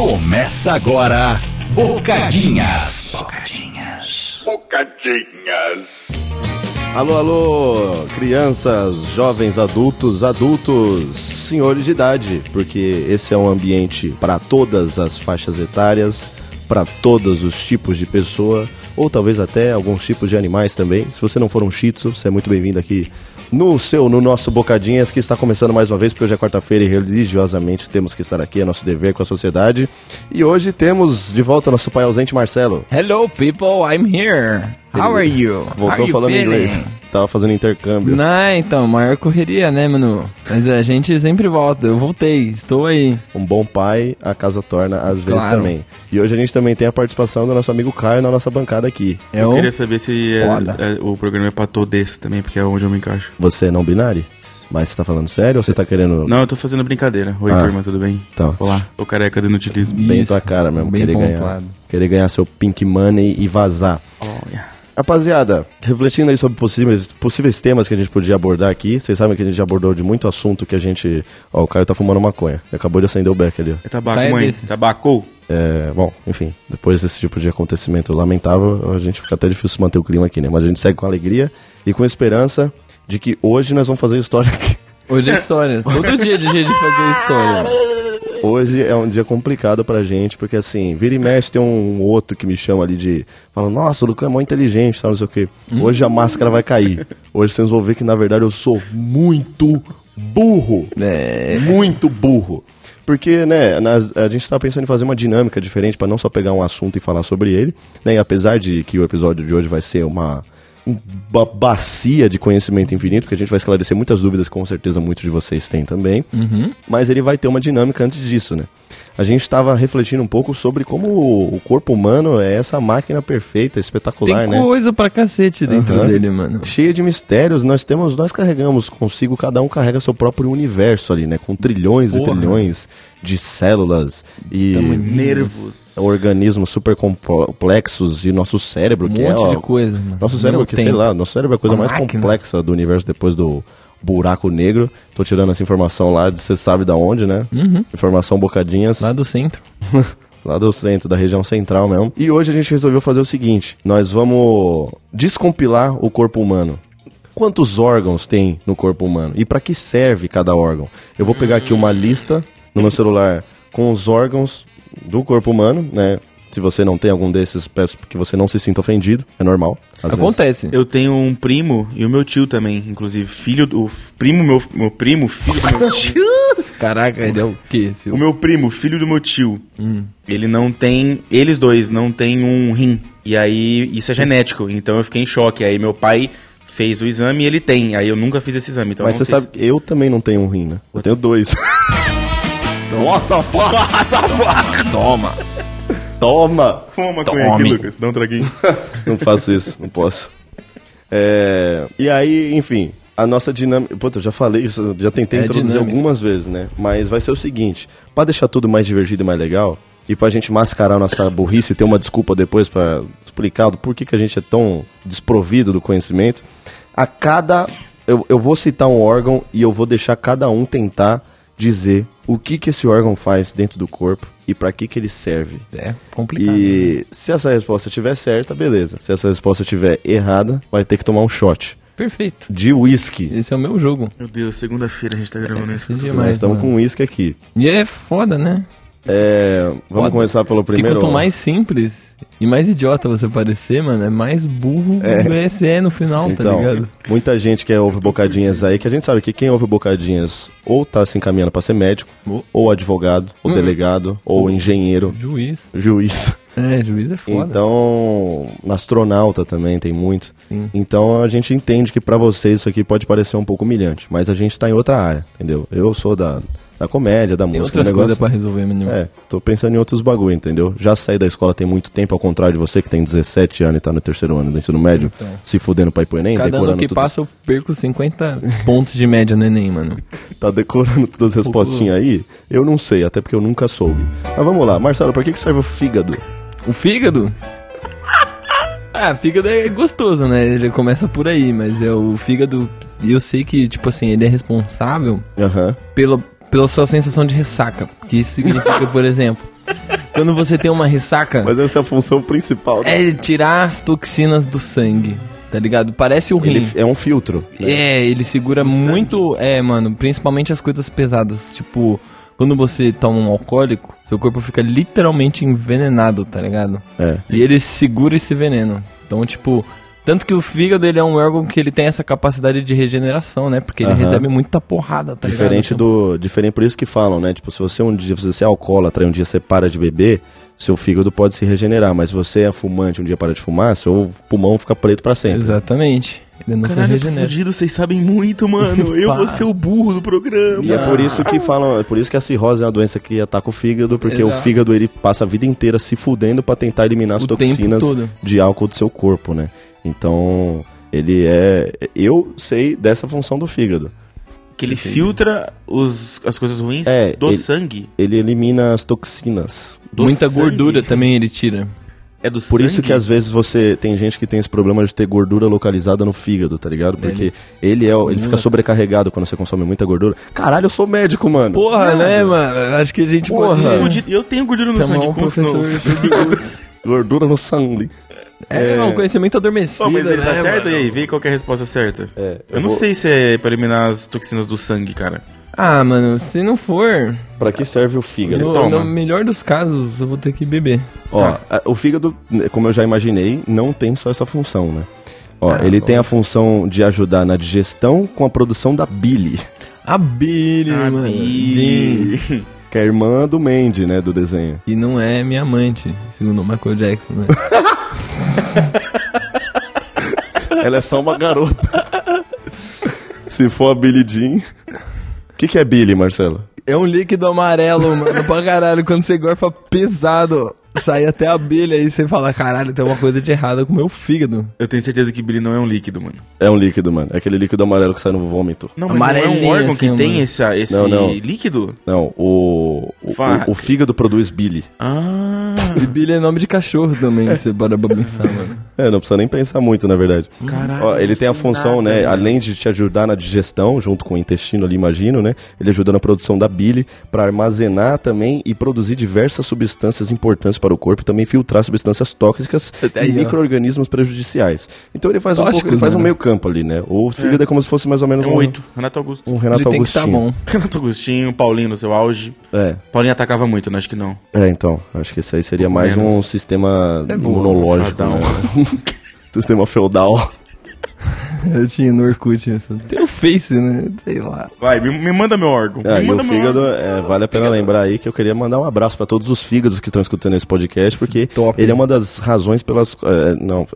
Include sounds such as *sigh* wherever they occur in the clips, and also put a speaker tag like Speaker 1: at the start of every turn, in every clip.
Speaker 1: Começa agora, Bocadinhas. Bocadinhas.
Speaker 2: Bocadinhas.
Speaker 3: Alô, alô, crianças, jovens, adultos, adultos, senhores de idade, porque esse é um ambiente para todas as faixas etárias, para todos os tipos de pessoa, ou talvez até alguns tipos de animais também. Se você não for um shih tzu, você é muito bem-vindo aqui no seu, no nosso Bocadinhas, que está começando mais uma vez, porque hoje é quarta-feira e religiosamente temos que estar aqui, é nosso dever com a sociedade. E hoje temos de volta nosso pai ausente, Marcelo.
Speaker 4: Hello people, I'm here. How are you?
Speaker 3: Voltou
Speaker 4: How you
Speaker 3: falando
Speaker 4: feeling?
Speaker 3: inglês. Tava fazendo intercâmbio.
Speaker 4: Não, então, maior correria, né, Manu? Mas a gente sempre volta. Eu voltei, estou aí.
Speaker 3: Um bom pai, a casa torna às vezes
Speaker 4: Claro.
Speaker 3: também. E hoje a gente também tem a participação do nosso amigo Caio na nossa bancada aqui.
Speaker 4: É
Speaker 5: Eu
Speaker 4: o...
Speaker 5: queria saber se é-
Speaker 4: Foda.
Speaker 5: é- o programa é pra todes também, porque é onde eu me encaixo.
Speaker 3: Você é não binário? Mas você tá falando sério ou você tá querendo
Speaker 5: Não, eu tô fazendo brincadeira. Oi,
Speaker 3: Ah.
Speaker 5: turma, tudo bem?
Speaker 3: Então.
Speaker 5: Olá, tô careca do inutilismo.
Speaker 3: bem
Speaker 4: Isso,
Speaker 3: tua cara mesmo?
Speaker 4: bem
Speaker 3: querer ganhar,
Speaker 4: pontuado.
Speaker 3: querer ganhar seu pink money e vazar.
Speaker 5: Olha.
Speaker 3: Rapaziada, refletindo aí sobre possíveis, possíveis temas que a gente podia abordar aqui, vocês sabem que a gente já abordou de muito assunto que a gente. Ó, o Caio tá fumando maconha. Acabou de acender o beck ali, ó.
Speaker 5: É tabaco,
Speaker 4: Tá, é
Speaker 5: mãe?
Speaker 4: desses.
Speaker 5: Tabaco?
Speaker 3: É, bom, enfim, depois desse tipo de acontecimento lamentável, a gente fica até difícil manter o clima aqui, né? Mas a gente segue com alegria e com esperança de que hoje nós vamos fazer história aqui.
Speaker 4: Hoje é história. Todo dia é dia de fazer história.
Speaker 3: *laughs* Hoje é um dia complicado pra gente, porque assim, vira e mexe tem um outro que me chama ali de. Fala, nossa, o Lucão é mó inteligente, sabe, não sei o quê. Hoje a máscara vai cair. Hoje vocês vão ver que na verdade eu sou muito burro. Muito burro. Porque, né, nas- a gente tá pensando em fazer uma dinâmica diferente pra não só pegar um assunto e falar sobre ele, né? E apesar de que o episódio de hoje vai ser uma uma bacia de conhecimento infinito, porque a gente vai esclarecer muitas dúvidas, com certeza muitos de vocês têm também. Mas ele vai ter uma dinâmica antes disso, né? A gente estava refletindo um pouco sobre como o corpo humano é essa máquina perfeita, espetacular,
Speaker 4: Tem
Speaker 3: né?
Speaker 4: coisa pra cacete dentro
Speaker 3: Aham.
Speaker 4: dele, mano.
Speaker 3: cheia de mistérios. Nós temos, nós carregamos consigo, cada um carrega seu próprio universo ali, né? Com trilhões e
Speaker 4: Porra.
Speaker 3: trilhões de células e
Speaker 5: Nervos.
Speaker 3: organismos super complexos e nosso cérebro,
Speaker 4: Um
Speaker 3: que é
Speaker 4: monte
Speaker 3: ó,
Speaker 4: de coisa, mano.
Speaker 3: nosso cérebro,
Speaker 4: Não
Speaker 3: que
Speaker 4: tem.
Speaker 3: sei lá, nosso cérebro é a coisa
Speaker 4: Uma
Speaker 3: mais
Speaker 4: máquina.
Speaker 3: complexa do universo depois do buraco negro. Tô tirando essa informação lá, de você sabe da onde, né?
Speaker 4: Uhum.
Speaker 3: Informação bocadinhas.
Speaker 4: Lá do centro.
Speaker 3: Lá do centro, da região central mesmo. E hoje a gente resolveu fazer o seguinte: nós vamos descompilar o corpo humano. Quantos órgãos tem no corpo humano? E pra que serve cada órgão? Eu vou pegar aqui uma lista no meu celular com os órgãos do corpo humano, né? Se você não tem algum desses, peço que você não se sinta ofendido, é normal. às
Speaker 4: Acontece.
Speaker 5: Eu tenho um primo e o meu tio também, inclusive. Filho do. o Primo, meu, meu primo, filho do meu
Speaker 3: *laughs*
Speaker 5: tio.
Speaker 4: Caraca, ele é o quê? Esse...
Speaker 5: O meu primo, filho do meu tio.
Speaker 3: Hum.
Speaker 5: Ele não tem. Eles dois não tem um rim. E aí, isso é genético. Então eu fiquei em choque. Aí meu pai fez o exame e ele tem. Aí eu nunca fiz esse exame. Então
Speaker 3: *laughs* Mas
Speaker 5: eu
Speaker 3: você
Speaker 5: não sei
Speaker 3: sabe, que eu também não tenho um rim, né? Eu tenho dois. What the fuck? *laughs* Toma. Toma.
Speaker 5: se- Fuma uma maconha aqui,
Speaker 3: Tome.
Speaker 5: Lucas. Dá um traguinho.
Speaker 3: Não faço isso, não posso. É, E aí, enfim, a nossa dinâmica. Puta, eu já falei isso, eu já tentei
Speaker 4: É
Speaker 3: introduzir
Speaker 4: dinâmica.
Speaker 3: algumas vezes, né? Mas vai ser o seguinte: pra deixar tudo mais divertido e mais legal, e pra gente mascarar nossa burrice e ter uma desculpa depois pra explicar do porquê que a gente é tão desprovido do conhecimento, a cada. Eu, eu vou citar um órgão e eu vou deixar cada um tentar dizer o que, que esse órgão faz dentro do corpo e pra que, que ele serve.
Speaker 4: É complicado.
Speaker 3: E se essa resposta estiver certa, beleza. Se essa resposta estiver errada, vai ter que tomar um shot
Speaker 4: Perfeito.
Speaker 3: de uísque.
Speaker 4: Esse é o meu jogo.
Speaker 5: *laughs* Meu Deus, segunda-feira a gente tá gravando isso.
Speaker 4: Esse é demais,
Speaker 3: Nós estamos
Speaker 4: mano.
Speaker 3: com uísque aqui.
Speaker 4: E é foda, né?
Speaker 3: É, vamos
Speaker 4: Foda.
Speaker 3: começar pelo
Speaker 4: Porque
Speaker 3: primeiro.
Speaker 4: quanto mais simples e mais idiota você parecer, mano, é mais burro
Speaker 3: É.
Speaker 4: você é no final, tá
Speaker 3: Então,
Speaker 4: ligado?
Speaker 3: muita gente que ouve bocadinhas aí, que a gente sabe que quem ouve bocadinhas ou tá se encaminhando pra ser médico,
Speaker 4: Ô.
Speaker 3: ou advogado,
Speaker 4: Hum.
Speaker 3: ou delegado, ou engenheiro,
Speaker 4: Juiz.
Speaker 3: juiz.
Speaker 4: É, juiz é foda.
Speaker 3: Então, astronauta também tem muito. Então a gente entende que pra vocês isso aqui pode parecer um pouco humilhante, mas a gente tá em outra área, entendeu? Eu sou da, da comédia, da
Speaker 4: Tem
Speaker 3: música,
Speaker 4: outras
Speaker 3: do
Speaker 4: coisas
Speaker 3: negócio.
Speaker 4: pra resolver, menino.
Speaker 3: É, tô pensando em outros bagulho, entendeu? Já saí da escola tem muito tempo, ao contrário de você que tem 17 anos e tá no terceiro ano do ensino médio,
Speaker 4: Então.
Speaker 3: se fudendo pra ir pro Enem,
Speaker 4: Cada
Speaker 3: decorando
Speaker 4: ano que
Speaker 3: tudo-
Speaker 4: passa eu perco 50 pontos de média no Enem, mano.
Speaker 3: tá decorando todas
Speaker 4: Um
Speaker 3: as respostinhas aí. Eu não sei, até porque eu nunca soube. Mas vamos lá, Marcelo, pra que, que serve o fígado?
Speaker 4: O fígado? *laughs* Ah, fígado é gostoso, né? Ele começa por aí, mas é o fígado. E eu sei que, tipo assim, ele é responsável
Speaker 3: Aham. *laughs*
Speaker 4: pela, pela sua sensação de ressaca. Que isso significa, por exemplo, Quando você tem uma ressaca,
Speaker 3: Mas essa é a função principal. né?
Speaker 4: é tirar as toxinas do sangue, tá ligado? Parece o rim.
Speaker 3: Ele é um filtro. né?
Speaker 4: É, ele segura muito. É, mano, principalmente as coisas pesadas. Tipo, quando você toma um alcoólico, seu corpo fica literalmente envenenado, tá ligado?
Speaker 3: É.
Speaker 4: E ele segura esse veneno. Então, tipo. Tanto que o fígado ele é um órgão que ele tem essa capacidade de regeneração, né? Porque ele
Speaker 3: Aham.
Speaker 4: recebe muita porrada, tá
Speaker 3: Diferente
Speaker 4: ligado?
Speaker 3: do. Diferente por isso que falam, né? Tipo, se você um dia, se você é alcoólatra e um dia você para de beber, seu fígado pode se regenerar. Mas se você é fumante e um dia para de fumar, seu pulmão fica preto pra sempre.
Speaker 4: Tipo, Exatamente. Ele não
Speaker 5: Caralho,
Speaker 4: se
Speaker 5: tô
Speaker 4: regenera.
Speaker 5: fudido, vocês sabem muito, mano. Eu
Speaker 3: *laughs*
Speaker 5: vou ser o burro do programa.
Speaker 3: E é por isso que falam, é por isso que a cirrose é uma doença que ataca o fígado, porque o
Speaker 4: Ah. Exato.
Speaker 3: fígado ele passa a vida inteira se fudendo pra tentar eliminar as
Speaker 4: O tempo
Speaker 3: toxinas
Speaker 4: todo.
Speaker 3: de álcool do seu corpo, né? Então, ele é eu sei dessa função do fígado.
Speaker 5: Que ele filtra os, as coisas ruins
Speaker 3: É,
Speaker 5: do
Speaker 3: ele-
Speaker 5: sangue.
Speaker 3: Ele elimina as toxinas.
Speaker 5: Do
Speaker 4: Muita
Speaker 5: sangue.
Speaker 4: gordura também ele tira.
Speaker 5: É do
Speaker 3: Por
Speaker 5: sangue.
Speaker 3: isso que às vezes você tem gente que tem esse problema de ter gordura localizada no fígado, tá ligado? Porque ele é, o- ele
Speaker 5: Uhum.
Speaker 3: fica sobrecarregado quando você consome muita gordura. Caralho, eu sou médico, mano.
Speaker 4: Porra, né, mano? Acho que a gente
Speaker 3: Porra.
Speaker 5: Eu
Speaker 4: pode
Speaker 5: fudido- Eu tenho gordura no
Speaker 4: chamar
Speaker 5: sangue,
Speaker 4: um
Speaker 5: como se não-
Speaker 4: professor. *laughs*
Speaker 3: Gordura no sangue.
Speaker 4: É, um conhecimento adormecido.
Speaker 5: Pô, mas ele tá
Speaker 4: né,
Speaker 5: certo?
Speaker 4: mano?
Speaker 5: E aí, vê qual que é a resposta certa.
Speaker 3: É,
Speaker 5: eu não
Speaker 3: vou-
Speaker 5: sei se é pra eliminar as toxinas do sangue, cara.
Speaker 4: Ah, mano, se não for,
Speaker 3: Pra que serve o fígado?
Speaker 4: no,
Speaker 5: toma.
Speaker 4: no melhor dos casos, eu vou ter que beber.
Speaker 3: Ó,
Speaker 5: Tá.
Speaker 3: a- o fígado, né, como eu já imaginei, não tem só essa função, né? Ó, ele tem a função de ajudar na digestão com a produção da bile, *laughs*
Speaker 4: A Billy, mano. Jim.
Speaker 3: que é a irmã do Mandy, né, do desenho.
Speaker 4: E não é minha amante, segundo o Michael Jackson, né?
Speaker 3: Ela é só
Speaker 5: *laughs*
Speaker 3: uma garota. Se for a Billie Jean... O que, que é Billie, Marcelo?
Speaker 4: *laughs* é um líquido amarelo, mano, pra caralho. Quando você gorfa pesado, sai até a Billy aí você fala, caralho, tem uma coisa de errada com o meu fígado.
Speaker 5: Eu tenho certeza que Billy não é um líquido, mano.
Speaker 3: É um líquido, mano. É aquele líquido amarelo que sai no vômito.
Speaker 5: Não, mas não é um
Speaker 4: Amarelinho,
Speaker 5: órgão que
Speaker 4: assim,
Speaker 5: tem
Speaker 4: mano.
Speaker 5: esse, esse
Speaker 3: Não, não.
Speaker 5: líquido?
Speaker 3: Não, o, o,
Speaker 5: Fuck.
Speaker 3: o- o fígado produz bile.
Speaker 5: Ah,
Speaker 4: E Billy é nome de cachorro também, se você para pra pensar, mano.
Speaker 3: É, não precisa nem pensar muito, na verdade.
Speaker 5: Caralho, é
Speaker 3: Ó, ele tem a
Speaker 5: sem
Speaker 3: função,
Speaker 5: nada,
Speaker 3: né?
Speaker 5: mano.
Speaker 3: Além de te ajudar na digestão, junto com o intestino ali, imagino, né? Ele ajuda na produção da bile, pra armazenar também e produzir diversas substâncias importantes para o corpo e também filtrar substâncias tóxicas e
Speaker 4: aí, ó.
Speaker 3: micro-organismos prejudiciais. Então ele faz um
Speaker 4: Tóxicos,
Speaker 3: pouco, ele faz um
Speaker 4: mano.
Speaker 3: meio campo ali, né? O fígado é, como se fosse mais ou menos
Speaker 5: é
Speaker 3: um,
Speaker 5: um oito. Renato Augusto.
Speaker 3: um Renato
Speaker 4: ele tem que
Speaker 3: Agostinho.
Speaker 4: tá bom.
Speaker 5: *laughs* Renato Agostinho, Paulinho no seu auge.
Speaker 3: É,
Speaker 5: Paulinho atacava muito, né? Acho que não.
Speaker 3: É, então, acho que isso aí seria mais
Speaker 5: menos.
Speaker 3: um sistema
Speaker 4: É bom,
Speaker 3: monológico,
Speaker 5: fadão.
Speaker 3: né? *laughs* sistema feudal.
Speaker 4: Eu tinha no Orkut. essa- Tem o Face, né? Sei lá.
Speaker 5: Vai, me, me manda meu órgão.
Speaker 3: É,
Speaker 5: me
Speaker 3: e o
Speaker 5: manda meu
Speaker 3: fígado,
Speaker 5: órgão.
Speaker 3: é, vale a pena lembrar aí que eu queria mandar um abraço pra todos os fígados que estão escutando esse podcast, porque
Speaker 4: Top.
Speaker 3: ele é uma das razões pelas... é, não,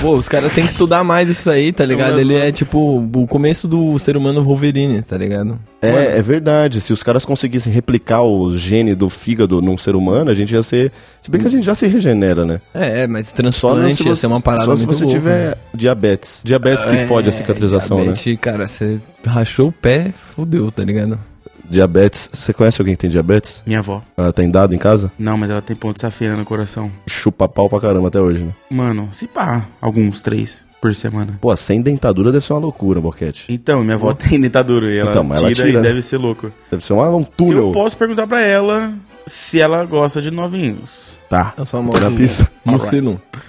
Speaker 4: Pô, os caras têm que estudar mais isso aí, tá ligado?
Speaker 5: Mas-
Speaker 4: Ele é tipo o começo do ser humano Wolverine, tá ligado?
Speaker 3: é, é verdade, se os caras conseguissem replicar o gene do fígado num ser humano, a gente ia ser... Se bem que a gente já se regenera, né?
Speaker 4: É, é mas
Speaker 3: Só né,
Speaker 4: transplante
Speaker 3: se
Speaker 4: ia
Speaker 3: você,
Speaker 4: ser uma parada
Speaker 3: só se
Speaker 4: muito
Speaker 3: você
Speaker 4: louca. né? É,
Speaker 3: tiver diabetes. Diabetes que fode a cicatrização, né?
Speaker 4: diabetes, cara, você rachou o pé, fudeu, tá ligado?
Speaker 3: Diabetes, você conhece alguém que tem diabetes?
Speaker 5: Minha avó.
Speaker 3: Ela tem dado em casa?
Speaker 5: Não, mas ela tem ponto de safena no coração.
Speaker 3: chupa pau pra caramba até hoje, né?
Speaker 5: Mano, se pá, alguns três por semana.
Speaker 3: Pô, sem dentadura deve ser uma loucura, Boquete.
Speaker 5: Então, minha avó tem dentadura e ela,
Speaker 3: Então, mas ela
Speaker 5: tira,
Speaker 3: tira,
Speaker 5: e
Speaker 3: né?
Speaker 5: deve ser louco.
Speaker 3: Deve ser uma, um
Speaker 5: Eu
Speaker 3: túnel.
Speaker 5: posso perguntar pra ela se ela gosta de novinhos.
Speaker 3: Tá.
Speaker 4: Eu sou
Speaker 3: Tô na pista. *laughs*
Speaker 4: Mucilum.
Speaker 3: Tá,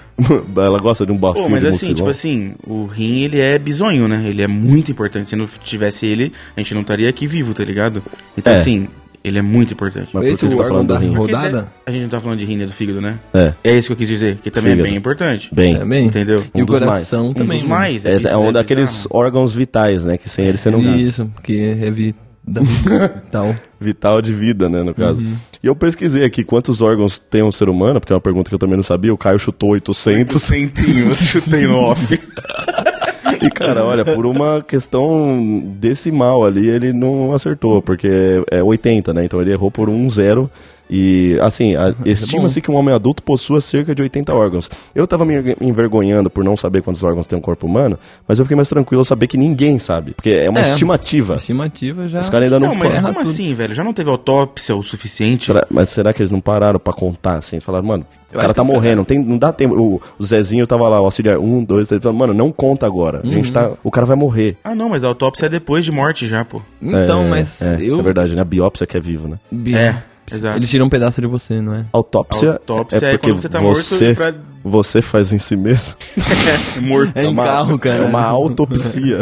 Speaker 3: Ela gosta de um
Speaker 5: Pô,
Speaker 3: bafinho
Speaker 5: mas
Speaker 3: de
Speaker 5: assim,
Speaker 3: mucilão.
Speaker 5: tipo assim, o rim ele é bizonho, né? Ele é muito importante. Se não tivesse ele, a gente não estaria aqui vivo, tá ligado? Então,
Speaker 3: É.
Speaker 5: assim, ele é muito importante.
Speaker 3: Mas
Speaker 4: Foi
Speaker 3: por
Speaker 4: esse
Speaker 3: que você
Speaker 4: o
Speaker 3: tá
Speaker 4: órgão
Speaker 3: falando do
Speaker 4: da
Speaker 3: rim?
Speaker 5: Porque
Speaker 4: rodada?
Speaker 5: de- A gente não tá falando de rim, né? Do fígado, né?
Speaker 3: É,
Speaker 5: É isso que eu quis dizer, que também
Speaker 3: Fígado.
Speaker 5: é bem importante.
Speaker 3: bem.
Speaker 4: Também.
Speaker 5: Entendeu?
Speaker 4: E
Speaker 3: Um
Speaker 4: o
Speaker 3: dos
Speaker 4: coração
Speaker 5: Um
Speaker 4: também. né?
Speaker 5: dos
Speaker 4: mano.
Speaker 5: mais.
Speaker 3: Essa é um
Speaker 5: isso
Speaker 3: daqueles
Speaker 5: bizarro.
Speaker 3: órgãos vitais, né? Que sem ele você não...
Speaker 4: Isso, porque é vida
Speaker 3: *laughs*
Speaker 4: tal.
Speaker 3: Vital de vida, né, no caso. E eu pesquisei aqui quantos órgãos tem um ser humano, porque é uma pergunta que eu também não sabia. O Caio chutou 800.
Speaker 5: centinhos, chutei no
Speaker 3: *laughs*
Speaker 5: off.
Speaker 3: E, cara, olha, por uma questão decimal ali, ele não acertou, porque é é 80, né? Então ele errou por um zero. E, assim, a-
Speaker 4: é
Speaker 3: estima-se que um homem adulto possua cerca de 80 órgãos. Eu tava me enver- me envergonhando por não saber quantos órgãos tem um corpo humano, mas eu fiquei mais tranquilo ao saber que ninguém sabe, porque é uma
Speaker 4: É.
Speaker 3: estimativa.
Speaker 4: Estimativa já.
Speaker 3: Os caras ainda não...
Speaker 5: Não, mas
Speaker 3: pa-
Speaker 5: como
Speaker 4: tudo.
Speaker 5: assim, velho? Já não teve autópsia o suficiente?
Speaker 3: Será- mas será que eles não pararam pra contar, assim? Falaram, mano, o
Speaker 4: Eu
Speaker 3: cara
Speaker 4: acho que
Speaker 3: tá
Speaker 4: os
Speaker 3: morrendo, não, tem, não dá tempo. O, o Zezinho tava lá, o auxiliar, um, dois, três, falando, mano, não conta agora. A
Speaker 4: Uhum.
Speaker 3: gente tá, o cara vai morrer.
Speaker 5: Ah, não, mas a autópsia é depois de morte já, pô.
Speaker 4: Então,
Speaker 3: É,
Speaker 4: mas
Speaker 3: é,
Speaker 4: eu.
Speaker 3: É verdade, né? A biópsia que é vivo, né?
Speaker 4: Bi-
Speaker 5: É. Exato.
Speaker 4: Eles tiram um pedaço de você, não é?
Speaker 3: Autópsia,
Speaker 5: Autópsia
Speaker 3: é
Speaker 5: é
Speaker 3: porque
Speaker 5: quando você
Speaker 3: você,
Speaker 5: tá morto e pra- *laughs*
Speaker 3: você faz em si mesmo.
Speaker 5: Morto.
Speaker 4: É em
Speaker 3: uma-
Speaker 4: carro, cara.
Speaker 3: É uma
Speaker 4: *laughs*
Speaker 3: autopsia.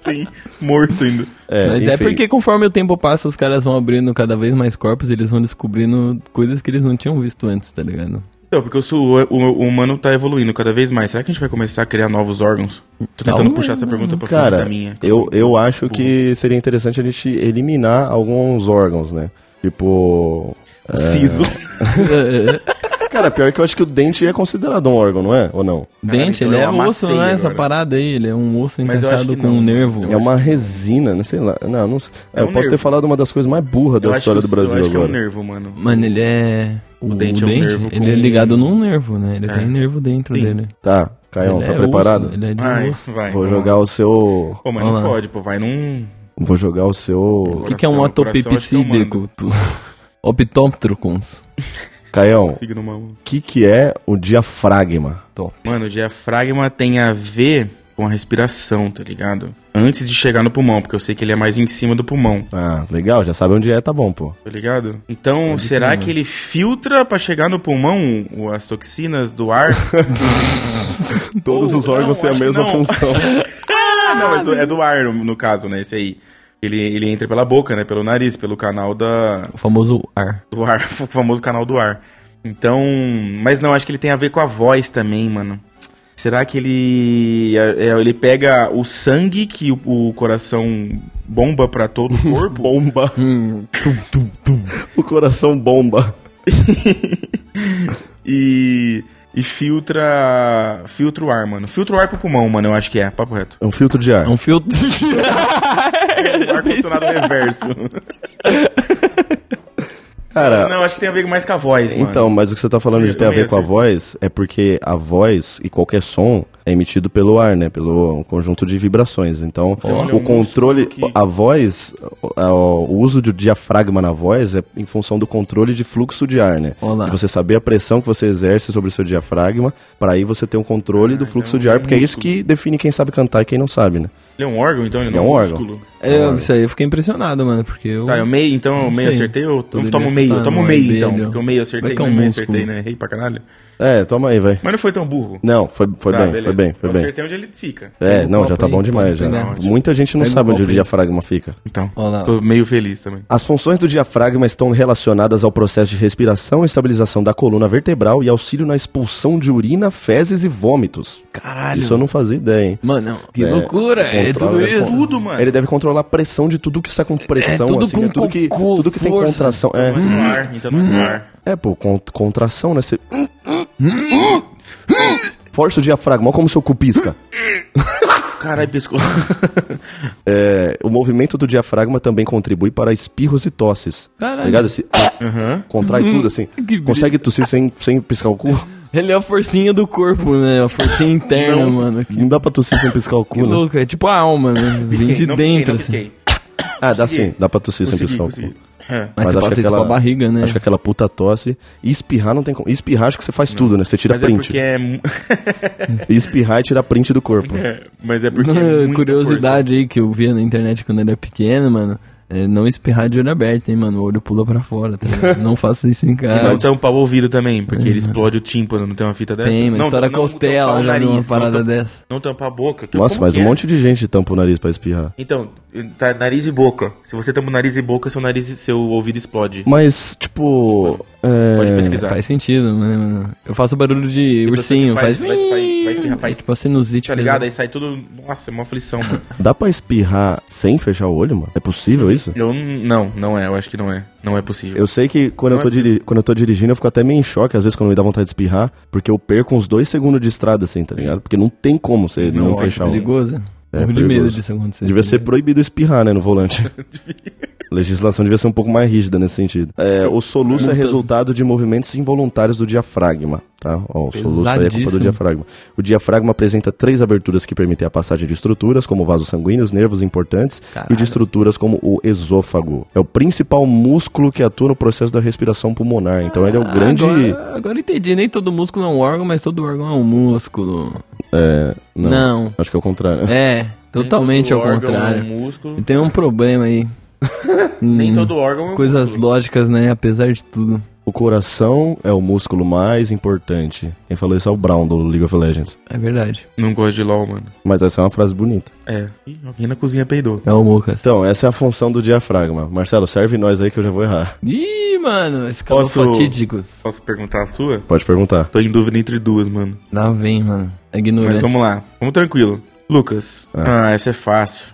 Speaker 5: Sim, morto ainda.
Speaker 3: É,
Speaker 4: Mas é
Speaker 3: enfim.
Speaker 4: porque conforme o tempo passa, os caras vão abrindo cada vez mais corpos e eles vão descobrindo coisas que eles não tinham visto antes, tá ligado?
Speaker 5: Então, porque o, su- o- o humano tá evoluindo cada vez mais. Será que a gente vai começar a criar novos órgãos? Tô tentando
Speaker 4: Não,
Speaker 5: puxar essa pergunta um pra frente
Speaker 3: Cara,
Speaker 5: da minha.
Speaker 3: eu, eu acho
Speaker 5: burro.
Speaker 3: que seria interessante a gente eliminar alguns órgãos, né? Tipo.
Speaker 5: Siso.
Speaker 3: Cara, pior que eu acho que o dente é considerado um órgão, não é? Ou não?
Speaker 4: Dente,
Speaker 5: então
Speaker 4: ele
Speaker 5: eu
Speaker 4: é osso,
Speaker 5: amassei
Speaker 4: né? Essa
Speaker 5: agora.
Speaker 4: parada aí, ele é um osso
Speaker 5: Mas eu acho
Speaker 4: encaixado
Speaker 5: que
Speaker 4: com
Speaker 5: não.
Speaker 4: um nervo.
Speaker 3: É uma resina, né? Sei lá. Não, não sei.
Speaker 5: É
Speaker 3: eu
Speaker 5: um
Speaker 3: posso ter
Speaker 5: nervo.
Speaker 3: falado uma das coisas mais burras
Speaker 5: Eu
Speaker 3: da
Speaker 5: acho
Speaker 3: história
Speaker 5: que
Speaker 3: do
Speaker 5: o-
Speaker 3: Brasil
Speaker 5: Eu acho que é um
Speaker 3: agora.
Speaker 5: nervo, mano.
Speaker 4: Mano, ele é.
Speaker 5: O dente é um nervo
Speaker 4: Ele é
Speaker 5: com-
Speaker 4: ligado num nervo, né? Ele
Speaker 5: É.
Speaker 4: tem nervo dentro
Speaker 5: Sim.
Speaker 4: dele.
Speaker 3: Tá, Caião,
Speaker 4: ele
Speaker 3: tá
Speaker 4: é
Speaker 3: preparado?
Speaker 4: osso, Ele é de
Speaker 5: Vai,
Speaker 4: osso.
Speaker 5: vai.
Speaker 3: Vou
Speaker 5: vamos lá.
Speaker 3: jogar o seu.
Speaker 5: Pô, mas
Speaker 4: Vamos
Speaker 5: não
Speaker 4: lá.
Speaker 5: fode, pô. Vai num...
Speaker 3: Vou jogar o seu.
Speaker 4: O que, que é um
Speaker 5: Coração, coração, acho que eu mando.
Speaker 4: atopipsídeco? *laughs* Optoptrocons.
Speaker 3: Caião,
Speaker 5: Fica numa mão.
Speaker 3: o que, que é o diafragma?
Speaker 5: Mano, o diafragma tem a ver com a respiração, tá ligado? Antes de chegar no pulmão, porque eu sei que ele é mais em cima do pulmão,
Speaker 3: Ah, legal, já sabe onde é, tá bom, pô.
Speaker 5: tá ligado? Então, será que ele filtra pra chegar no pulmão o- as toxinas do
Speaker 4: *laughs*
Speaker 5: ar?
Speaker 3: Todos
Speaker 5: Oh,
Speaker 3: os órgãos
Speaker 5: não,
Speaker 3: têm a
Speaker 5: acho que
Speaker 3: mesma
Speaker 5: não. *laughs*
Speaker 3: função.
Speaker 5: ah, não, mas do- é do ar, no, no caso, né? Esse aí. Ele, ele entra pela boca, né? Pelo nariz, pelo canal da,
Speaker 4: O famoso ar.
Speaker 5: do ar, *laughs* o famoso canal do ar. Então, mas não, acho que ele tem a ver com a voz também, mano. Será que ele é, é, ele pega o sangue que o, o coração bomba pra todo
Speaker 4: *laughs*
Speaker 5: o corpo?
Speaker 3: bomba.
Speaker 4: Hum,
Speaker 3: O coração bomba.
Speaker 5: e, e filtra. Filtra o ar, mano. Filtra o ar pro pulmão, mano, eu acho que é. Papo
Speaker 4: *laughs*
Speaker 5: reto.
Speaker 3: É um filtro de ar.
Speaker 4: é
Speaker 5: *laughs*
Speaker 4: um filtro. É
Speaker 5: O ar condicionado
Speaker 4: *laughs*
Speaker 5: reverso.
Speaker 4: né?
Speaker 3: Cara,
Speaker 5: Não, acho que tem a ver mais com a voz, mano.
Speaker 3: então, mas o que você tá falando de
Speaker 5: Eu
Speaker 3: ter a
Speaker 5: também
Speaker 3: ver com a
Speaker 5: acertei.
Speaker 3: voz é porque a voz e qualquer som é emitido pelo ar, né? Pelo um conjunto de vibrações. Então,
Speaker 5: Olha,
Speaker 3: o
Speaker 5: um
Speaker 3: controle,
Speaker 5: músculo que-
Speaker 3: a voz, o- a- o uso de diafragma na voz é em função do controle de fluxo de ar, né?
Speaker 4: Olá.
Speaker 3: De você saber a pressão que você exerce sobre o seu diafragma, pra aí você ter um controle do fluxo
Speaker 5: então
Speaker 3: de
Speaker 5: é
Speaker 3: ar,
Speaker 5: um
Speaker 3: porque é isso
Speaker 5: músculo.
Speaker 3: que define quem sabe cantar e quem não sabe, né?
Speaker 5: Ele é um órgão, então? Ele não
Speaker 3: É
Speaker 5: é um
Speaker 3: um órgão.
Speaker 5: músculo.
Speaker 4: É, isso aí eu fiquei impressionado, mano, porque eu.
Speaker 5: Tá, eu meio, então eu
Speaker 4: Não
Speaker 5: meio
Speaker 4: sei.
Speaker 5: acertei, eu
Speaker 4: Poderia
Speaker 5: tomo meio, eu
Speaker 4: chutar,
Speaker 5: tomo
Speaker 4: não,
Speaker 5: meio
Speaker 4: é
Speaker 5: então,
Speaker 4: meio.
Speaker 5: porque eu meio
Speaker 4: Vai
Speaker 5: acertei,
Speaker 4: que é um
Speaker 5: não meio
Speaker 4: músculo.
Speaker 5: acertei, né? Errei pra caralho.
Speaker 3: É, toma aí, vai.
Speaker 5: Mas não foi tão burro.
Speaker 3: Não, foi, foi
Speaker 5: Tá,
Speaker 3: bem,
Speaker 5: beleza.
Speaker 3: foi bem, foi
Speaker 5: eu
Speaker 3: bem.
Speaker 5: acertei onde ele fica.
Speaker 3: É,
Speaker 4: Pega o
Speaker 3: não,
Speaker 4: copo
Speaker 3: já tá
Speaker 4: aí,
Speaker 3: bom demais já.
Speaker 4: pode
Speaker 5: pegar.
Speaker 3: Muita gente não
Speaker 4: Pega o
Speaker 3: sabe onde o
Speaker 4: copo aí.
Speaker 3: diafragma fica.
Speaker 5: Então,
Speaker 4: Ó lá.
Speaker 5: tô meio feliz também.
Speaker 3: As funções do diafragma estão relacionadas ao processo de respiração, estabilização da coluna vertebral e auxílio na expulsão de urina, fezes e vômitos.
Speaker 4: Caralho.
Speaker 5: é-
Speaker 3: Isso eu não fazia ideia, hein?
Speaker 4: Mano, que
Speaker 3: É,
Speaker 4: loucura! É tudo
Speaker 3: controla as
Speaker 4: isso.
Speaker 5: Tudo, mano.
Speaker 3: Ele deve controlar a pressão de tudo que está com pressão,
Speaker 4: tudo
Speaker 3: assim,
Speaker 4: com
Speaker 3: é tudo que
Speaker 4: cocô,
Speaker 3: tudo que tem
Speaker 4: força.
Speaker 3: contração,
Speaker 5: Mas
Speaker 3: é.
Speaker 5: no ar, então não é no ar.
Speaker 3: É, pô, con- contração, né? Você... Força o diafragma, olha como seu cu pisca.
Speaker 5: Caralho,
Speaker 4: *laughs*
Speaker 5: piscou.
Speaker 3: É, o movimento do diafragma também contribui para espirros e tosses.
Speaker 4: Caralho.
Speaker 3: Ligado? Esse, Contrai tudo assim.
Speaker 4: que
Speaker 3: Consegue tossir sem, sem piscar o cu?
Speaker 4: Ele é a forcinha do corpo, né? A forcinha interna, mano. Que
Speaker 3: Não dá pra tossir sem piscar o cu, né?
Speaker 4: louco, é tipo a alma, né? Vem de
Speaker 5: não
Speaker 4: dentro,
Speaker 5: não
Speaker 4: assim.
Speaker 5: pisquei.
Speaker 3: Ah, dá
Speaker 5: Consegui.
Speaker 3: sim, dá pra tossir sem
Speaker 5: Consegui,
Speaker 3: piscar o
Speaker 5: consegui.
Speaker 3: cu.
Speaker 5: É.
Speaker 4: Mas, você
Speaker 3: acho
Speaker 4: passa
Speaker 3: que
Speaker 4: isso
Speaker 3: aquela-
Speaker 4: com a barriga, né?
Speaker 3: Acho que aquela puta tosse. E espirrar não tem como. Espirrar acho que você faz tudo, né? Você tira
Speaker 5: Mas é
Speaker 3: print.
Speaker 5: porque é... mu- *laughs*
Speaker 3: E Espirrar e tirar print do corpo.
Speaker 5: é, Mas
Speaker 4: *laughs*
Speaker 5: é porque é muita
Speaker 4: Curiosidade aí que eu via na internet quando era pequeno, mano. É não espirrar de olho aberto, hein, mano. O olho pula pra fora,
Speaker 5: *laughs*
Speaker 4: tá ligado? não faça isso em
Speaker 5: força. E não então,
Speaker 4: casa.
Speaker 5: tampar o ouvido também, porque ele explode o tímpano, não tem uma fita dessa?
Speaker 4: Uhum. Tem, mas
Speaker 5: assim, não,
Speaker 4: estoura a
Speaker 5: não
Speaker 4: costela
Speaker 5: tampar o
Speaker 4: já numa
Speaker 5: não
Speaker 4: parada
Speaker 5: tam-
Speaker 4: dessa.
Speaker 5: Não tampar a boca. que-
Speaker 3: Nossa,
Speaker 5: como
Speaker 3: mas
Speaker 5: que
Speaker 3: um
Speaker 5: é?
Speaker 3: monte de gente tampa o nariz pra espirrar.
Speaker 5: Então, tá nariz e boca. Se você tampa o nariz e boca, seu nariz e seu ouvido explode.
Speaker 3: Mas, tipo. Hum, é,
Speaker 5: Pode pesquisar.
Speaker 4: Faz sentido, né, mano? Eu faço barulho de ursinho, faz.
Speaker 5: Tipo, faz- vai- vai- vai espirrar, faz-
Speaker 4: Tipo a sinusite.
Speaker 5: Tá
Speaker 4: por
Speaker 5: ligado?
Speaker 4: exemplo.
Speaker 5: Aí sai tudo. Nossa, é uma aflição, mano.
Speaker 3: Dá pra espirrar sem fechar o olho, mano? É possível isso?
Speaker 5: Eu n- não, não é, eu acho que não é. Não é possível.
Speaker 3: Eu sei que quando eu, tô diri- quando eu tô dirigindo, eu fico até meio em choque, às vezes, quando me dá vontade de espirrar, porque eu perco uns dois segundos de estrada, assim, tá ligado? Porque não tem como você não,
Speaker 5: Nossa,
Speaker 3: fechar o olho.
Speaker 4: tá Perigoso?
Speaker 3: É,
Speaker 4: Morro de
Speaker 3: perigoso.
Speaker 4: medo disso acontecer.
Speaker 3: Devia ser proibido espirrar, né, no
Speaker 4: *laughs*
Speaker 3: volante. A legislação devia ser um pouco mais rígida nesse sentido. É, o soluço é resultado de movimentos involuntários do diafragma, tá? Ó, o soluço aí é culpa do
Speaker 4: Pesadíssimo.
Speaker 3: diafragma. O diafragma apresenta três aberturas que permitem a passagem de estruturas, como vasos sanguíneos, nervos importantes, e de estruturas como o esôfago. É o principal músculo que atua no processo da respiração pulmonar. Então ele é o grande...
Speaker 4: Ah, Agora, agora eu entendi, nem todo músculo é um órgão, mas todo órgão é um músculo.
Speaker 3: É, não,
Speaker 4: Não.
Speaker 3: acho que é o contrário.
Speaker 4: É, totalmente
Speaker 5: Todo
Speaker 4: ao
Speaker 5: órgão, um
Speaker 4: contrário.
Speaker 5: músculo.
Speaker 4: Tem um problema aí.
Speaker 3: Hum,
Speaker 5: Nem todo órgão é um
Speaker 4: Coisas
Speaker 5: músculo.
Speaker 4: lógicas, né? Apesar de tudo.
Speaker 3: O coração é o músculo mais importante. Quem falou isso é o Brown do League of Legends.
Speaker 4: É verdade.
Speaker 5: Não gosto de LOL, mano.
Speaker 3: Mas essa é uma frase bonita.
Speaker 5: É. Ih, alguém na cozinha peidou.
Speaker 4: É o Lucas.
Speaker 3: Então, essa é a função do diafragma. Marcelo, serve nós aí que eu já vou errar.
Speaker 4: Ih, mano, esse cara é um
Speaker 5: Posso-
Speaker 4: fatídico.
Speaker 5: Posso perguntar a sua?
Speaker 3: Pode perguntar.
Speaker 5: Tô em dúvida entre duas, mano.
Speaker 4: Lá vem, mano.
Speaker 5: Mas
Speaker 4: É ignorância.
Speaker 5: vamos lá. Vamos tranquilo. Lucas. Ah, essa é fácil.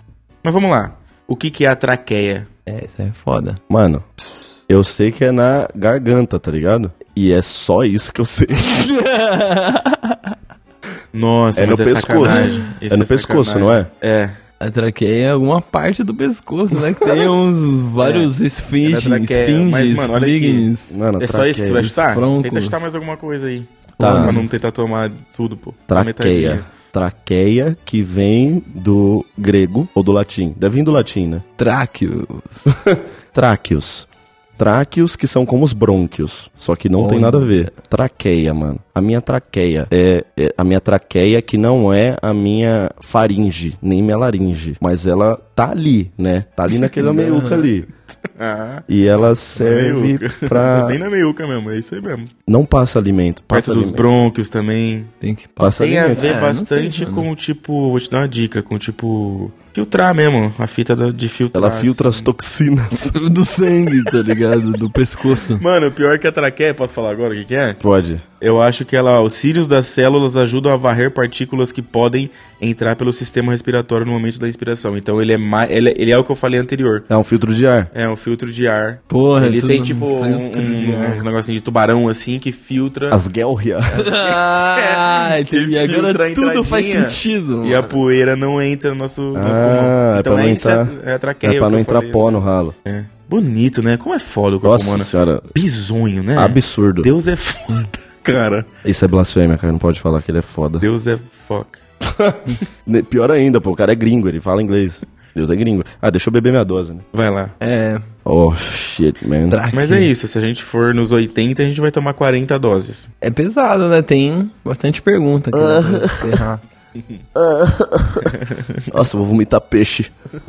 Speaker 5: Mas vamos lá. O que, que é a traqueia?
Speaker 4: É, isso aí é foda.
Speaker 3: Mano, eu sei que é na garganta, tá ligado? E é só isso que eu sei.
Speaker 5: Nossa,
Speaker 3: É no
Speaker 5: mas é
Speaker 3: pescoço.
Speaker 5: sacanagem. Esse
Speaker 3: é no pescoço,
Speaker 5: sacanagem.
Speaker 3: não é?
Speaker 5: É.
Speaker 4: A traqueia é alguma parte do pescoço, né? Que
Speaker 5: *laughs*
Speaker 4: tem uns *laughs* vários esfinges,
Speaker 5: É da traqueia, mas,
Speaker 4: esfinges,
Speaker 5: mano, olha aqui.
Speaker 4: lignes.
Speaker 3: Mano,
Speaker 5: É só isso que você vai
Speaker 3: traqueia.
Speaker 5: chutar?
Speaker 4: Froncos.
Speaker 5: Tenta chutar mais alguma coisa aí.
Speaker 3: Tá.
Speaker 5: Pra não tentar tomar tudo, pô. A
Speaker 3: Traqueia.
Speaker 5: metadinha.
Speaker 3: Traqueia que vem do grego ou do latim. Deve vir do latim, né?
Speaker 4: Tráqueos.
Speaker 3: Tráqueos. Tráqueos que são como os brônquios, só que não tem
Speaker 4: Olha.
Speaker 3: nada a ver. Traqueia, mano. A minha traqueia é, é a minha traqueia que não é a minha faringe, nem minha laringe, mas ela tá ali, né? Tá
Speaker 5: *laughs*
Speaker 3: ali naquela meiuca ali.
Speaker 5: Ah,
Speaker 3: E ela serve
Speaker 5: meiuca. *laughs*
Speaker 3: pra
Speaker 5: Bem na meiuca mesmo, é isso aí mesmo.
Speaker 3: não passa alimento,
Speaker 5: Parte
Speaker 3: passa
Speaker 5: dos
Speaker 3: alimento.
Speaker 5: brônquios também. É,
Speaker 4: Tem que passar.
Speaker 3: Passa
Speaker 4: *laughs*
Speaker 5: Tem a
Speaker 3: alimento.
Speaker 5: ver
Speaker 4: Ah, não sei,
Speaker 5: bastante
Speaker 4: mano.
Speaker 5: com, tipo, vou te dar uma dica, com, tipo, filtrar mesmo, a fita da- de filtrar.
Speaker 3: Ela filtra as
Speaker 5: assim.
Speaker 3: toxinas. *laughs*
Speaker 4: Do sangue, tá ligado? Do pescoço.
Speaker 5: Mano, pior é que a traqueia, posso falar agora o que que é?
Speaker 3: Pode.
Speaker 5: Eu acho que ela, os cílios das células ajudam a varrer partículas que podem entrar pelo sistema respiratório no momento da inspiração. Então ele é mais, ele, ele é o que eu falei anterior.
Speaker 3: É um filtro de ar.
Speaker 5: É um filtro de ar.
Speaker 4: Porra,
Speaker 5: ele
Speaker 4: tudo
Speaker 5: tem tipo um,
Speaker 4: filtro de
Speaker 5: um- *laughs*
Speaker 4: ar.
Speaker 5: um negocinho de tubarão assim que filtra
Speaker 3: As
Speaker 5: *laughs*
Speaker 3: guelrias.
Speaker 4: Ah, entendi.
Speaker 5: É, Que filtra a
Speaker 4: Agora tudo
Speaker 5: entradinha
Speaker 4: faz sentido.
Speaker 5: e a poeira não entra no nosso, nosso
Speaker 3: Ah,
Speaker 5: pulmão.
Speaker 3: é
Speaker 5: Então
Speaker 3: pra não
Speaker 5: é, isso,
Speaker 3: entrar-
Speaker 5: é, é a traqueia.
Speaker 3: É pra
Speaker 5: o que
Speaker 3: não
Speaker 5: eu
Speaker 3: entrar
Speaker 5: falei.
Speaker 3: pó no ralo.
Speaker 5: É. Bonito, né? Como é foda o corpo
Speaker 3: Nossa
Speaker 5: humano.
Speaker 3: senhora,
Speaker 5: Bizonho, né?
Speaker 3: absurdo.
Speaker 5: Deus é foda, *laughs* cara.
Speaker 3: Isso é blasfêmia, cara. Não pode falar que ele é foda.
Speaker 5: Deus é foca.
Speaker 3: Ne- Pior ainda, pô, o cara é gringo, ele fala inglês. Deus é gringo. Ah, deixa eu beber minha dose, né?
Speaker 5: Vai lá.
Speaker 4: É,
Speaker 3: Oh, shit, man.
Speaker 4: traque.
Speaker 5: Mas é isso, se a gente for nos 80, a gente vai tomar 40 doses.
Speaker 4: É pesado, né? Tem bastante pergunta aqui. né,
Speaker 5: *laughs*
Speaker 4: pra ferrar.
Speaker 3: Nossa, eu vou vomitar peixe. *laughs*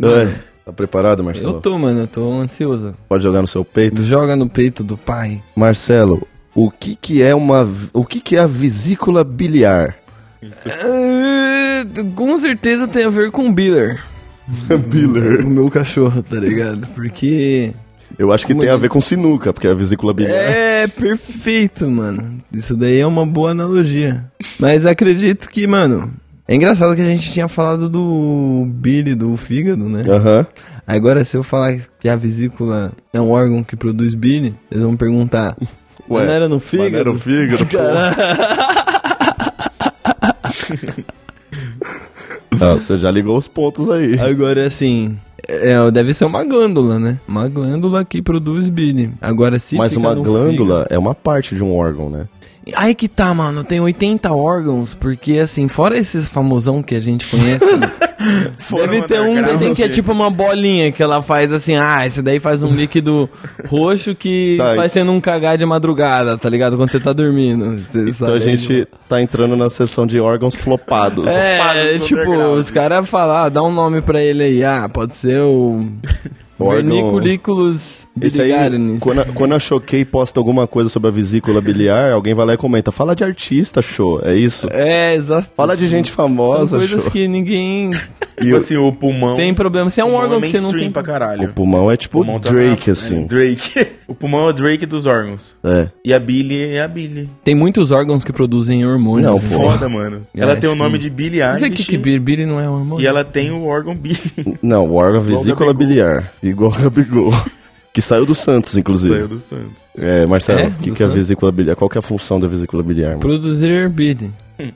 Speaker 3: Ai, tá preparado,
Speaker 4: Eu
Speaker 3: Marcelo?
Speaker 4: tô, mano, eu tô ansioso.
Speaker 3: Pode jogar no seu peito?
Speaker 4: Joga no peito do pai.
Speaker 3: Marcelo, o que que é uma... vi- O que que é a vesícula biliar?
Speaker 4: Ah, Com certeza tem a ver com o Biller.
Speaker 3: *laughs* Biller.
Speaker 4: O meu cachorro, tá ligado? Porque.
Speaker 3: Eu acho que
Speaker 4: Como
Speaker 3: tem
Speaker 4: é
Speaker 3: a
Speaker 4: que-
Speaker 3: ver com sinuca, porque a vesícula biliar...
Speaker 4: É, perfeito, mano. Isso daí é uma boa analogia. Mas acredito que, mano. É engraçado que a gente tinha falado do Billy, do fígado, né?
Speaker 3: Aham.
Speaker 4: Agora, se eu falar que a vesícula é um órgão que produz bile, eles
Speaker 3: *laughs*
Speaker 4: vão perguntar.
Speaker 3: Ué,
Speaker 4: não era no
Speaker 3: mas não era
Speaker 4: fígado?
Speaker 3: o fígado, pô. Ah, você já ligou os pontos aí.
Speaker 4: Agora, assim, é, deve ser uma glândula, né? Uma glândula que produz bile. Agora, se
Speaker 3: Mas
Speaker 4: fica
Speaker 3: uma
Speaker 4: no
Speaker 3: glândula é uma parte de um órgão, né?
Speaker 4: fígado- Aí que tá, mano. Tem 80 órgãos, porque, assim, fora esses famosão que a gente conhece... deve ter um assim, que é tipo uma bolinha que ela faz assim... Ah, esse daí faz um
Speaker 3: *laughs*
Speaker 4: líquido roxo que
Speaker 3: Tá,
Speaker 4: faz você não cagar de madrugada, tá ligado? Quando você tá dormindo. Você
Speaker 3: Então a gente tá entrando na seção de órgãos flopados.
Speaker 4: É,
Speaker 5: Pagos
Speaker 4: tipo,
Speaker 5: underground.
Speaker 4: os caras falar, dá um nome pra ele aí. Ah, pode ser o.
Speaker 3: *laughs* Órgão-
Speaker 4: Verniculiculus
Speaker 3: Isso aí,
Speaker 4: biliarnis.
Speaker 3: quando a, quando a Choquei posta alguma coisa sobre a vesícula biliar, alguém vai lá e comenta, fala de artista, show, é isso?
Speaker 4: É, exato.
Speaker 3: Fala de gente
Speaker 4: São
Speaker 3: famosa,
Speaker 4: coisas
Speaker 3: show.
Speaker 4: que ninguém
Speaker 3: E
Speaker 5: Tipo
Speaker 3: o,
Speaker 5: assim, o pulmão.
Speaker 4: tem problema. Se é um
Speaker 5: pulmão
Speaker 4: órgão que você não
Speaker 5: mainstream
Speaker 4: tem.
Speaker 5: pra caralho.
Speaker 3: o pulmão é tipo
Speaker 5: pulmão tá
Speaker 3: Drake,
Speaker 5: na- é,
Speaker 3: assim.
Speaker 5: *laughs* Drake. O pulmão é o Drake dos órgãos.
Speaker 3: É.
Speaker 5: E a Billy é a Billy.
Speaker 4: Tem muitos órgãos que produzem hormônios.
Speaker 3: Não,
Speaker 4: né?
Speaker 3: pô.
Speaker 5: Foda, mano.
Speaker 4: É,
Speaker 5: ela tem o
Speaker 4: acho
Speaker 5: nome
Speaker 4: que-
Speaker 5: de Billy
Speaker 4: Mas é que, que
Speaker 5: Eilish.
Speaker 4: bir, biri não é hormônio.
Speaker 5: E ela tem o órgão *laughs* Billy.
Speaker 3: Não, o órgão é vesícula
Speaker 5: Gabigol.
Speaker 3: biliar, igual a Gabigol. *laughs* Que saiu do Santos, inclusive.
Speaker 5: Saiu do Santos.
Speaker 3: É, Marcelo, o
Speaker 4: É?
Speaker 3: que,
Speaker 4: Do
Speaker 3: que é a
Speaker 4: Santos?
Speaker 3: vesícula biliar? Qual que é a função da vesícula biliar? mano?
Speaker 4: Produzir bile.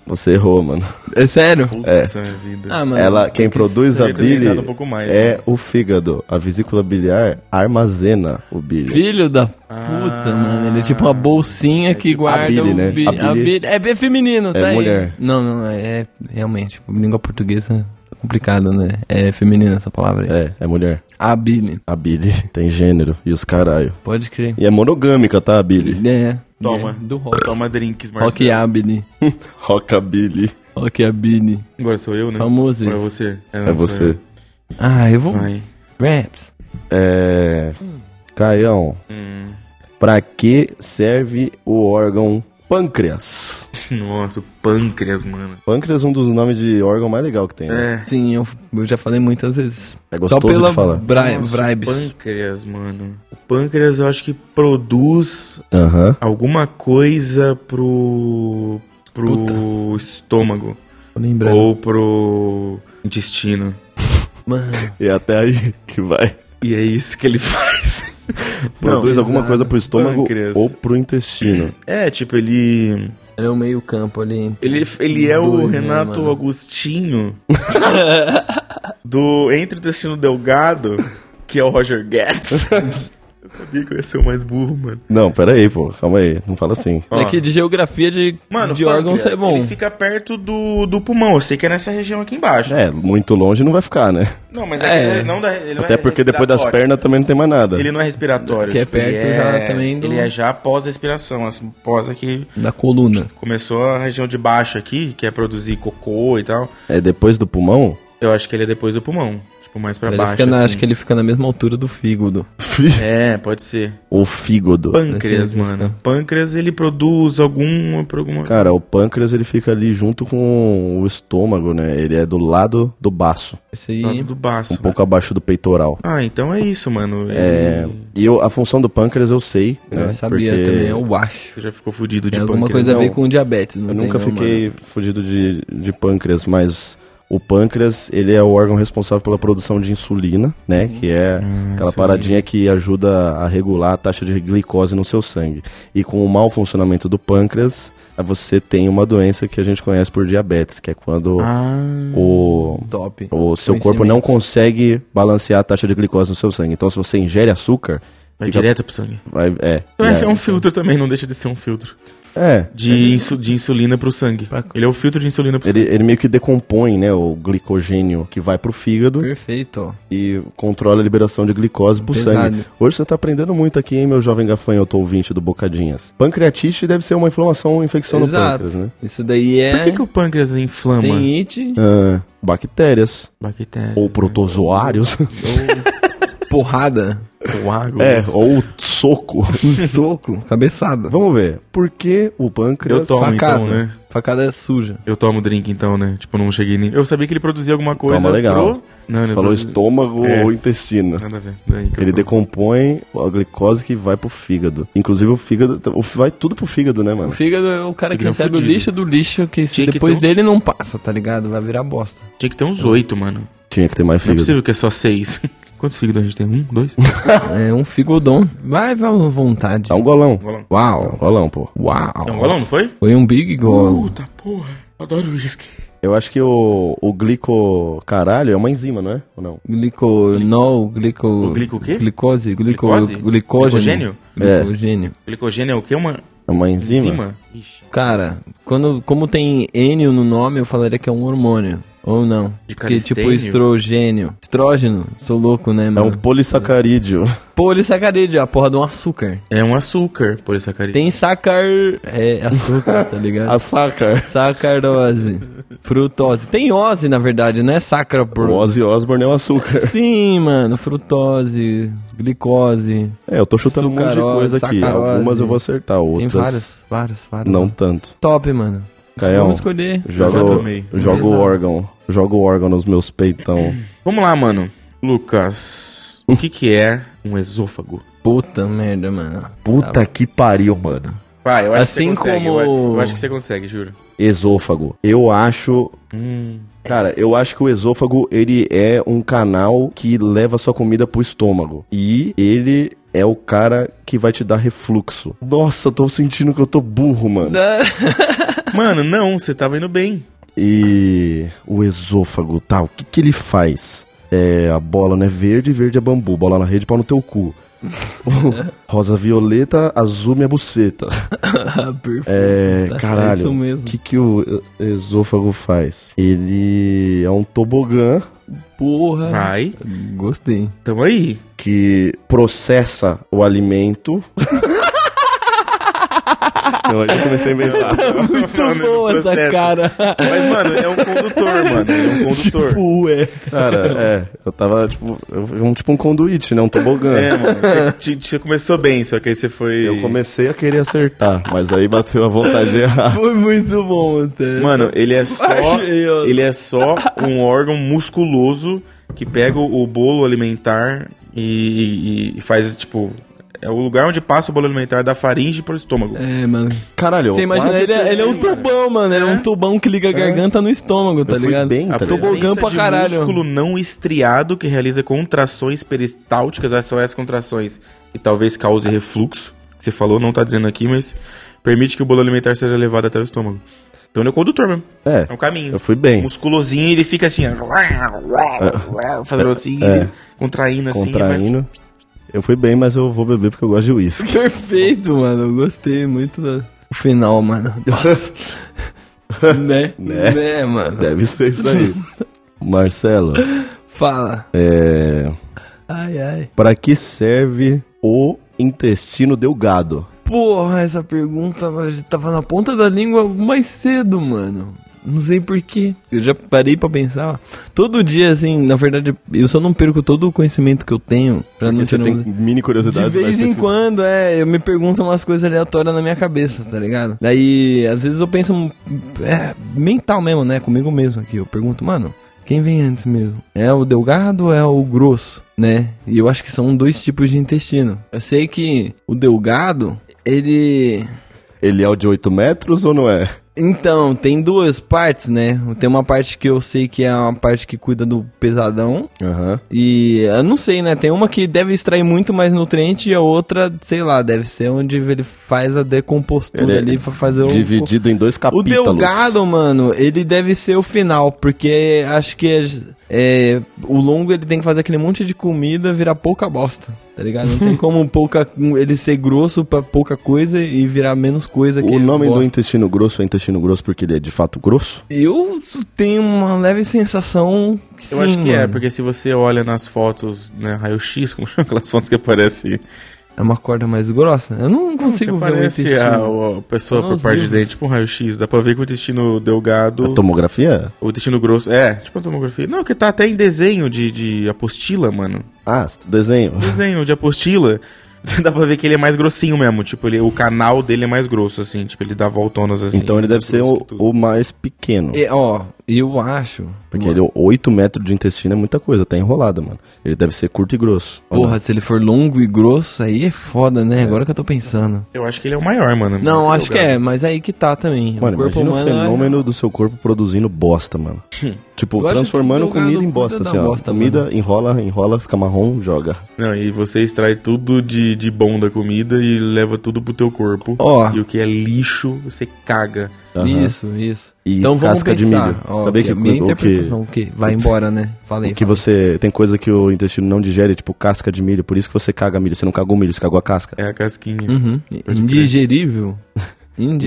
Speaker 3: Você errou, mano.
Speaker 4: É sério?
Speaker 5: Puta vida.
Speaker 4: Ah, mano.
Speaker 3: Ela, quem produz a
Speaker 5: Deveria ter
Speaker 3: bile
Speaker 5: tentado um pouco mais,
Speaker 3: é
Speaker 5: né?
Speaker 3: o fígado. A vesícula biliar armazena o bile.
Speaker 4: Filho da puta,
Speaker 5: Ah.
Speaker 4: mano. Ele é tipo uma bolsinha que guarda
Speaker 3: bile,
Speaker 4: os
Speaker 3: né?
Speaker 4: bi-
Speaker 3: A
Speaker 4: a
Speaker 3: bile-
Speaker 4: bile- É, é feminino,
Speaker 3: É
Speaker 4: tá aí.
Speaker 3: mulher.
Speaker 4: Não, não, não, é realmente. tipo, Língua portuguesa é complicado, né? É feminino essa palavra aí.
Speaker 3: É, é mulher.
Speaker 4: A bile,
Speaker 3: A bile *laughs* tem gênero e os caralho.
Speaker 4: pode crer.
Speaker 3: E é monogâmica, tá, a bile? *laughs*
Speaker 4: É.
Speaker 5: Toma.
Speaker 4: é, do rock.
Speaker 5: Toma drinks, Marcelo.
Speaker 4: Rock Abile.
Speaker 3: Rockabilly.
Speaker 4: Rock Abile.
Speaker 5: Agora sou eu, né?
Speaker 4: Famoso
Speaker 5: Ou é
Speaker 4: isso.
Speaker 5: você?
Speaker 3: É
Speaker 5: não, sou
Speaker 3: você.
Speaker 5: eu.
Speaker 4: Ah, eu vou.
Speaker 5: Vai.
Speaker 4: Raps.
Speaker 3: É. Caião,
Speaker 5: Hum, *laughs*
Speaker 3: pra que serve o órgão pâncreas?
Speaker 5: nossa, o pâncreas, mano.
Speaker 3: Pâncreas é um dos nomes de órgão mais legal que tem, né?
Speaker 5: É.
Speaker 4: Sim, eu, eu já falei muitas vezes.
Speaker 3: É gostoso
Speaker 4: Só pela
Speaker 3: de falar.
Speaker 4: bri-
Speaker 5: Nossa, o
Speaker 4: bribes.
Speaker 5: pâncreas, mano. O pâncreas eu acho que produz
Speaker 3: Aham.
Speaker 5: alguma coisa pro pro
Speaker 4: Puta.
Speaker 5: estômago
Speaker 4: Lembrando.
Speaker 5: ou pro intestino.
Speaker 4: Mano,
Speaker 3: E é até aí *laughs* que vai.
Speaker 5: E é isso que ele *laughs* faz.
Speaker 3: Produz alguma
Speaker 4: exato.
Speaker 3: coisa pro estômago
Speaker 5: Pâncreas.
Speaker 3: ou pro intestino.
Speaker 5: É, tipo, ele
Speaker 4: era é o meio campo ali.
Speaker 5: ele ele é o
Speaker 4: Doido, né,
Speaker 5: Renato
Speaker 4: mano? *laughs*
Speaker 5: Agostinho do entre o intestino delgado, que é o Roger
Speaker 4: *laughs*
Speaker 5: Guedes. Eu sabia que eu ia ser o mais burro, mano.
Speaker 3: Não, pera aí, pô. Calma aí. Não fala assim.
Speaker 5: Ó.
Speaker 4: É que de geografia de,
Speaker 5: Mano,
Speaker 4: de órgãos é
Speaker 5: pâncreas,
Speaker 4: bom.
Speaker 5: ele fica perto do, do pulmão. Eu sei que é nessa região aqui embaixo.
Speaker 3: É, muito longe não vai ficar, né?
Speaker 5: Não, mas é, que
Speaker 4: É.
Speaker 5: ele não da, ele não
Speaker 3: Até
Speaker 5: é
Speaker 3: porque depois das
Speaker 5: respiratório.
Speaker 3: pernas também não tem mais nada.
Speaker 5: Ele não é respiratório.
Speaker 4: Que é
Speaker 5: ele
Speaker 4: perto já também do-
Speaker 5: Ele é já pós-respiração, assim, pós aqui...
Speaker 4: Da coluna.
Speaker 5: Começou a região de baixo aqui, que é produzir cocô e tal.
Speaker 3: É depois do pulmão?
Speaker 5: Eu acho que ele é depois do pulmão. Tipo, mais pra
Speaker 4: Ele
Speaker 5: baixo,
Speaker 4: fica na-
Speaker 5: assim.
Speaker 4: Acho que ele fica na mesma altura do fígado.
Speaker 5: É, pode ser.
Speaker 3: Ou fígado?
Speaker 5: Pâncreas,
Speaker 4: Esse mesmo
Speaker 5: mano. Pâncreas, ele produz alguma... por alguma...
Speaker 3: Cara, o pâncreas ele fica ali junto com o estômago, né? Ele é do lado do baço,
Speaker 4: Esse aí.
Speaker 5: lado do baço.
Speaker 3: um pouco abaixo do peitoral.
Speaker 5: Ah, então é isso, mano.
Speaker 3: É,
Speaker 5: Ele-
Speaker 3: e eu- a função do pâncreas eu sei, né?
Speaker 4: Eu É, sabia
Speaker 3: porque
Speaker 4: também, eu acho.
Speaker 5: Você já ficou fudido de
Speaker 4: Tem
Speaker 5: pâncreas.
Speaker 4: alguma coisa a ver
Speaker 3: não.
Speaker 4: com diabetes, não
Speaker 3: eu
Speaker 4: tem né?
Speaker 3: nunca
Speaker 4: não,
Speaker 3: fiquei fudido de, de pâncreas, mas o pâncreas ele é o órgão responsável pela produção de insulina, né?
Speaker 4: Uhum.
Speaker 3: Que é aquela
Speaker 5: insulina.
Speaker 3: paradinha que ajuda a regular a taxa de glicose no seu sangue. E com o mau funcionamento do pâncreas, você tem uma doença que a gente conhece por diabetes, que é quando
Speaker 5: Ah,
Speaker 3: o
Speaker 4: mano. Top.
Speaker 3: O seu corpo não consegue balancear a taxa de glicose no seu sangue. Então, se você ingere açúcar,
Speaker 5: vai
Speaker 3: Fica-
Speaker 5: direto pro sangue.
Speaker 3: vai. É.
Speaker 5: Então é, é um
Speaker 3: né?
Speaker 5: filtro também, não deixa de ser um filtro.
Speaker 3: É.
Speaker 5: De, insu- de insulina pro sangue.
Speaker 4: Pra-
Speaker 5: Ele é o filtro de insulina pro
Speaker 3: Ele,
Speaker 5: sangue.
Speaker 3: ele meio que decompõe, né, o glicogênio que vai pro fígado
Speaker 4: Perfeito, ó.
Speaker 3: e controla a liberação de glicose pro
Speaker 4: Pesado.
Speaker 3: sangue. Hoje você tá aprendendo muito aqui, hein, meu jovem gafanhoto ouvinte do Bocadinhas. Pancreatite deve ser uma inflamação ou infecção no
Speaker 4: Exato.
Speaker 3: pâncreas, né?
Speaker 4: Isso daí é.
Speaker 5: Por que, que o pâncreas inflama?
Speaker 4: Tem it
Speaker 3: Ah, bactérias
Speaker 5: Bactérias. né?
Speaker 3: ou protozoários.
Speaker 4: ou porrada.
Speaker 3: É, ou soco.
Speaker 4: Estoco. Cabeçada.
Speaker 3: Vamos ver. Por que o pâncreas...
Speaker 5: Eu tomo
Speaker 4: Facada.
Speaker 5: então, né?
Speaker 4: Facada é suja.
Speaker 5: Eu tomo drink então, né? Tipo, não cheguei nem. Eu sabia que ele produzia alguma coisa.
Speaker 3: Toma legal.
Speaker 5: pro- Não, ele
Speaker 3: Falou
Speaker 5: produzia-
Speaker 3: estômago
Speaker 5: É.
Speaker 3: ou intestino.
Speaker 5: Nada a ver. Daí que eu tomo.
Speaker 3: Ele decompõe a glicose que vai pro fígado. Inclusive o fígado. o- Vai tudo pro fígado, né,
Speaker 4: O
Speaker 3: mano?
Speaker 4: fígado é o cara que
Speaker 5: Fígado
Speaker 4: recebe
Speaker 5: fudido.
Speaker 4: o lixo do lixo, que se
Speaker 5: Tinha que
Speaker 4: depois
Speaker 5: ter um uns-
Speaker 4: dele não passa, tá ligado? Vai virar bosta.
Speaker 5: Tinha que ter uns oito, mano.
Speaker 3: Tinha que ter mais
Speaker 5: Não é
Speaker 3: fígado.
Speaker 5: possível que é só seis. *laughs* Quantos fígados a gente tem? Um, dois?
Speaker 4: É um figodão. Vai, vai à vontade.
Speaker 3: Dá um golão.
Speaker 5: golão.
Speaker 3: Uau. Dá um golão, pô.
Speaker 4: Uau.
Speaker 5: Não, golão, não foi?
Speaker 4: Foi um big gol.
Speaker 5: Puta porra. Adoro uísque.
Speaker 3: Eu acho que o, o glico caralho é uma enzima, não é? Ou não?
Speaker 4: Gliconol, glico...
Speaker 5: O glico o quê?
Speaker 4: Glicose, glico...
Speaker 5: Glicose?
Speaker 4: glicogênio.
Speaker 5: Glicogênio?
Speaker 3: É.
Speaker 4: Glicogênio.
Speaker 5: Glicogênio é o quê? Uma
Speaker 3: É uma enzima?
Speaker 5: enzima? Ixi.
Speaker 4: Cara, quando, como tem N no nome, eu falaria que é um hormônio. Ou não.
Speaker 5: De
Speaker 4: Porque tipo
Speaker 5: calistênio?
Speaker 4: estrogênio. Estrógeno? Sou louco, né,
Speaker 3: É
Speaker 4: mano?
Speaker 3: um polissacarídeo.
Speaker 4: Polissacarídeo, a porra de um açúcar.
Speaker 5: É um açúcar, por essa carinha.
Speaker 4: Tem sacar... É, açúcar,
Speaker 3: *laughs*
Speaker 4: tá ligado?
Speaker 3: sacar.
Speaker 4: Sacarose. Frutose. Tem ose, na verdade, né?
Speaker 3: O
Speaker 4: Sacrobro.
Speaker 3: Ozzy Osbourne é o *laughs* açúcar.
Speaker 4: Sim, mano. Frutose, glicose.
Speaker 3: É, eu tô chutando um monte de
Speaker 4: Sucarose,
Speaker 3: coisa aqui.
Speaker 4: sacarose.
Speaker 3: Algumas eu vou acertar,
Speaker 4: Tem
Speaker 3: outras
Speaker 4: vários, vários, vários.
Speaker 3: não tanto.
Speaker 4: Top, mano.
Speaker 3: Caião.
Speaker 4: Vamos escolher.
Speaker 5: já
Speaker 3: Jogo,
Speaker 5: tomei.
Speaker 3: jogo o
Speaker 4: Exato.
Speaker 3: órgão. Jogo o órgão nos meus peitão.
Speaker 5: Vamos lá, mano. Lucas, o que que é um esôfago?
Speaker 4: Puta merda, mano. *laughs*
Speaker 3: Puta que pariu, mano.
Speaker 5: Vai, eu acho
Speaker 4: Assim
Speaker 5: que você consegue.
Speaker 4: como-
Speaker 5: Eu, eu acho que você consegue, juro.
Speaker 3: Esôfago. Eu acho
Speaker 5: Hum.
Speaker 3: Cara, eu acho que o esôfago, ele é um canal que leva sua comida pro estômago. E ele é o cara que vai te dar refluxo. Nossa, tô sentindo que eu tô burro, mano.
Speaker 5: Mano, não, você tava indo bem.
Speaker 3: E o esôfago, tá, o que que ele faz? É, a bola, né, verde, verde é bambu. Bola na rede, pau no teu cu. *laughs* Rosa, violeta, azul, minha buceta.
Speaker 4: Ah, perfeito.
Speaker 3: É,
Speaker 4: Tá,
Speaker 3: caralho.
Speaker 4: isso mesmo.
Speaker 3: O que que o esôfago faz? Ele é um tobogã
Speaker 4: Porra.
Speaker 5: Vai.
Speaker 4: Gostei.
Speaker 5: Tamo aí.
Speaker 4: *laughs*
Speaker 3: que processa o alimento Não, aí eu comecei a inventar.
Speaker 4: Muito
Speaker 5: Não, né, no
Speaker 4: boa essa
Speaker 5: processo.
Speaker 4: cara.
Speaker 5: Mas, mano, é um condutor, mano. É um condutor.
Speaker 4: *laughs* Tipo, ué.
Speaker 3: Cara, é, eu tava, tipo, eu, um, tipo um conduíte, né? Um tobogã.
Speaker 5: É, mano. Você te- te começou bem, só que aí você foi.
Speaker 3: Eu comecei a querer acertar, mas aí bateu a vontade errada.
Speaker 4: Foi muito bom até.
Speaker 5: Mano, ele é só.
Speaker 4: *laughs* Achei, ó.
Speaker 5: Ele é só um órgão musculoso que pega o o bolo alimentar e, e- e faz, tipo. É o lugar onde passa o bolo alimentar da faringe pro estômago.
Speaker 4: É, mano.
Speaker 3: Caralho,
Speaker 4: Você
Speaker 3: eu
Speaker 4: imagina,
Speaker 3: quase
Speaker 4: ele, é-
Speaker 3: acertei,
Speaker 4: ele é um
Speaker 3: cara.
Speaker 4: tubão, mano. Ele é um tubão que liga a garganta no estômago, tá
Speaker 3: Eu fui
Speaker 4: ligado?
Speaker 3: bem, tá
Speaker 5: A
Speaker 3: ligado?
Speaker 4: tobogã
Speaker 5: presença
Speaker 4: pra
Speaker 5: de
Speaker 4: caralho.
Speaker 5: músculo não estriado que realiza contrações peristálticas, essas são essas contrações que talvez cause refluxo, que você falou, não tá dizendo aqui, mas permite que o bolo alimentar seja levado até o estômago. Então ele é o condutor mesmo,
Speaker 3: É,
Speaker 5: é um caminho.
Speaker 3: eu fui bem.
Speaker 5: Musculosinho, ele fica assim, ó, fazendo assim,
Speaker 3: é.
Speaker 5: ele contraindo assim. vai-
Speaker 3: Contraindo. Eu fui bem, mas eu vou beber porque eu gosto de uísque.
Speaker 4: Perfeito, mano. Eu gostei muito do o final, mano. *laughs* Nossa. né?
Speaker 3: Né?
Speaker 4: Né,
Speaker 3: *laughs*
Speaker 4: mano.
Speaker 3: Deve ser isso aí. Marcelo,
Speaker 4: Fala.
Speaker 3: é.
Speaker 4: Ai, ai.
Speaker 3: Pra que serve o intestino delgado?
Speaker 4: Porra, essa pergunta mano, já tava na ponta da língua mais cedo, mano. Não sei porquê. Eu já parei pra pensar. Todo dia, assim, na verdade, eu só não perco todo o conhecimento que eu tenho pra não
Speaker 3: Porque você
Speaker 4: ser um
Speaker 3: tem mini curiosidade.
Speaker 4: De
Speaker 3: mas
Speaker 4: vez
Speaker 3: você
Speaker 4: em
Speaker 3: se-
Speaker 4: quando, é, eu me pergunto umas coisas aleatórias na minha cabeça, tá ligado? Daí, às vezes eu penso, um- é, mental mesmo, né, comigo mesmo aqui. Eu pergunto, mano, quem vem antes mesmo? É o delgado ou é o grosso, né? E eu acho que são dois tipos de intestino. Eu sei que o delgado, ele...
Speaker 3: Ele é o de 8 metros ou não é?
Speaker 4: Então, tem duas partes, né? Tem uma parte que eu sei que é a parte que cuida do pesadão,
Speaker 3: Aham.
Speaker 4: e eu não sei, né? Tem uma que deve extrair muito mais nutriente e a outra, sei lá, deve ser onde ele faz a decompostura
Speaker 3: Ele é
Speaker 4: ali pra fazer o.
Speaker 3: Dividido em dois
Speaker 4: O
Speaker 3: capítulos.
Speaker 4: delgado, mano, ele deve ser o final, porque acho que é, é, o longo ele tem que fazer aquele monte de comida virar pouca bosta, tá ligado?
Speaker 3: *laughs*
Speaker 4: Não tem como pouca, ele ser grosso pra pouca coisa e virar menos coisa é que
Speaker 3: O
Speaker 4: ele
Speaker 3: nome do
Speaker 4: bosta.
Speaker 3: intestino grosso é intestino grosso porque ele é de fato grosso?
Speaker 4: Eu tenho uma leve sensação que
Speaker 5: Eu
Speaker 4: sim,
Speaker 5: acho que é,
Speaker 4: mano.
Speaker 5: porque se você olha nas fotos, né, raio-x, *laughs* como chama aquelas fotos que aparece,
Speaker 4: É uma corda mais grossa.
Speaker 5: *laughs*
Speaker 4: Eu não
Speaker 5: que
Speaker 4: consigo ver o
Speaker 5: aparece a,
Speaker 4: intestino.
Speaker 5: a pessoa
Speaker 4: Só
Speaker 5: por
Speaker 4: nos
Speaker 5: parte de
Speaker 4: livros.
Speaker 5: dentro, tipo um raio-x, dá pra ver que o intestino
Speaker 3: A
Speaker 5: delgado...
Speaker 3: tomografia?
Speaker 5: O intestino grosso. É, tipo a tomografia. Não, que tá até em desenho de, de apostila, mano.
Speaker 3: Ah, desenho.
Speaker 5: Desenho de apostila. *laughs* Você dá pra ver que ele é mais grossinho mesmo. Tipo, ele, o canal dele é mais grosso, assim. Tipo, ele dá voltonas assim.
Speaker 3: então ele deve
Speaker 5: mais
Speaker 3: ser
Speaker 5: grosso
Speaker 3: o,
Speaker 5: que tudo.
Speaker 3: o mais pequeno.
Speaker 4: É, ó, eu acho.
Speaker 3: Porque ele, 8 metros de intestino é muita coisa, tá enrolado, mano. Ele deve ser curto e grosso. Ou
Speaker 4: Porra, se ele for longo e grosso, aí é foda, né? Agora que eu tô pensando.
Speaker 5: Eu acho que ele é o maior, mano.
Speaker 4: Não, acho que é, mas aí que tá também.
Speaker 3: não? Mano,
Speaker 4: o corpo
Speaker 3: imagina
Speaker 4: humano. é
Speaker 3: o fenômeno do seu corpo produzindo bosta, mano. tipo,
Speaker 4: *laughs* Eu acho
Speaker 3: transformando
Speaker 4: que o delgado
Speaker 3: comida em bosta,
Speaker 4: cuida da
Speaker 3: assim, ó.
Speaker 4: bosta,
Speaker 3: comida
Speaker 4: mano.
Speaker 3: enrola, enrola, fica marrom, joga.
Speaker 5: Não, e você extrai tudo de, de bom da comida e leva tudo pro teu corpo.
Speaker 4: Ó.
Speaker 5: E o que é lixo, você caga.
Speaker 4: é. Isso, isso.
Speaker 3: E
Speaker 4: então vamos
Speaker 3: casca de
Speaker 4: pensar.
Speaker 3: milho.
Speaker 4: Ó,
Speaker 3: Sabia que
Speaker 4: a minha
Speaker 3: o que-
Speaker 4: interpretação, o que vai embora, né? Falei.
Speaker 3: O que você. Tem coisa que o intestino não digere, tipo casca de milho, por isso que você caga milho. Você não cagou milho, você cagou a casca.
Speaker 5: É a casquinha.
Speaker 4: Uhum. *laughs* Indigerível.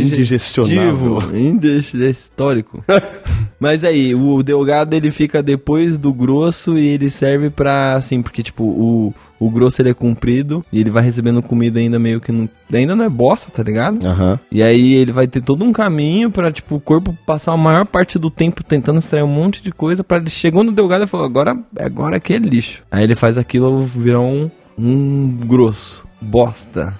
Speaker 4: Indigestionável.
Speaker 3: Indigestionável.
Speaker 4: Indigestórico. *laughs* Mas aí, o delgado ele fica depois do grosso e ele serve pra, assim, porque tipo, o, o grosso ele é comprido e ele vai recebendo comida ainda meio que não. Ainda não é bosta, tá ligado?
Speaker 3: Aham.
Speaker 4: E aí ele vai ter todo um caminho pra, tipo, o corpo passar a maior parte do tempo tentando extrair um monte de coisa pra ele chegou no delgado e falou, agora, agora aqui é lixo. Aí ele faz aquilo virar um, um grosso.
Speaker 3: *laughs*
Speaker 4: Bosta.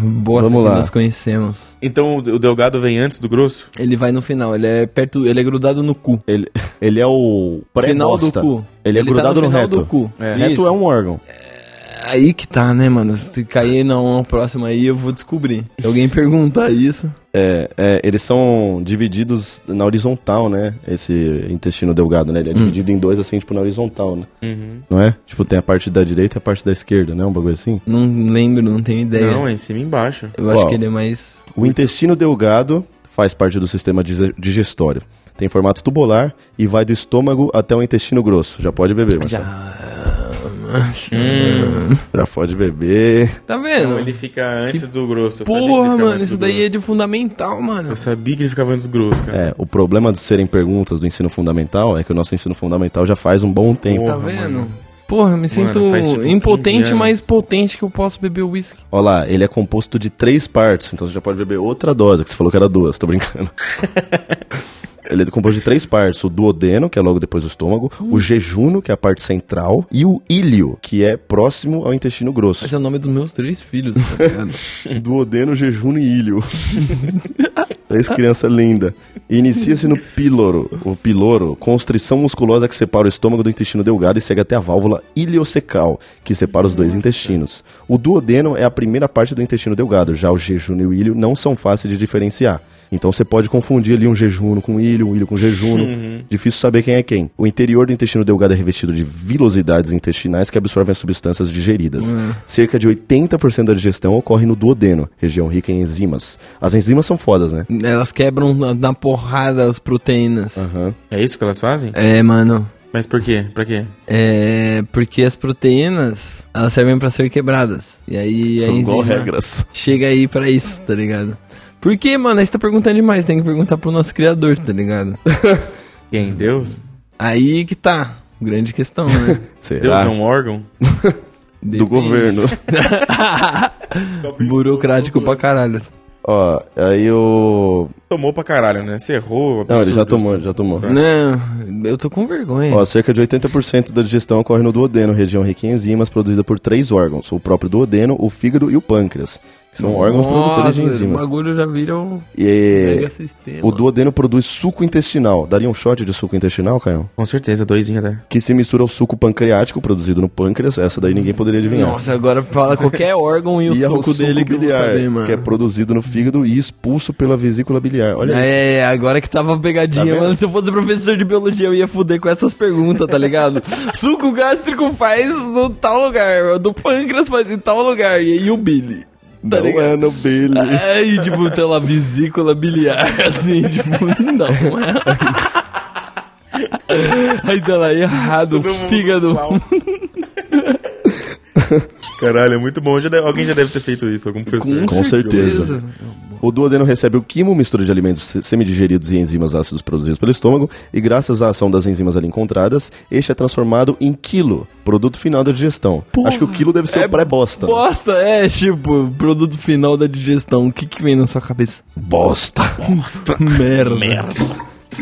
Speaker 4: Bosta
Speaker 3: Vamos
Speaker 4: que
Speaker 3: lá.
Speaker 4: nós conhecemos.
Speaker 5: Então o, o delgado vem antes do grosso?
Speaker 4: Ele vai no final, ele é perto, ele é grudado no cu.
Speaker 3: Ele, *laughs* ele é o
Speaker 4: Final do
Speaker 3: pré-bosta.
Speaker 4: cu.
Speaker 3: Ele é
Speaker 4: tá
Speaker 3: grudado no,
Speaker 4: final
Speaker 3: reto.
Speaker 4: do cu.
Speaker 5: É.
Speaker 3: Reto
Speaker 4: Isso.
Speaker 3: é um órgão.
Speaker 4: Aí que tá, né, mano? Se cair na uma próxima aí, eu vou descobrir. Se alguém *laughs* perguntar isso.
Speaker 3: É, é, eles são divididos na horizontal, né? Esse intestino delgado, né?
Speaker 4: Hum.
Speaker 3: Ele é dividido em dois, assim, tipo, na horizontal, né?
Speaker 5: Uhum.
Speaker 3: Não é? Tipo, tem a parte da direita e a parte da esquerda, né? Um bagulho assim.
Speaker 4: Não lembro, não tenho ideia.
Speaker 5: Não, é em cima e embaixo.
Speaker 4: eu acho
Speaker 3: Qual?
Speaker 4: que ele é mais.
Speaker 3: O intestino delgado faz parte do sistema dise- digestório. Tem formato tubular e vai do estômago até o intestino grosso. Já pode beber, Marcelo. *laughs* Já, pode beber.
Speaker 4: Tá vendo?
Speaker 5: Então É. ele fica antes do grosso. eu sabia que ele
Speaker 4: Porra,
Speaker 5: ficava
Speaker 4: mano,
Speaker 5: antes
Speaker 4: isso
Speaker 5: do
Speaker 4: daí é
Speaker 5: grosso.
Speaker 4: de fundamental, mano.
Speaker 5: Eu sabia que ele ficava antes do grosso, cara.
Speaker 3: É, o problema de serem perguntas do ensino fundamental é que o nosso ensino fundamental já faz um bom tempo.
Speaker 5: Porra,
Speaker 4: Tá vendo?
Speaker 5: mano.
Speaker 4: Porra, eu me sinto
Speaker 5: faz, tipo, 15
Speaker 4: impotente,
Speaker 5: anos.
Speaker 4: mas potente que eu posso beber uísque.
Speaker 3: Olha lá, ele é composto de três partes, então você já pode beber outra dose, que você falou que era duas, tô brincando. ele é composto de três partes: o duodeno, que é logo depois do estômago, o jejuno, que é a parte central, e o ilho, que é próximo ao intestino grosso.
Speaker 4: Esse é o nome dos meus três filhos,
Speaker 5: *laughs*
Speaker 4: tá ligado?
Speaker 3: Duodeno, jejuno e ilho. Três crianças lindas. Inicia-se no píloro. O píloro, constrição musculosa que separa o estômago do intestino delgado e segue até a válvula iliocecal, que separa os dois intestinos. O duodeno é a primeira parte do intestino delgado, já o jejuno e o ilho não são fáceis de diferenciar. Então você pode confundir ali um jejuno com ilho, um ilho com jejuno. Difícil saber quem é quem. O interior do intestino delgado é revestido de vilosidades intestinais que absorvem as substâncias digeridas. Cerca de 80% da digestão ocorre no duodeno, região rica em enzimas. As enzimas são fodas, né?
Speaker 4: Elas quebram na- na porrada as proteínas.
Speaker 3: Aham.
Speaker 5: É isso que elas fazem?
Speaker 4: É, mano.
Speaker 5: Mas por quê? Pra quê?
Speaker 4: É porque as proteínas, elas servem pra ser quebradas. E aí a
Speaker 3: São igual
Speaker 4: enzima
Speaker 3: regras.
Speaker 4: chega aí pra isso, tá ligado? Porque, mano, aí você tá perguntando demais, tem que perguntar pro nosso criador, tá ligado?
Speaker 5: Quem? Deus?
Speaker 4: Aí que tá, grande questão,
Speaker 5: *laughs*
Speaker 4: né?
Speaker 5: Deus
Speaker 3: Será?
Speaker 5: é um órgão?
Speaker 3: Do
Speaker 4: Depende. *laughs*
Speaker 3: governo.
Speaker 4: Burocrático pra caralho.
Speaker 3: Ó, aí o.
Speaker 5: Tomou pra caralho, né? Você errou.
Speaker 3: Não, ele já
Speaker 5: absurdo.
Speaker 3: tomou, já tomou.
Speaker 4: Não, eu tô com vergonha.
Speaker 3: Ó, cerca de 80% da digestão ocorre no duodeno, região rica em enzimas produzida por três órgãos: o próprio duodeno, o fígado e o pâncreas, que são órgãos produtores de
Speaker 4: Nossa, O
Speaker 3: enzimas.
Speaker 4: bagulho já vira um
Speaker 3: E
Speaker 4: mega sistema.
Speaker 3: o duodeno produz suco intestinal. Daria um shot de suco intestinal, Caio?
Speaker 5: Com certeza, doisinho né? até.
Speaker 3: Que se mistura ao suco pancreático produzido no pâncreas. Essa daí ninguém poderia adivinhar.
Speaker 4: Nossa, agora fala qualquer órgão e o
Speaker 3: E é o
Speaker 4: suco
Speaker 3: suco
Speaker 4: dele que eu vou
Speaker 3: biliar,
Speaker 4: saber,
Speaker 3: que,
Speaker 4: mano.
Speaker 3: é produzido no fígado e expulso pela vesícula biliar. Olha isso.
Speaker 4: É, agora que tava a pegadinha,
Speaker 3: Tá vendo?
Speaker 4: mano. Se eu fosse professor de biologia, eu ia fuder com essas perguntas,
Speaker 3: *laughs*
Speaker 4: tá ligado? Suco gástrico faz no tal lugar, do pâncreas faz em tal lugar, e aí o Billy. Tá
Speaker 3: Não
Speaker 4: ligado?
Speaker 3: é no bile.
Speaker 4: É, e tipo, tem lá vesícula biliar, assim, tipo, não é. Aí tá lá errado, fígado.
Speaker 5: *laughs* Caralho, é muito bom. Já deve- alguém já deve ter feito isso, algum professor.
Speaker 3: Com certeza. O duodeno recebe o quimo, mistura de alimentos se- semidigeridos e enzimas ácidos produzidos pelo estômago, e graças à ação das enzimas ali encontradas, este é transformado em quilo, produto final da digestão. Acho que o quilo deve ser o pré-bosta. né?
Speaker 4: Bosta, é, tipo, produto final da digestão. O que que vem na sua cabeça?
Speaker 3: Bosta.
Speaker 4: Merda.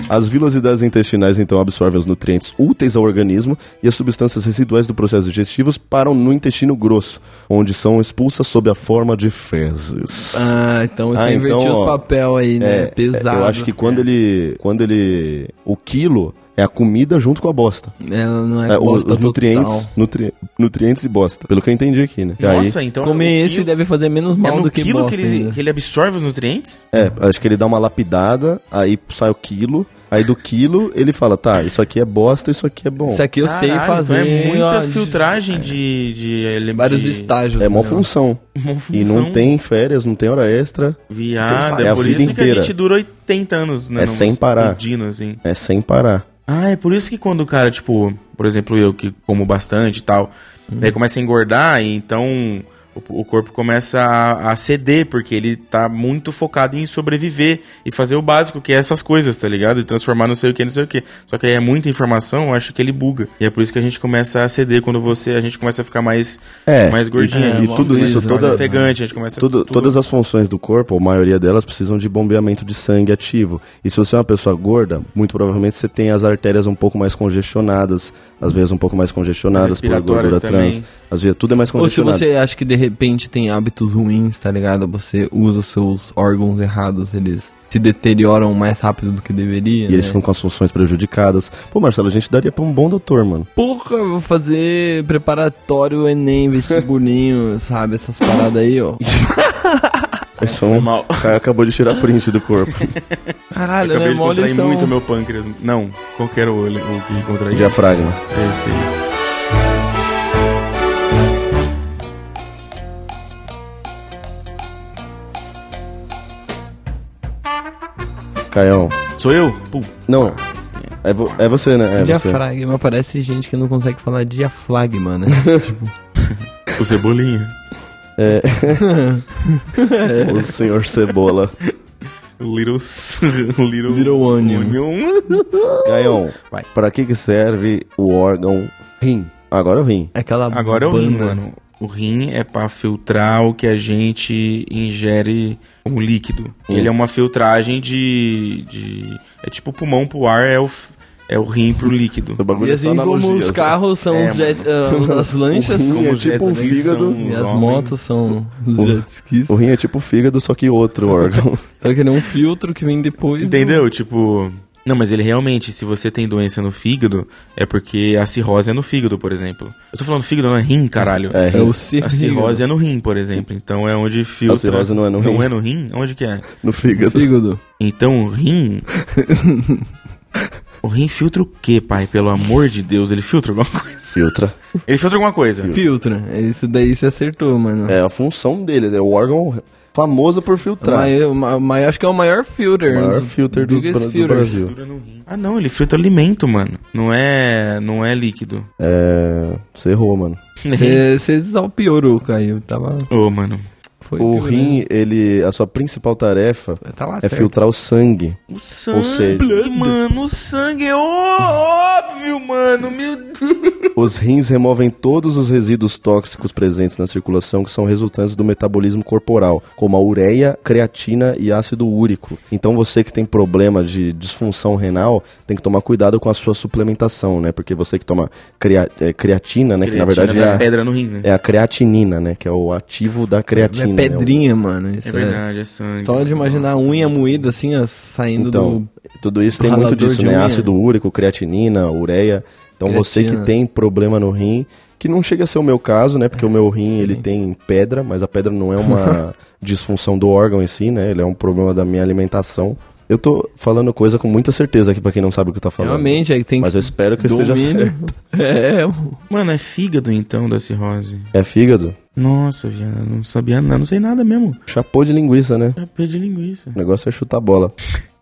Speaker 3: As vilosidades intestinais então absorvem os nutrientes úteis ao organismo e as substâncias residuais do processo digestivo param no intestino grosso, onde são expulsas sob a forma de fezes.
Speaker 4: Ah, então você
Speaker 3: Ah, então,
Speaker 4: invertiu os
Speaker 3: ó,
Speaker 4: papel aí, né?
Speaker 3: É,
Speaker 4: Pesado. É.
Speaker 3: Eu acho que quando ele. Quando ele. O quilo é a comida junto com a bosta.
Speaker 4: Ela não é,
Speaker 3: É, o-
Speaker 4: bosta
Speaker 3: os nutrientes.
Speaker 4: total.
Speaker 3: nutri- nutrientes e bosta. Pelo que eu entendi aqui, né? E
Speaker 5: Nossa,
Speaker 3: aí,
Speaker 5: então.
Speaker 4: Comer
Speaker 5: é no
Speaker 4: esse
Speaker 5: quilo-
Speaker 4: deve fazer menos
Speaker 5: É
Speaker 4: mal
Speaker 5: no
Speaker 4: do que
Speaker 5: quilo
Speaker 4: bosta.
Speaker 5: que ele,
Speaker 4: ainda.
Speaker 5: que ele absorve os nutrientes?
Speaker 3: é, acho que ele dá uma lapidada, aí sai o quilo. Aí do quilo ele fala, tá, isso aqui é bosta, isso aqui é bom.
Speaker 4: Isso aqui eu sei
Speaker 5: Caralho,
Speaker 4: fazer.
Speaker 5: Então é muita
Speaker 4: ó, de-
Speaker 5: filtragem de, de, ele-
Speaker 4: Vários
Speaker 5: de-
Speaker 4: estágios.
Speaker 3: É mó
Speaker 4: né?
Speaker 3: função.
Speaker 5: *laughs* uma
Speaker 3: E
Speaker 5: função
Speaker 3: não tem férias, não tem hora extra.
Speaker 5: Viado,
Speaker 3: É
Speaker 5: é,
Speaker 3: a
Speaker 5: por
Speaker 3: vida
Speaker 5: isso que
Speaker 3: inteira.
Speaker 5: a gente dura 80 anos, né?
Speaker 3: É
Speaker 5: não
Speaker 3: sem parar.
Speaker 5: explodindo, assim.
Speaker 3: É sem parar.
Speaker 5: Ah, é por isso que quando o cara, tipo, por exemplo, eu que como bastante e tal,
Speaker 3: Uhum.
Speaker 5: daí começa a engordar, e então o, o corpo começa a, a ceder, porque ele tá muito focado em sobreviver e fazer o básico, que é essas coisas, tá ligado? E transformar não sei o que, não sei o que. Só que aí é muita informação, eu acho que ele buga. E é por isso que a gente começa a ceder quando você. A gente começa a ficar mais,
Speaker 3: É.
Speaker 5: mais gordinho.
Speaker 3: e,
Speaker 4: É,
Speaker 3: e
Speaker 4: uma
Speaker 3: tudo
Speaker 4: coisa,
Speaker 3: isso,
Speaker 4: olha,
Speaker 3: toda,
Speaker 5: mais ofegante, a gente começa
Speaker 3: Tudo-
Speaker 5: tudo-
Speaker 3: Todas as funções do corpo, ou a maioria delas, precisam de bombeamento de sangue ativo. E se você é uma pessoa gorda, muito provavelmente você tem as artérias um pouco mais congestionadas, às vezes um pouco mais congestionadas
Speaker 5: As
Speaker 3: por gordura
Speaker 5: respiratórias
Speaker 3: trans.
Speaker 5: também.
Speaker 3: Às vezes tudo é mais
Speaker 4: Ou se
Speaker 3: congestionado.
Speaker 4: você acha que de repente tem hábitos ruins, tá ligado? Você usa os seus órgãos errados, eles se deterioram mais rápido do que deveria.
Speaker 3: E eles
Speaker 4: né?
Speaker 3: ficam com as funções prejudicadas. Pô, Marcelo, a gente daria pra um bom doutor, mano.
Speaker 4: Porra, eu vou fazer preparatório Enem, vestibulinho, *laughs* sabe? Essas paradas aí, ó.
Speaker 3: Mas foi um...
Speaker 5: mal.
Speaker 3: O Caio acabou de tirar print do corpo.
Speaker 4: Caralho,
Speaker 5: Acabei
Speaker 4: né?
Speaker 5: de
Speaker 4: Mó
Speaker 5: contrair
Speaker 4: lição.
Speaker 5: muito meu pâncreas. Não, qualquer olho o que contrair.
Speaker 3: Diafragma.
Speaker 5: É isso aí.
Speaker 3: Caião.
Speaker 5: Sou eu? Pum.
Speaker 3: Não. É, vo- é você, né? É você.
Speaker 4: Diafragma, parece gente que não consegue falar diafragma, né? *laughs*
Speaker 5: O Cebolinha.
Speaker 3: O senhor Cebola.
Speaker 5: Little... s- *laughs* Little...
Speaker 4: Little Onion.
Speaker 5: Onion.
Speaker 3: Caião,
Speaker 5: Vai.
Speaker 3: pra que que serve o órgão rim? Agora eu vim.
Speaker 4: Aquela
Speaker 5: Agora é o rim,
Speaker 4: banda.
Speaker 5: mano. O rim é pra filtrar o que a gente ingere como líquido.
Speaker 3: Hum.
Speaker 5: Ele é uma filtragem de, de- É tipo o pulmão pro ar, é o, f- é o rim pro líquido.
Speaker 3: Seu bagulho
Speaker 4: E
Speaker 3: é
Speaker 4: assim
Speaker 3: só analogia,
Speaker 4: como os
Speaker 3: sabe?
Speaker 4: carros são
Speaker 5: É,
Speaker 4: os jet,
Speaker 3: *laughs*
Speaker 4: ah, os- as lanchas né?
Speaker 3: O rim
Speaker 5: Como
Speaker 3: é
Speaker 5: os
Speaker 3: tipo um
Speaker 5: jet skis
Speaker 3: fígado.
Speaker 5: são
Speaker 4: e
Speaker 5: os
Speaker 4: as
Speaker 5: homens.
Speaker 4: motos são os
Speaker 3: O-
Speaker 4: jet skis.
Speaker 3: O rim é tipo fígado, só que outro órgão.
Speaker 4: Só que ele é um filtro que vem depois. do-
Speaker 5: Entendeu? Tipo. Não, mas ele realmente, se você tem doença no fígado, é porque a cirrose é no fígado, por exemplo. Eu tô falando fígado, não é rim, caralho.
Speaker 3: *laughs* É,
Speaker 4: É o
Speaker 3: rim.
Speaker 4: cirrose.
Speaker 5: A cirrose é no rim, por exemplo. Então é onde filtra.
Speaker 3: cirrose não é no
Speaker 5: Não
Speaker 3: rim.
Speaker 5: é no rim? Onde que é?
Speaker 3: no fígado.
Speaker 4: fígado.
Speaker 5: Então o
Speaker 3: *laughs*
Speaker 5: rim. o rim filtra o quê, pai? Pelo amor de Deus, ele filtra alguma coisa?
Speaker 3: Filtra.
Speaker 5: Ele filtra alguma coisa.
Speaker 4: Filtro. É Isso daí você acertou, mano.
Speaker 3: É tá. a função dele, né? O órgão famoso por filtrar.
Speaker 4: Mas, mas acho que é o maior filter.
Speaker 3: O maior
Speaker 4: um dos
Speaker 3: filter do,
Speaker 4: biggest
Speaker 3: Bra- do
Speaker 4: filters.
Speaker 3: Brasil.
Speaker 5: Ah não, ele filtra alimento, mano. Não é. não é líquido. *laughs*
Speaker 3: É. Você errou, mano. É.
Speaker 4: Você você desalpiorou, É, Caio. Tava,
Speaker 5: Ô, mano.
Speaker 4: foi
Speaker 3: O
Speaker 4: pioneiro.
Speaker 3: rim, ele. A sua principal tarefa
Speaker 4: Tá lá
Speaker 3: é
Speaker 4: certo.
Speaker 3: filtrar o sangue.
Speaker 5: O sangue,
Speaker 3: seja-
Speaker 5: mano, o sangue é ó- óbvio, mano, meu Deus.
Speaker 3: Os rins removem todos os resíduos tóxicos presentes na circulação que são resultantes do metabolismo corporal, como a ureia, creatina e ácido úrico. Então você que tem problema de disfunção renal tem que tomar cuidado com a sua suplementação, né? Porque você que toma crea- eh, creatina, né? que na verdade
Speaker 5: Creatina dá
Speaker 3: é
Speaker 5: pedra no rim, né?
Speaker 3: a, é a creatinina, né? Que é o ativo da creatina.
Speaker 4: É
Speaker 3: né?
Speaker 4: pedrinha, mano.
Speaker 5: É
Speaker 4: Isso é
Speaker 5: verdade, é sangue.
Speaker 4: Só de imaginar a unha moída assim, ó, saindo
Speaker 3: Então, tudo isso tem
Speaker 4: ralador
Speaker 3: muito disso,
Speaker 4: de
Speaker 3: né?
Speaker 4: unha.
Speaker 3: Ácido úrico, creatinina, ureia. Então você que
Speaker 4: Creatina.
Speaker 3: tem problema no rim, que não chega a ser o meu caso, né? Porque o meu rim, ele tem pedra, mas a pedra não é
Speaker 4: *laughs*
Speaker 3: uma disfunção do órgão em si, né? Ele é um problema da minha alimentação. Eu tô falando coisa com muita certeza aqui pra quem não sabe o que eu tô
Speaker 4: do.
Speaker 3: falando.
Speaker 4: Realmente, aí tem
Speaker 3: Mas eu espero que eu esteja
Speaker 4: domínio.
Speaker 3: certo.
Speaker 4: *laughs* É, mano.
Speaker 5: Mano, é fígado então da cirrose.
Speaker 3: É fígado?
Speaker 5: Nossa, viado, eu não sabia nada, não sei nada mesmo.
Speaker 3: Chapô de linguiça, né?
Speaker 5: Já perdi linguiça.
Speaker 3: O negócio é chutar bola.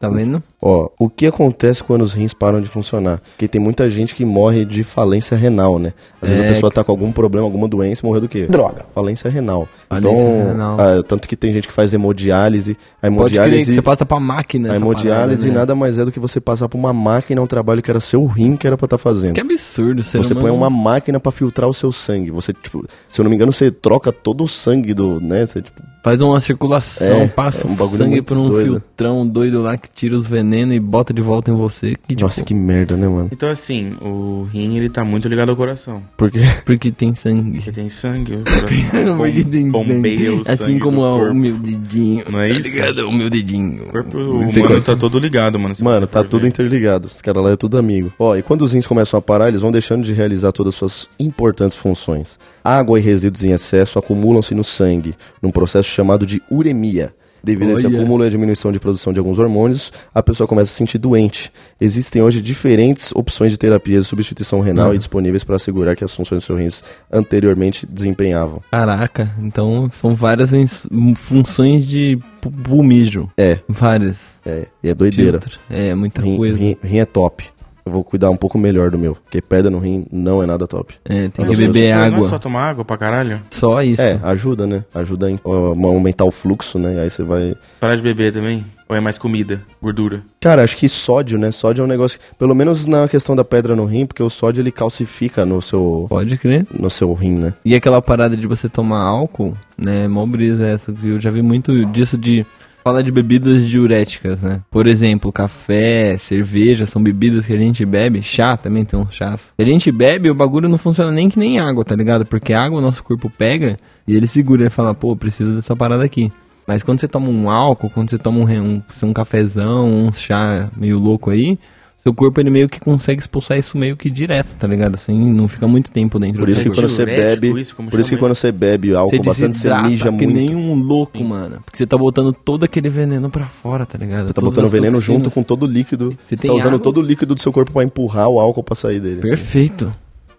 Speaker 4: Tá vendo?
Speaker 3: Ó, o que acontece quando os rins param de funcionar? Porque tem muita gente que morre de falência renal, né? Às vezes
Speaker 4: É,
Speaker 3: a pessoa tá com algum problema, alguma doença e morreu do quê? Droga. Falência renal.
Speaker 4: Falência
Speaker 3: então,
Speaker 4: renal.
Speaker 3: ah, tanto que tem gente que faz hemodiálise. A
Speaker 4: Pode crer que
Speaker 3: hemodiálise,
Speaker 4: você passa pra máquina
Speaker 3: a
Speaker 4: essa
Speaker 3: hemodiálise
Speaker 4: parada, né?
Speaker 3: nada mais é do que você passar por uma máquina um trabalho que era seu rim que era pra estar fazendo.
Speaker 4: Que absurdo, ser
Speaker 3: Você põe
Speaker 4: humano.
Speaker 3: uma máquina pra filtrar o seu sangue. Você, tipo, se eu não me engano, você troca todo o sangue do, né? Você, tipo,
Speaker 4: Faz uma circulação,
Speaker 3: É, é
Speaker 4: passa
Speaker 3: um
Speaker 4: o
Speaker 3: bagulho
Speaker 4: sangue
Speaker 3: muito
Speaker 4: por um
Speaker 3: doido.
Speaker 4: filtrão doido lá que tira os venenos e bota de volta em você. Que, tipo,
Speaker 3: nossa, que merda, né, mano?
Speaker 5: Então assim, o rim ele tá muito ligado ao coração.
Speaker 3: Porque
Speaker 4: Porque tem sangue.
Speaker 3: *laughs*
Speaker 5: Porque tem sangue, o
Speaker 4: *laughs*
Speaker 5: coração
Speaker 4: Porque tem
Speaker 5: bom- bombeia o
Speaker 4: sangue. Assim
Speaker 5: sangue
Speaker 4: como
Speaker 5: do
Speaker 4: a- o
Speaker 5: corpo.
Speaker 4: meu dedinho.
Speaker 5: Não é
Speaker 4: tá
Speaker 5: isso?
Speaker 4: ligado? O meu dedinho.
Speaker 5: O corpo humano
Speaker 4: Você
Speaker 5: tá todo ligado, mano. se
Speaker 3: Mano,
Speaker 5: você
Speaker 3: tá
Speaker 5: for
Speaker 3: tudo
Speaker 5: ver.
Speaker 3: interligado. Os caras lá é tudo amigo. Ó, e quando os rins começam a parar, eles vão deixando de realizar todas as suas importantes funções. Água e resíduos em excesso acumulam-se no sangue, num processo chamado de uremia. Devido a esse
Speaker 4: Olha.
Speaker 3: acúmulo e a diminuição de produção de alguns hormônios, a pessoa começa a se sentir doente. Existem hoje diferentes opções de terapia de substituição renal e disponíveis para assegurar que as funções dos seus rins anteriormente desempenhavam.
Speaker 4: Caraca, então são várias ins- funções de pu- pumijo.
Speaker 3: É,
Speaker 4: Várias.
Speaker 3: é, e é doideira.
Speaker 4: Filtro. É, muita
Speaker 3: Rim,
Speaker 4: coisa.
Speaker 3: rim- rim é top. Eu vou cuidar um pouco melhor do meu, porque pedra no rim não é nada top.
Speaker 4: É, tem
Speaker 3: Mas
Speaker 4: que
Speaker 3: os
Speaker 4: beber
Speaker 5: Não
Speaker 4: água.
Speaker 5: é só tomar água pra caralho?
Speaker 4: Só isso.
Speaker 3: É, ajuda, né? Ajuda em- ó, a aumentar o fluxo, né? Aí você vai.
Speaker 5: Parar de beber também? Ou é mais comida, gordura?
Speaker 3: Cara, acho que sódio, né? Sódio é um negócio. que- Pelo menos na questão da pedra no rim, porque o sódio ele calcifica no seu,
Speaker 4: Pode crer.
Speaker 3: no seu rim, né?
Speaker 4: E aquela parada de você tomar álcool, né? Mó brisa essa. que Eu já vi muito disso de. Fala de bebidas diuréticas, né? Por exemplo, café, cerveja, são bebidas que a gente bebe. Chá também tem uns chás. A gente bebe, o bagulho não funciona nem que nem água, tá ligado? Porque água o nosso corpo pega e ele segura e fala, pô, preciso dessa parada aqui. Mas quando você toma um álcool, quando você toma um, re- um, um cafezão, um chá meio louco aí, seu corpo ele meio que consegue expulsar isso meio que direto, tá ligado? Assim, não fica muito tempo dentro
Speaker 3: Por
Speaker 4: do
Speaker 3: isso que
Speaker 4: seu corpo.
Speaker 3: quando você
Speaker 5: Diurético,
Speaker 3: bebe.
Speaker 5: isso, como
Speaker 3: por isso que
Speaker 5: chama
Speaker 3: quando
Speaker 5: isso?
Speaker 3: você bebe álcool bastante, você
Speaker 4: desidrata
Speaker 3: mija
Speaker 4: que
Speaker 3: muito.
Speaker 4: nem um louco, mano. Porque você tá botando todo aquele veneno pra fora, tá ligado?
Speaker 3: Você tá botando veneno junto com
Speaker 4: tudo.
Speaker 3: todo o líquido. Você,
Speaker 4: tem
Speaker 3: tá usando
Speaker 4: água.
Speaker 3: todo o líquido do seu corpo pra empurrar o álcool pra sair dele.
Speaker 4: Perfeito.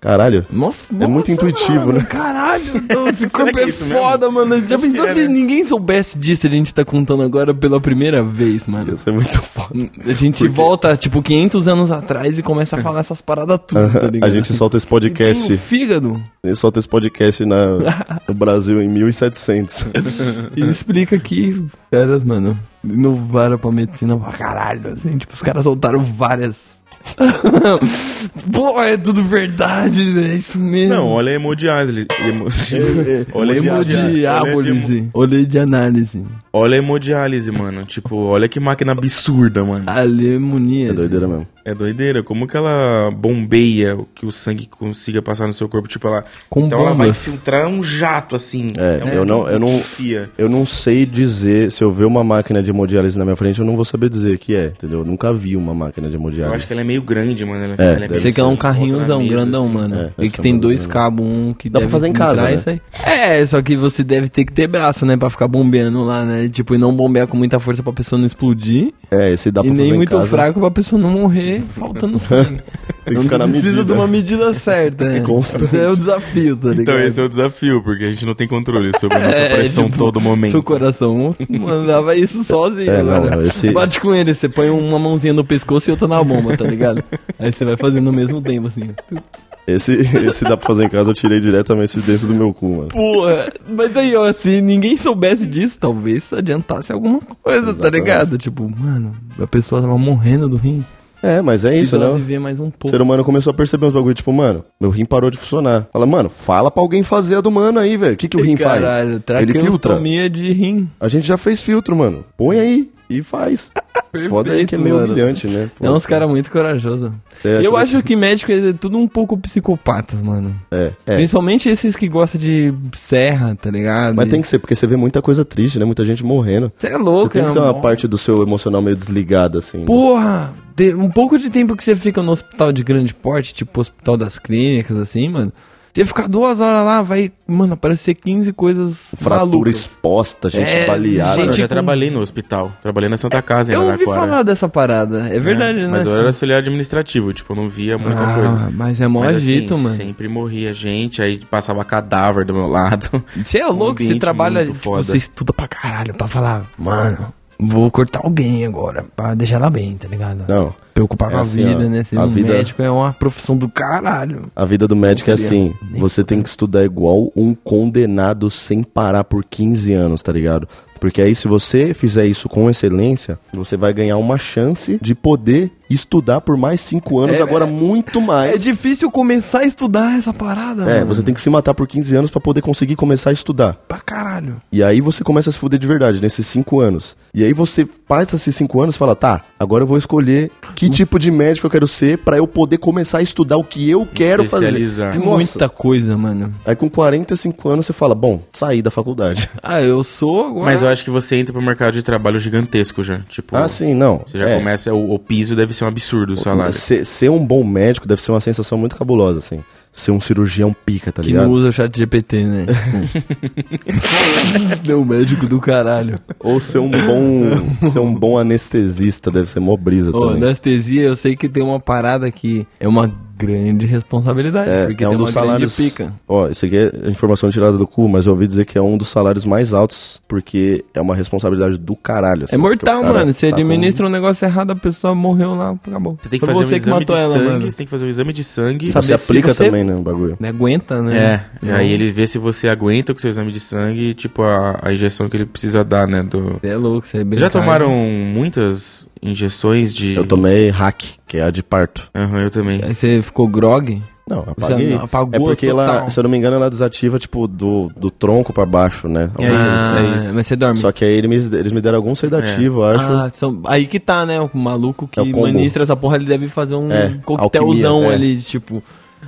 Speaker 3: Caralho.
Speaker 4: Mó-
Speaker 3: É muito
Speaker 4: nossa,
Speaker 3: intuitivo,
Speaker 4: mano,
Speaker 3: né? *laughs*
Speaker 4: Caralho, Deus, esse corpo
Speaker 5: que é
Speaker 4: é,
Speaker 5: isso mesmo?
Speaker 4: foda, mano. Já pensou
Speaker 5: que é, né?
Speaker 4: se ninguém soubesse disso? A gente tá contando agora pela primeira vez, mano. Hum,
Speaker 3: Isso é muito foda.
Speaker 4: A gente volta, tipo, 500 anos atrás e começa
Speaker 3: *laughs*
Speaker 4: a falar essas paradas tudo, tá ligado?
Speaker 3: A gente solta esse
Speaker 4: E tem o
Speaker 3: podcast.
Speaker 4: fígado
Speaker 3: A gente solta esse podcast na, no Brasil em 1700.
Speaker 4: e explica que, caras, mano, inovaram pra medicina pra caralho, assim. Tipo, os caras soltaram várias *laughs* Pô, é tudo verdade, né? é isso mesmo.
Speaker 5: Não, olha a hemodiálise. Hemo...
Speaker 4: É,
Speaker 5: *laughs* olha a hemodiálise. Olha a hemo-
Speaker 4: Hemodiálise. Olhei de análise.
Speaker 5: Olha a hemodiálise, mano. Tipo, olha que máquina absurda, mano.
Speaker 3: É
Speaker 4: Alemonia. assim.
Speaker 3: doideira mesmo.
Speaker 5: É doideira. Como que ela bombeia o que o sangue consiga passar no seu corpo? Tipo, ela.
Speaker 4: Com
Speaker 5: então ela vai
Speaker 4: bombas.
Speaker 5: filtrar um jato, assim.
Speaker 3: É, eu não- eu não-
Speaker 5: Fia.
Speaker 3: Eu não sei dizer, se eu ver uma máquina de hemodiálise na minha frente, eu não vou saber dizer que é, entendeu? Eu nunca vi uma máquina de
Speaker 5: Eu
Speaker 3: hemodiálise.
Speaker 5: acho que ela é meio grande, mano. Ela,
Speaker 3: É,
Speaker 5: ela
Speaker 3: deve
Speaker 5: meio
Speaker 4: Sei que é um
Speaker 5: grande, bota na
Speaker 4: carrinhozão,
Speaker 5: mesa,
Speaker 4: grandão,
Speaker 5: assim.
Speaker 4: mano.
Speaker 3: É,
Speaker 4: e
Speaker 3: esse
Speaker 4: que
Speaker 3: é
Speaker 4: tem
Speaker 3: um
Speaker 4: dois
Speaker 3: problema.
Speaker 4: cabos, um que
Speaker 3: Dá pra
Speaker 4: deve
Speaker 3: fazer em
Speaker 4: entrar,
Speaker 3: casa, né?
Speaker 4: isso aí. É, só que você deve ter que ter braço, né? Pra ficar bombeando lá, né? Tipo, e não bombear com muita força pra pessoa não explodir.
Speaker 3: É, esse dá pra
Speaker 4: e
Speaker 3: fazer
Speaker 4: nem
Speaker 3: em
Speaker 4: muito
Speaker 3: casa.
Speaker 4: fraco pra pessoa não morrer faltando sangue.
Speaker 3: Tem que
Speaker 4: não
Speaker 3: ficar na
Speaker 4: precisa
Speaker 3: medida. *laughs*
Speaker 4: de uma medida certa. né?
Speaker 3: constante.
Speaker 4: É o desafio, tá ligado?
Speaker 5: Então esse é o desafio, porque a gente não tem controle sobre
Speaker 4: *laughs*
Speaker 5: a nossa
Speaker 4: É,
Speaker 5: pressão
Speaker 4: tipo,
Speaker 5: todo momento.
Speaker 4: Seu coração mandava isso sozinho
Speaker 3: É, não,
Speaker 4: agora.
Speaker 3: esse-
Speaker 4: Bate com ele, você põe uma mãozinha no pescoço e outra na bomba,
Speaker 3: *laughs*
Speaker 4: tá ligado? Aí você vai fazendo ao mesmo tempo, assim.
Speaker 3: Esse, esse dá pra fazer em casa, eu tirei diretamente de dentro do meu cu, mano.
Speaker 4: Porra, mas aí, ó, se ninguém soubesse disso, talvez adiantasse alguma coisa, tá
Speaker 3: Exatamente.
Speaker 4: ligado? Tipo, mano, a pessoa tava morrendo do rim.
Speaker 3: É, mas é isso,
Speaker 4: se ela
Speaker 3: né?
Speaker 4: viver mais um
Speaker 3: O
Speaker 4: pouco.
Speaker 3: ser humano começou a perceber uns bagulho, tipo, mano, meu rim parou de funcionar. Fala, mano, fala pra alguém fazer a do mano aí, velho. O que, que o rim
Speaker 4: Caralho,
Speaker 3: faz? Ele filtra.
Speaker 4: traqueostomia de rim.
Speaker 3: A gente já fez filtro, mano. Põe aí e
Speaker 4: *laughs*
Speaker 3: faz. Foda aí que é meio
Speaker 4: mano.
Speaker 3: humilhante, né? Pô,
Speaker 4: É uns
Speaker 3: assim,
Speaker 4: caras muito corajosos.
Speaker 3: é,
Speaker 4: Eu
Speaker 3: tipo,
Speaker 4: acho que médico é tudo um pouco psicopatas, mano.
Speaker 3: É, é.
Speaker 4: Principalmente esses que gostam de serra, tá ligado?
Speaker 3: Mas tem que ser, porque você vê muita coisa triste, né? Muita gente morrendo.
Speaker 4: Você é louco,
Speaker 3: Você tem que
Speaker 4: é
Speaker 3: ter uma
Speaker 4: mó-
Speaker 3: parte do seu emocional meio desligada, assim. né?
Speaker 4: Porra! te- um pouco de tempo que você fica no hospital de grande porte, tipo hospital das clínicas, assim, mano. Você ficar duas horas lá, vai, mano, aparecer 15 coisas
Speaker 3: Fratura
Speaker 4: malucas.
Speaker 3: exposta, gente
Speaker 4: É,
Speaker 3: baleada.
Speaker 5: Mano, eu
Speaker 4: gente-
Speaker 5: já trabalhei no hospital. Trabalhei na Santa Casa, em
Speaker 4: É, Eu ouvi
Speaker 5: Araraquara.
Speaker 4: falar dessa parada, é verdade, né?
Speaker 5: Mas eu era
Speaker 3: assim,
Speaker 5: auxiliar administrativo, tipo, eu não via muita
Speaker 4: ah,
Speaker 5: coisa.
Speaker 4: mas é mó
Speaker 5: Mas, assim,
Speaker 4: agito, mano.
Speaker 5: Sempre morria gente, aí passava cadáver do meu lado.
Speaker 4: Você é
Speaker 5: um
Speaker 4: louco, você
Speaker 5: ambiente
Speaker 4: trabalha,
Speaker 5: muito
Speaker 4: tipo,
Speaker 5: foda.
Speaker 4: você estuda pra caralho pra falar, mano, vou cortar alguém agora, pra deixar ela bem, tá ligado?
Speaker 3: Não,
Speaker 4: Preocupar
Speaker 3: É
Speaker 4: com a
Speaker 3: assim,
Speaker 4: vida,
Speaker 3: ó,
Speaker 4: né? Ser
Speaker 3: a
Speaker 4: um
Speaker 3: vida-
Speaker 4: médico é uma profissão do caralho.
Speaker 3: a vida do médico é
Speaker 4: seria.
Speaker 3: assim. Você tem que estudar igual um condenado sem parar por 15 anos, tá ligado? Porque aí, se você fizer isso com excelência, você vai ganhar uma chance de poder estudar por mais 5 anos,
Speaker 4: É,
Speaker 3: agora
Speaker 4: é-
Speaker 3: muito mais.
Speaker 4: É difícil começar a estudar essa parada,
Speaker 3: É,
Speaker 4: mano.
Speaker 3: você tem que se matar por 15 anos pra poder conseguir começar a estudar.
Speaker 4: pra caralho.
Speaker 3: E aí você começa a se fuder de verdade nesses cinco anos. E aí você passa esses cinco anos e fala, tá, agora eu vou escolher
Speaker 5: Hum.
Speaker 3: que tipo de médico eu quero ser pra eu poder começar a estudar o que eu quero fazer.
Speaker 5: especializar.
Speaker 4: É
Speaker 3: Nossa.
Speaker 4: muita coisa, mano.
Speaker 3: Aí com 45 anos você fala, bom, saí
Speaker 5: *laughs*
Speaker 3: da faculdade.
Speaker 4: Ah, eu sou agora.
Speaker 5: Mas eu acho que você entra pro mercado de trabalho gigantesco já. Tipo,
Speaker 3: ah, sim, não.
Speaker 5: você já
Speaker 3: É.
Speaker 5: começa, o, o piso deve ser um absurdo o salário.
Speaker 3: Ser, ser um bom médico deve ser uma sensação muito cabulosa, assim. Ser um cirurgião pica, tá
Speaker 4: que
Speaker 3: ligado?
Speaker 4: não usa o chat GPT,
Speaker 3: *laughs*
Speaker 4: né? Meu médico do caralho.
Speaker 3: Ou ser um
Speaker 5: *laughs*
Speaker 3: bom. ser um bom anestesista deve ser mó brisa
Speaker 4: Ô,
Speaker 3: também.
Speaker 4: anestesia, eu sei que tem uma parada que é uma grande responsabilidade,
Speaker 3: É,
Speaker 4: porque
Speaker 3: é um
Speaker 4: tem
Speaker 3: dos
Speaker 4: uma
Speaker 3: salários.
Speaker 4: grande pica.
Speaker 3: Ó, isso aqui é informação tirada do cu, mas eu ouvi dizer que é um dos salários mais altos, porque é uma responsabilidade do caralho. assim,
Speaker 4: É mortal,
Speaker 3: porque o cara
Speaker 4: mano. Você
Speaker 3: tá
Speaker 4: administra um negócio errado, a pessoa morreu lá, acabou.
Speaker 5: Você tem que
Speaker 4: Foi
Speaker 5: fazer um
Speaker 4: você que
Speaker 5: exame de
Speaker 4: matou ela,
Speaker 5: sangue,
Speaker 4: mano.
Speaker 5: você tem que fazer um exame de sangue.
Speaker 3: Com...
Speaker 4: Sabe-
Speaker 3: Você
Speaker 4: saber se
Speaker 3: aplica
Speaker 4: você-
Speaker 3: também, né, o bagulho.
Speaker 4: Não aguenta, né?
Speaker 5: É, e aí ele vê se você aguenta com seu exame de sangue, tipo, a, a injeção que ele precisa dar, né? Do...
Speaker 4: Você é louco, você é bem
Speaker 5: Já
Speaker 4: caro.
Speaker 5: tomaram um- muitas injeções de...
Speaker 3: Eu tomei É, hack, que é a de parto.
Speaker 5: Aham, eu também.
Speaker 4: Aí você ficou grog?
Speaker 3: Não, apaguei.
Speaker 4: não, apagou
Speaker 3: é porque ela,
Speaker 4: total.
Speaker 3: se eu não me engano, ela desativa, tipo, do, do tronco pra baixo, né? assim.
Speaker 5: É isso, é isso.
Speaker 4: Mas você dorme.
Speaker 3: Só que aí ele me- eles me deram algum sedativo, eu acho.
Speaker 4: Ah, são- aí que tá, né? O maluco que
Speaker 3: É o combo.
Speaker 4: ministra essa porra, ele deve fazer um
Speaker 3: É,
Speaker 4: coquetelzão
Speaker 3: alquimia, é.
Speaker 4: ali, de tipo.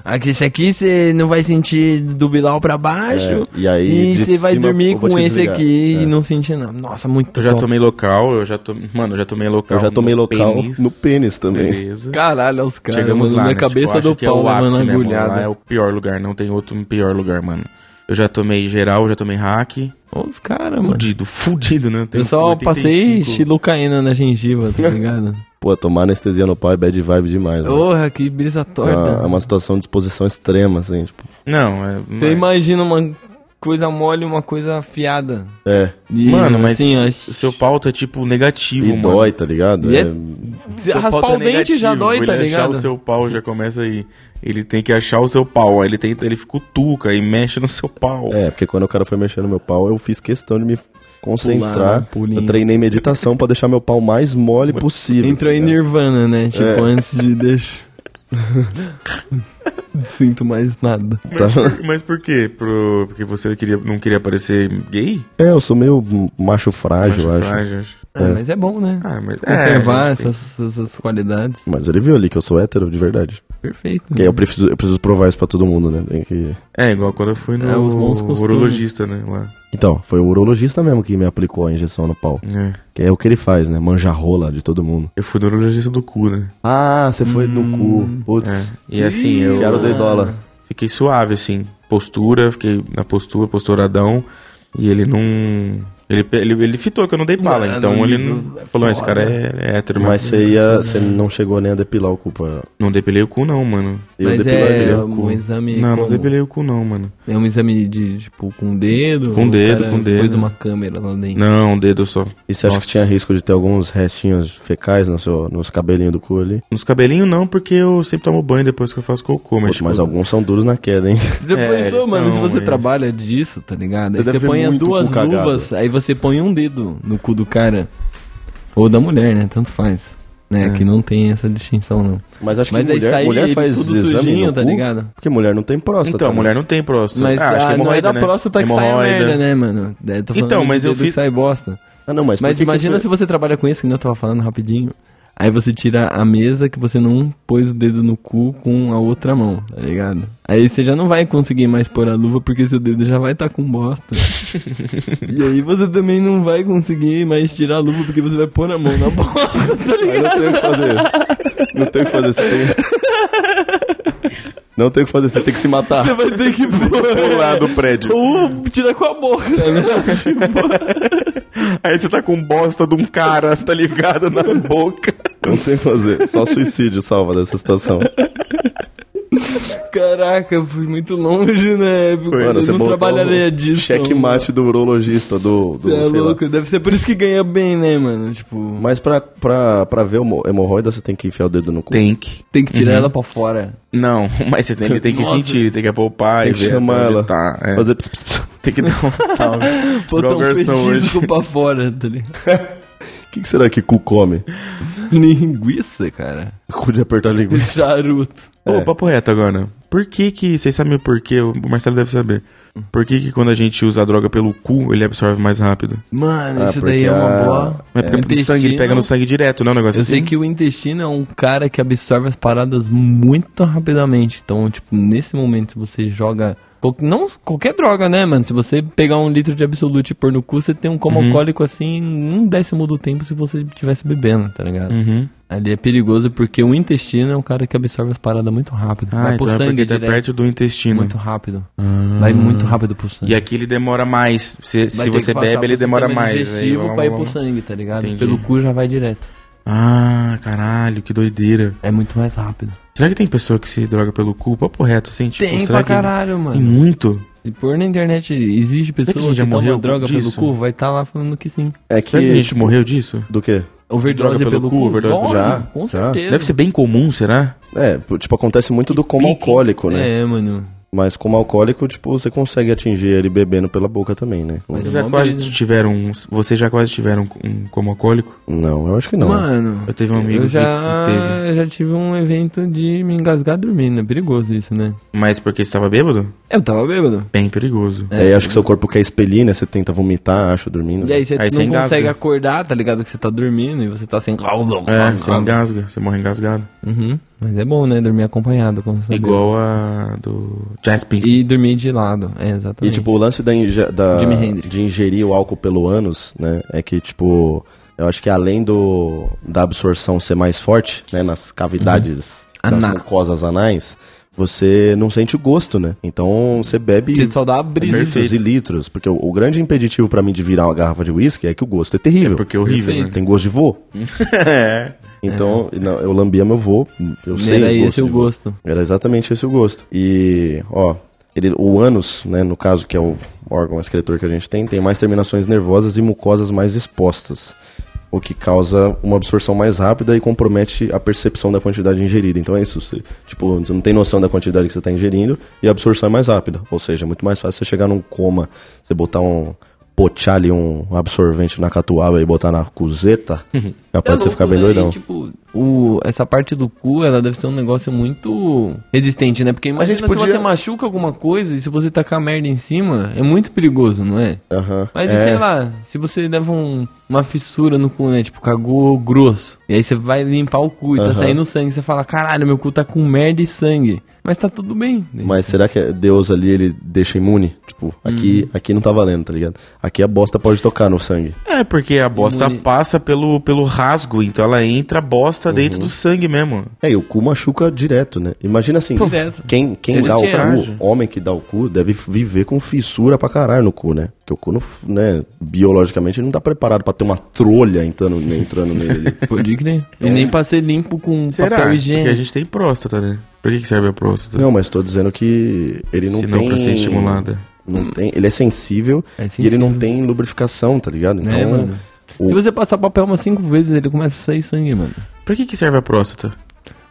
Speaker 4: Aqui, esse aqui você não vai sentir do Bilal pra baixo.
Speaker 3: É, e aí, de
Speaker 4: você vai
Speaker 3: cima, eu
Speaker 4: dormir
Speaker 3: vou
Speaker 4: com
Speaker 3: te
Speaker 4: esse
Speaker 3: desligar.
Speaker 4: aqui
Speaker 3: É.
Speaker 4: e não sentir nada. Nossa, muito
Speaker 5: Eu já
Speaker 4: top.
Speaker 5: tomei local, eu já tomei... Mano, eu já tomei local
Speaker 3: Eu já tomei local no pênis também.
Speaker 5: Beleza.
Speaker 4: Caralho, os caras.
Speaker 5: Chegamos
Speaker 4: mano,
Speaker 5: lá,
Speaker 4: Na
Speaker 5: né?
Speaker 4: cabeça
Speaker 5: Tipo, acho
Speaker 4: do
Speaker 5: que
Speaker 4: pau,
Speaker 5: é o
Speaker 4: né,
Speaker 5: ápice,
Speaker 4: mano,
Speaker 5: né, mano? Lá
Speaker 4: agulhada.
Speaker 5: é o pior lugar, não tem outro pior lugar, mano. Eu já tomei geral, já tomei hack.
Speaker 4: Os caras, mano.
Speaker 5: Fudido, fudido, né? Tenho
Speaker 4: Eu só
Speaker 5: 85.
Speaker 4: passei xilocaína na gengiva, *laughs* tá ligado?
Speaker 3: Pô, tomar anestesia no pau é bad vibe demais, né?
Speaker 4: Porra, que brisa
Speaker 3: É
Speaker 4: torta.
Speaker 3: uma- é uma situação de exposição extrema, assim, tipo.
Speaker 5: Não, é. não
Speaker 4: Você
Speaker 5: é.
Speaker 4: imagina uma coisa mole e uma coisa afiada.
Speaker 3: É,
Speaker 4: E,
Speaker 5: Mano, mas
Speaker 4: assim, ó,
Speaker 5: o seu pau tá tipo negativo,
Speaker 3: e
Speaker 5: mano.
Speaker 3: dói, tá ligado?
Speaker 4: E é-
Speaker 3: é
Speaker 4: Se
Speaker 5: Seu pau
Speaker 4: raspar
Speaker 5: tá
Speaker 4: o dente
Speaker 5: negativo,
Speaker 4: já dói,
Speaker 5: ele
Speaker 4: tá
Speaker 5: achar
Speaker 4: ligado?
Speaker 5: o seu pau já começa aí. Ele tem que achar o seu pau. Aí ele tenta, ele cutuca e mexe no seu pau.
Speaker 3: É, porque quando o cara foi mexer no meu pau, eu fiz questão de me concentrar.
Speaker 4: Pular, pulinho.
Speaker 3: eu treinei meditação pra deixar meu pau mais mole possível. tá
Speaker 4: Entrou em
Speaker 3: cara.
Speaker 4: Nirvana, né? Tipo, antes de *laughs* deixar. Não Sinto mais nada.
Speaker 5: Mas,
Speaker 3: tá.
Speaker 5: por, mas por quê? Pro- porque você queria- não queria parecer gay?
Speaker 3: É, eu sou meio macho frágil, eu acho.
Speaker 5: Frágil, acho.
Speaker 4: Ah, mas é bom, né?
Speaker 5: Ah, mas,
Speaker 4: Conservar
Speaker 5: é, gente,
Speaker 4: essas, essas qualidades.
Speaker 3: Mas ele viu ali que eu sou hétero de verdade.
Speaker 4: Perfeito.
Speaker 3: Que aí eu preciso, eu preciso provar isso pra todo mundo, né? Tem que...
Speaker 5: É, igual quando eu fui no
Speaker 4: É, os bons costumes.
Speaker 5: urologista, né? Lá.
Speaker 3: Então, foi o urologista mesmo que me aplicou a injeção no pau.
Speaker 5: É.
Speaker 3: Que é o que ele faz, né? Manja rola de todo mundo.
Speaker 5: Eu fui no urologista do cu, né?
Speaker 3: Ah, você foi no cu. Putz.
Speaker 5: É. E assim, eu
Speaker 3: Enfiaram o deidola.
Speaker 5: fiquei suave, assim. Postura, fiquei na postura, posturadão. E ele não. Ele, pe- ele, ele fitou que eu não dei bala.
Speaker 4: Mano,
Speaker 5: então ele
Speaker 4: nível
Speaker 5: não. Falou, "Ah, esse cara é, é hétero,
Speaker 3: Mas
Speaker 5: mas.
Speaker 3: você ia. Você não chegou nem a depilar o cu pra.
Speaker 5: Não depelei o cu, não, mano.
Speaker 3: Eu
Speaker 4: Mas
Speaker 3: depilei
Speaker 4: é
Speaker 3: o cu.
Speaker 4: um exame.
Speaker 5: Não, não
Speaker 4: como?
Speaker 5: depelei o cu, não, mano.
Speaker 4: É um exame de, tipo, com o dedo?
Speaker 5: Com
Speaker 4: ou o
Speaker 5: dedo,
Speaker 4: cara
Speaker 5: com dedo.
Speaker 4: Pôs uma câmera lá dentro.
Speaker 5: Não, um dedo só.
Speaker 3: E você acha que tinha risco de ter alguns restinhos fecais no seu, nos cabelinhos do cu ali?
Speaker 5: Nos cabelinhos, não, porque eu sempre tomo banho depois que eu faço cocô, mas.
Speaker 3: Putz, mas
Speaker 5: tipo,
Speaker 3: alguns são duros na queda, hein?
Speaker 4: Você já
Speaker 5: É,
Speaker 4: pensou,
Speaker 5: eles
Speaker 4: mano, se
Speaker 5: são
Speaker 4: você
Speaker 5: eles.
Speaker 4: trabalha disso, tá ligado? Aí
Speaker 3: Você
Speaker 4: você
Speaker 3: deve
Speaker 4: põe
Speaker 3: ver
Speaker 4: as
Speaker 3: muito
Speaker 4: duas
Speaker 3: cu cagado.
Speaker 4: luvas, aí você põe um dedo no cu do cara. Ou da mulher, né? Tanto faz.
Speaker 5: É.
Speaker 4: Né? Que não tem essa distinção, não.
Speaker 5: Ah,
Speaker 3: Mas acho que
Speaker 4: Mas aí
Speaker 3: mulher,
Speaker 4: sai
Speaker 3: mulher
Speaker 4: ele
Speaker 3: faz
Speaker 4: tudo
Speaker 3: exame
Speaker 4: sujinho,
Speaker 3: no
Speaker 4: tá
Speaker 3: cu,
Speaker 4: ligado?
Speaker 3: Porque mulher não tem próstata.
Speaker 5: Então,
Speaker 3: né?
Speaker 5: mulher não tem próstata.
Speaker 4: Mas
Speaker 5: ah, acho que
Speaker 4: ah,
Speaker 5: é
Speaker 4: não é
Speaker 5: hemorroida,
Speaker 4: da
Speaker 5: né?
Speaker 4: próstata que sai a
Speaker 5: Hemorroida.
Speaker 4: merda, né, mano? É, tô falando
Speaker 5: Então,
Speaker 4: de
Speaker 5: mas eu
Speaker 4: dedo que
Speaker 5: fiz-
Speaker 4: sai bosta.
Speaker 3: Ah, não, mas, por
Speaker 4: Mas
Speaker 3: que que
Speaker 4: imagina se
Speaker 3: foi-
Speaker 4: você trabalha com isso, que nem eu tava falando rapidinho. Aí você tira a mesa que você não pôs o dedo no cu com a outra mão, tá ligado? Aí você já não vai conseguir mais pôr a luva porque seu dedo já vai estar tá
Speaker 3: *laughs*
Speaker 4: com bosta. e aí você também não vai conseguir mais tirar a luva porque você vai pôr a mão
Speaker 3: *laughs*
Speaker 4: na bosta, tá
Speaker 3: Aí
Speaker 4: ligado?
Speaker 3: não tem
Speaker 4: *laughs*
Speaker 3: o que fazer. Não tem o que fazer. Você tem... Não tem o que fazer, você tem que se matar.
Speaker 4: Você vai ter que
Speaker 5: *laughs*
Speaker 4: pôr.
Speaker 5: Pular do prédio.
Speaker 4: Ou tirar com a boca,
Speaker 3: Tá
Speaker 4: né?
Speaker 5: Aí você tá com bosta de um cara, tá ligado? Na boca.
Speaker 3: Não tem o que fazer. Só suicídio salva dessa situação.
Speaker 4: Caraca, eu fui muito longe, né? eu
Speaker 3: você
Speaker 4: não
Speaker 3: botou um
Speaker 4: trabalharia disso.
Speaker 3: Checkmate do urologista, do. do
Speaker 4: Você é
Speaker 3: sei lá.
Speaker 4: louco, deve ser por isso que ganha bem, né, mano? Tipo,
Speaker 3: Mas pra, pra, pra ver hemo- hemorroida, você tem que enfiar o dedo no cu.
Speaker 5: Tem que.
Speaker 4: tem que tirar ela pra fora.
Speaker 5: Não, *laughs* mas você tem, ele tem que
Speaker 4: Nossa.
Speaker 5: sentir, ele tem que apalpar
Speaker 3: Tem
Speaker 5: e
Speaker 3: que
Speaker 5: ver
Speaker 3: chamar
Speaker 5: até onde
Speaker 3: ela.
Speaker 5: Tá, é.
Speaker 3: Fazer ps, ps, ps.
Speaker 5: Tem que dar um salve.
Speaker 4: Botar um
Speaker 5: Robertson
Speaker 4: petisco pra fora, tá ligado?
Speaker 3: O que, que será que cu come?
Speaker 4: *laughs* Linguiça, cara.
Speaker 3: Cu de apertar a linguiça.
Speaker 4: Charuto.
Speaker 5: Ô,
Speaker 3: É.
Speaker 5: papo reto agora. Por que que, vocês sabem o porquê, o Marcelo deve saber. Por que que quando a gente usa a droga pelo cu, ele absorve mais rápido?
Speaker 4: Mano,
Speaker 3: Ah,
Speaker 4: isso daí é
Speaker 3: porque
Speaker 4: uma
Speaker 3: a-
Speaker 4: boa.
Speaker 5: Mas é
Speaker 4: O
Speaker 5: porque o sangue, ele pega no sangue direto, não é um negócio
Speaker 4: Eu
Speaker 5: assim?
Speaker 4: sei que o intestino é um cara que absorve as paradas muito rapidamente. Então, tipo, nesse momento, se você joga. qual- Não qualquer droga, né, mano? Se você pegar um litro de absolute e pôr no cu, você tem um coma
Speaker 5: Uhum.
Speaker 4: alcoólico assim em um décimo do tempo se você estivesse bebendo, tá ligado?
Speaker 5: Uhum.
Speaker 4: Ali é perigoso porque o intestino é um cara que absorve as paradas muito rápido.
Speaker 5: Ah,
Speaker 4: vai pro
Speaker 5: então é
Speaker 4: sangue
Speaker 5: porque tá
Speaker 4: direto,
Speaker 5: perto do intestino. Ah.
Speaker 4: muito rápido. Vai muito rápido pro sangue.
Speaker 5: E aqui ele demora mais. Se,
Speaker 4: Vai
Speaker 5: se
Speaker 4: ter que
Speaker 5: você
Speaker 4: passar
Speaker 5: bebe,
Speaker 4: pro
Speaker 5: ele demora
Speaker 4: sistema
Speaker 5: mais. Aí,
Speaker 4: digestivo
Speaker 5: blá, blá,
Speaker 4: pra ir
Speaker 5: blá,
Speaker 4: pro
Speaker 5: blá.
Speaker 4: sangue, tá ligado?
Speaker 5: Entendi.
Speaker 4: Pelo cu já vai direto.
Speaker 5: Ah, caralho, que doideira.
Speaker 4: É muito mais rápido.
Speaker 5: Será que tem pessoa que se droga pelo cu? Papo reto, assim, tipo,
Speaker 4: Tem
Speaker 5: será
Speaker 4: pra
Speaker 5: que
Speaker 4: caralho,
Speaker 5: Tem
Speaker 4: mano.
Speaker 5: muito?
Speaker 4: Se pôr na internet, existe
Speaker 5: que a
Speaker 4: pessoa
Speaker 5: gente
Speaker 4: que,
Speaker 5: já
Speaker 4: toma
Speaker 5: morreu
Speaker 4: droga
Speaker 5: disso?
Speaker 4: pelo cu, vai estar lá falando que sim.
Speaker 3: É
Speaker 5: Será que, a gente
Speaker 3: que.
Speaker 5: morreu disso?
Speaker 3: Do quê?
Speaker 4: Overdose
Speaker 5: Droga pelo
Speaker 4: pelo,
Speaker 5: cu, overdose pelo
Speaker 4: Lógico,
Speaker 3: cu.
Speaker 4: Com
Speaker 3: Já, já.
Speaker 4: certeza.
Speaker 5: Deve ser bem comum, será?
Speaker 3: É, tipo, acontece muito do como alcoólico, né?
Speaker 4: É, mano.
Speaker 3: Mas como alcoólico, tipo, você consegue atingir ele bebendo pela boca também, né?
Speaker 5: Vocês
Speaker 4: é
Speaker 5: já
Speaker 4: uma
Speaker 5: quase
Speaker 4: brisa.
Speaker 5: tiveram um. Vocês já quase tiveram um como alcoólico?
Speaker 3: Não, eu acho que não.
Speaker 4: Mano.
Speaker 5: Eu teve um amigo
Speaker 4: eu
Speaker 5: que-
Speaker 4: já,
Speaker 5: que teve.
Speaker 4: eu já tive um evento de me engasgar dormindo. É perigoso isso, né?
Speaker 5: Mas porque estava bêbado?
Speaker 4: Eu tava bêbado.
Speaker 5: Bem perigoso.
Speaker 4: É.
Speaker 3: Aí acho que seu corpo quer expelir, né? Você tenta vomitar, acho, dormindo.
Speaker 4: E aí você
Speaker 5: Aí você
Speaker 4: não
Speaker 5: engasga.
Speaker 4: consegue acordar, tá ligado? Que você tá dormindo e você tá assim.
Speaker 5: É, você engasga, você morre engasgado.
Speaker 4: Uhum. Mas é bom, né? Dormir acompanhado. Como você
Speaker 5: Igual a do Jazz Pink.
Speaker 4: E dormir de lado. É, exatamente.
Speaker 3: E, tipo, o lance da, inge- da-
Speaker 4: Jimi Hendrix.
Speaker 3: de ingerir o álcool pelo ânus, né? É que, tipo, eu acho que além do da absorção ser mais forte, né? Nas cavidades das
Speaker 4: Anal.
Speaker 3: mucosas anais, você não sente o gosto, né? Então, você bebe
Speaker 4: Você só dá a brisa.
Speaker 5: Perfeito.
Speaker 3: litros e litros. Porque o, o grande impeditivo pra mim de virar uma garrafa de uísque é que o gosto é terrível.
Speaker 5: Porque é horrível, né?
Speaker 3: Tem gosto de vô.
Speaker 5: *laughs* É.
Speaker 3: Então, não, eu lambia meu vô, eu sei
Speaker 4: Era
Speaker 3: o gosto
Speaker 4: esse é o
Speaker 3: de vô.
Speaker 4: gosto.
Speaker 3: Era exatamente esse o gosto. E, ó, ele, o ânus, né, no caso, que é o órgão excretor que a gente tem, tem mais terminações nervosas e mucosas mais expostas. O que causa uma absorção mais rápida e compromete a percepção da quantidade ingerida. Então é isso. Você, tipo, você não tem noção da quantidade tá que você está ingerindo e a absorção é mais rápida. Ou seja, é muito mais fácil você chegar num coma, você botar um, pochar ali um absorvente na catuaba e botar na cuzeta,
Speaker 4: Uhum.
Speaker 3: capaz de você Ah, ficar bem
Speaker 4: né?
Speaker 3: doidão.
Speaker 4: E, tipo, o, essa parte do cu, ela deve ser um negócio muito resistente, né? Porque imagina
Speaker 3: gente podia-
Speaker 4: se você machuca alguma coisa e se você tacar merda em cima, é muito perigoso, não é?
Speaker 3: Aham.
Speaker 4: Mas
Speaker 3: É.
Speaker 4: sei lá, se você leva um- uma fissura no cu, né? Tipo, cagou grosso. E aí você vai limpar o cu e tá
Speaker 3: Aham.
Speaker 4: saindo sangue. Você fala, caralho, meu cu tá com merda e sangue. Mas tá tudo bem.
Speaker 3: Mas será que Deus ali, ele deixa imune? Tipo,
Speaker 4: Uhum.
Speaker 3: aqui, aqui não tá valendo, tá ligado? Aqui a bosta pode tocar no sangue.
Speaker 5: É, porque a bosta
Speaker 4: Imune.
Speaker 5: passa pelo, pelo rasgo, então ela entra a bosta dentro do sangue mesmo.
Speaker 3: É, e o cu machuca direto, né? Imagina assim,
Speaker 4: Pô, direto.
Speaker 3: quem, quem
Speaker 4: Eu já
Speaker 3: dá o
Speaker 4: tinha-
Speaker 3: cu, homem que dá o cu, deve viver com fissura pra caralho no cu, né? Porque o cu, não, f- né, biologicamente, ele não tá preparado pra ter uma trolha entrando, entrando nele.
Speaker 4: *laughs*
Speaker 3: ali.
Speaker 4: Pode crer. E nem pra ser limpo com
Speaker 5: Será?
Speaker 4: papel
Speaker 5: Porque a
Speaker 4: higiênico.
Speaker 5: gente tem próstata, né? Pra que, que serve a próstata?
Speaker 3: Não, mas tô dizendo que ele não
Speaker 5: Se não
Speaker 3: tem...
Speaker 5: pra ser estimulada.
Speaker 3: Não tem, ele é sensível,
Speaker 4: É
Speaker 3: e ele não
Speaker 4: sensível.
Speaker 3: tem lubrificação, tá ligado? Então,
Speaker 4: É, mano.
Speaker 3: o-
Speaker 4: Se você passar papel umas cinco vezes, ele começa a sair sangue, mano.
Speaker 5: Pra que, que serve a próstata?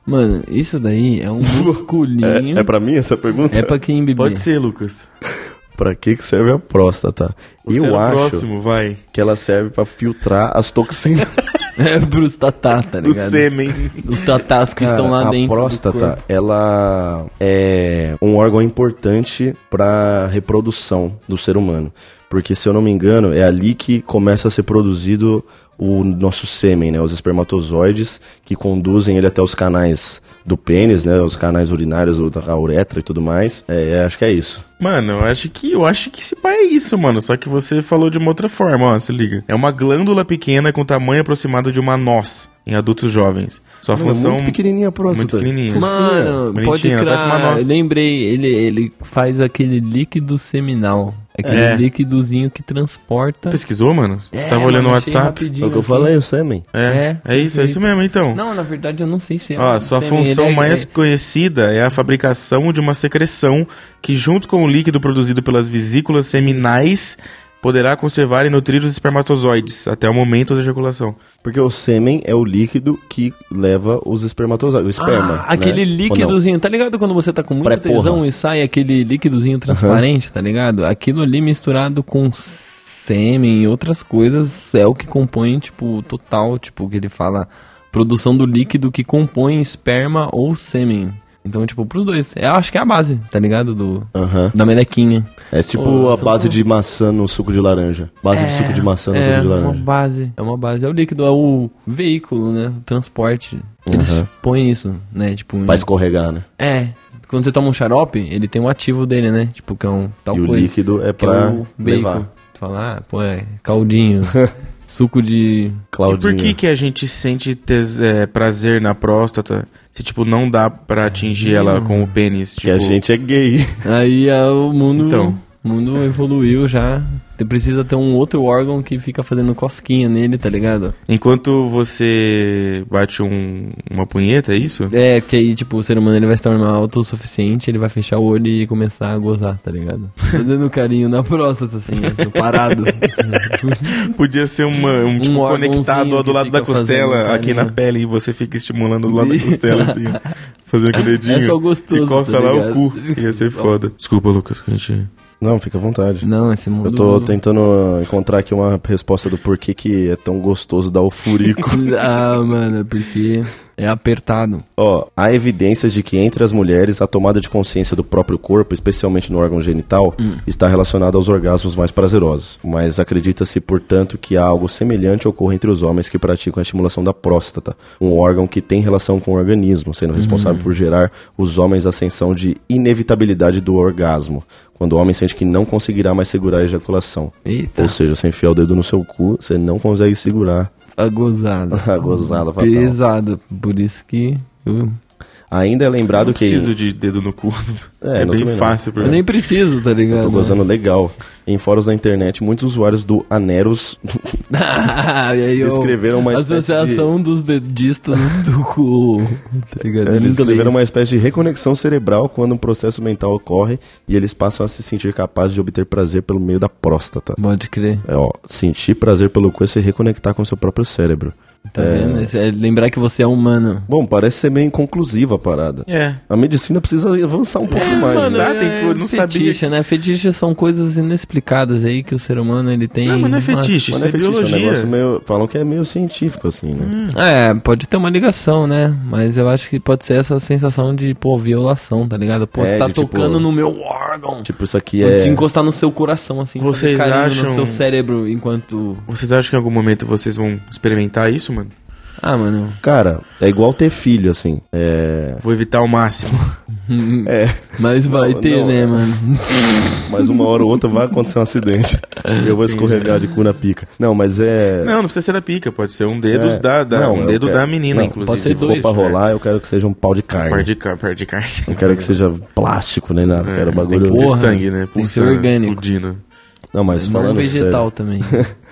Speaker 4: Mano, isso daí é um musculinho.
Speaker 3: é, é pra mim essa pergunta?
Speaker 4: É pra quem bebê.
Speaker 5: Pode ser, Lucas.
Speaker 3: Pra que que serve a próstata?
Speaker 5: Você
Speaker 3: eu
Speaker 5: era o
Speaker 3: acho Tá
Speaker 5: próximo, vai.
Speaker 3: que ela serve pra filtrar as toxinas.
Speaker 4: *laughs* É pros tatá, tá
Speaker 5: Do
Speaker 4: ligado?
Speaker 5: sêmen.
Speaker 4: Os tatás *laughs* que estão lá
Speaker 3: a
Speaker 4: dentro. do
Speaker 3: próstata,
Speaker 4: corpo.
Speaker 3: ela é um órgão importante pra reprodução do ser humano. Porque, se eu não me engano, é ali que começa a ser produzido o nosso sêmen, né? Os espermatozoides que conduzem ele até os canais do pênis, né? Os canais urinários, a uretra e tudo mais. É, acho que é isso.
Speaker 5: *laughs* Mano, eu acho que eu acho que esse pai é isso, mano. Só que você falou de uma outra forma, ó, se liga. É uma glândula pequena com tamanho aproximado de uma noz em adultos jovens. Sua
Speaker 3: Não, é
Speaker 5: função
Speaker 3: muito pequenininha a próstata.
Speaker 5: muito pequenininha.
Speaker 4: Mano,
Speaker 5: Bonitinha,
Speaker 4: pode
Speaker 5: é. parece uma
Speaker 4: crer.
Speaker 5: nossa.
Speaker 4: Eu Lembrei, ele, ele faz aquele líquido seminal. Aquele
Speaker 5: É.
Speaker 4: líquidozinho que transporta.
Speaker 5: Pesquisou, mano? Você
Speaker 4: É,
Speaker 5: tava olhando o
Speaker 4: mano, achei
Speaker 5: WhatsApp?
Speaker 4: rapidinho
Speaker 3: É o que eu
Speaker 4: aqui.
Speaker 3: falei, o sêmen.
Speaker 5: É, é,
Speaker 4: É,
Speaker 5: isso, é isso
Speaker 4: perfeito.
Speaker 5: mesmo, então.
Speaker 4: Não, na verdade eu não sei se é.
Speaker 5: Ó,
Speaker 4: um
Speaker 5: sua
Speaker 4: sêmen,
Speaker 5: função
Speaker 4: ele é-
Speaker 5: mais
Speaker 4: ele
Speaker 5: conhecida é a fabricação de uma secreção que, junto com o líquido produzido pelas vesículas seminais, poderá conservar e nutrir os espermatozoides até o momento da ejaculação.
Speaker 3: Porque o sêmen é o líquido que leva os espermatozoides, o
Speaker 4: é-
Speaker 3: esperma.
Speaker 4: Ah,
Speaker 3: né?
Speaker 4: aquele
Speaker 3: Ou não?
Speaker 4: líquidozinho, tá ligado quando você tá com muito
Speaker 3: Pré-porra.
Speaker 4: tesão e sai aquele líquidozinho transparente, tá ligado? Aquilo ali misturado com sêmen e outras coisas é o que compõe, tipo, o total, tipo, que ele fala, produção do líquido que compõe esperma ou sêmen. Então, tipo, pros dois. Eu acho que é a base, tá ligado? Do,
Speaker 3: Aham.
Speaker 4: da melequinha.
Speaker 3: É tipo
Speaker 4: Ô,
Speaker 3: a
Speaker 4: só
Speaker 3: base
Speaker 4: um-
Speaker 3: de maçã no suco de laranja. Base de suco de maçã no suco
Speaker 4: É
Speaker 3: de
Speaker 4: uma
Speaker 3: laranja.
Speaker 4: base, é uma base. É o líquido, é o veículo, né? O transporte. Eles
Speaker 3: Uhum.
Speaker 4: põem isso, né? Tipo, em-
Speaker 3: Pra escorregar, né?
Speaker 4: É. Quando você toma um xarope, ele tem um ativo dele, né? Tipo, que é um tal
Speaker 3: e o
Speaker 4: coisa.
Speaker 3: líquido é
Speaker 4: que
Speaker 3: pra
Speaker 4: é o bacon.
Speaker 3: levar.
Speaker 4: Tu Fala, ah, pô, é
Speaker 3: *laughs*
Speaker 4: caldinho, suco de...
Speaker 3: Claudinho.
Speaker 5: E por que, que a gente sente tes- é, prazer na próstata se, tipo, não dá pra atingir ela com o pênis?
Speaker 3: Porque
Speaker 5: Tipo,
Speaker 3: a gente é gay. *laughs*
Speaker 4: Aí ah, o mundo,
Speaker 5: Então.
Speaker 4: o mundo evoluiu já. Você precisa ter um outro órgão que fica fazendo cosquinha nele, tá ligado?
Speaker 5: Enquanto você bate um- uma punheta, é isso?
Speaker 4: É, porque aí, tipo, o ser humano ele vai se tornar autossuficiente, ele vai fechar o olho e começar a gozar, tá ligado? *laughs* Tô dando carinho na próstata, assim,
Speaker 3: *laughs*
Speaker 4: assim, parado.
Speaker 5: Podia ser uma, um, tipo
Speaker 4: órgãozinho
Speaker 5: conectado ó, do
Speaker 4: que
Speaker 5: lado da
Speaker 4: fica fazendo
Speaker 5: costela, aqui na
Speaker 4: carinho.
Speaker 5: pele, e você fica estimulando do lado da costela, assim, ó, fazendo com o dedinho.
Speaker 4: É só gostoso,
Speaker 5: E coça
Speaker 4: tá
Speaker 5: lá
Speaker 4: ligado?
Speaker 5: o cu. Ia ser foda. Desculpa, Lucas, que a gente.
Speaker 3: Não, fica à vontade.
Speaker 4: Não, esse mundo...
Speaker 3: Eu tô tentando encontrar aqui uma resposta do porquê que é tão gostoso dar o furico.
Speaker 4: Ah, mano, é porque é apertado.
Speaker 3: Ó, há evidências de que entre as mulheres a tomada de consciência do próprio corpo, especialmente no órgão genital, está relacionada aos orgasmos mais prazerosos. Mas acredita-se, portanto, que algo semelhante ocorre entre os homens que praticam a estimulação da próstata, um órgão que tem relação com o organismo,
Speaker 5: Uhum.
Speaker 3: sendo responsável por gerar os homens a sensação de inevitabilidade do orgasmo, quando o homem sente que não conseguirá mais segurar a ejaculação.
Speaker 4: Eita,
Speaker 3: Ou seja, você enfiar o dedo no seu cu, você não consegue segurar *laughs*
Speaker 4: a gozada.
Speaker 3: a gozada fatal.
Speaker 4: Pesado. Por isso que eu,
Speaker 3: Ainda é lembrado
Speaker 5: não
Speaker 3: que...
Speaker 5: preciso de dedo no cu.
Speaker 3: É,
Speaker 5: É,
Speaker 3: não,
Speaker 5: bem
Speaker 3: também não.
Speaker 5: fácil pra
Speaker 4: eu
Speaker 5: mim.
Speaker 4: nem preciso, tá ligado?
Speaker 5: Uhum.
Speaker 3: Tô gozando legal. Em fóruns da internet, muitos usuários do
Speaker 5: *laughs*
Speaker 3: Aneros
Speaker 4: *laughs* e aí, eu-
Speaker 3: Descreveram uma espécie
Speaker 4: Associação dos dedistas do *laughs* cu. Tá ligado?
Speaker 3: eles
Speaker 5: é
Speaker 3: descreveram
Speaker 4: Inglês.
Speaker 3: uma espécie de reconexão cerebral quando um processo mental ocorre e eles passam a se sentir capazes de obter prazer pelo meio da próstata.
Speaker 4: Pode crer.
Speaker 3: É, ó, sentir prazer pelo cu é se reconectar com seu próprio cérebro.
Speaker 4: Tá vendo? Esse é lembrar que você é humano.
Speaker 3: Bom, parece ser meio inconclusiva a parada.
Speaker 5: É.
Speaker 3: A medicina precisa avançar um pouco mais.
Speaker 5: mano, é
Speaker 3: né?
Speaker 5: Exato, inclu- não sabia.
Speaker 4: fetiche, né? Fetiche são coisas inexplicadas aí que o ser humano ele tem.
Speaker 5: Não, mas não é
Speaker 4: Nossa.
Speaker 5: fetiche, isso
Speaker 3: Mas não
Speaker 5: é,
Speaker 3: é fetiche, é um negócio
Speaker 5: biologia. Hum.
Speaker 3: meio. Falam que é meio científico, assim, né?
Speaker 4: É, pode ter uma ligação, né? Mas eu acho que pode ser essa sensação de, pô, violação, tá ligado? Pô,
Speaker 3: É,
Speaker 4: você tá
Speaker 3: de, tipo,
Speaker 4: tocando no meu órgão.
Speaker 3: Tipo, isso aqui
Speaker 4: Tipo,
Speaker 3: é.
Speaker 4: de encostar no seu coração, assim,
Speaker 5: Vocês
Speaker 4: fazer carinho no
Speaker 5: acham-
Speaker 4: seu cérebro enquanto.
Speaker 5: Vocês acham que em algum momento vocês vão experimentar isso, mano?
Speaker 4: Ah, mano.
Speaker 3: Cara, é igual ter filho, assim. É.
Speaker 5: Vou evitar ao máximo.
Speaker 3: *laughs* É.
Speaker 4: Mas vai
Speaker 3: Não,
Speaker 4: ter,
Speaker 3: não. é,
Speaker 4: né, mano?
Speaker 3: Mas uma hora ou outra vai acontecer um acidente. Eu vou escorregar de cu na pica. Não, mas
Speaker 5: *laughs*
Speaker 3: é.
Speaker 5: Não, não precisa ser a pica, pode ser um dedo
Speaker 3: é-
Speaker 5: da, da-
Speaker 3: Não,
Speaker 5: um
Speaker 3: eu
Speaker 5: dedo
Speaker 3: quero-
Speaker 5: da menina,
Speaker 3: não,
Speaker 5: inclusive.
Speaker 4: pode ser
Speaker 3: Se for
Speaker 4: dois,
Speaker 3: pra
Speaker 4: né?
Speaker 3: rolar, eu quero que seja um pau de carne.
Speaker 5: Par de ca- par de carne. É,
Speaker 3: Não quero que seja plástico nem nada. quero bagulho.
Speaker 5: Tem que ter
Speaker 4: Porra,
Speaker 5: sangue, né?
Speaker 4: tem que ser
Speaker 5: Pulsando,
Speaker 4: orgânico.
Speaker 5: explodindo.
Speaker 3: Não, mas
Speaker 4: Não
Speaker 3: falando sério,
Speaker 4: vegetal também.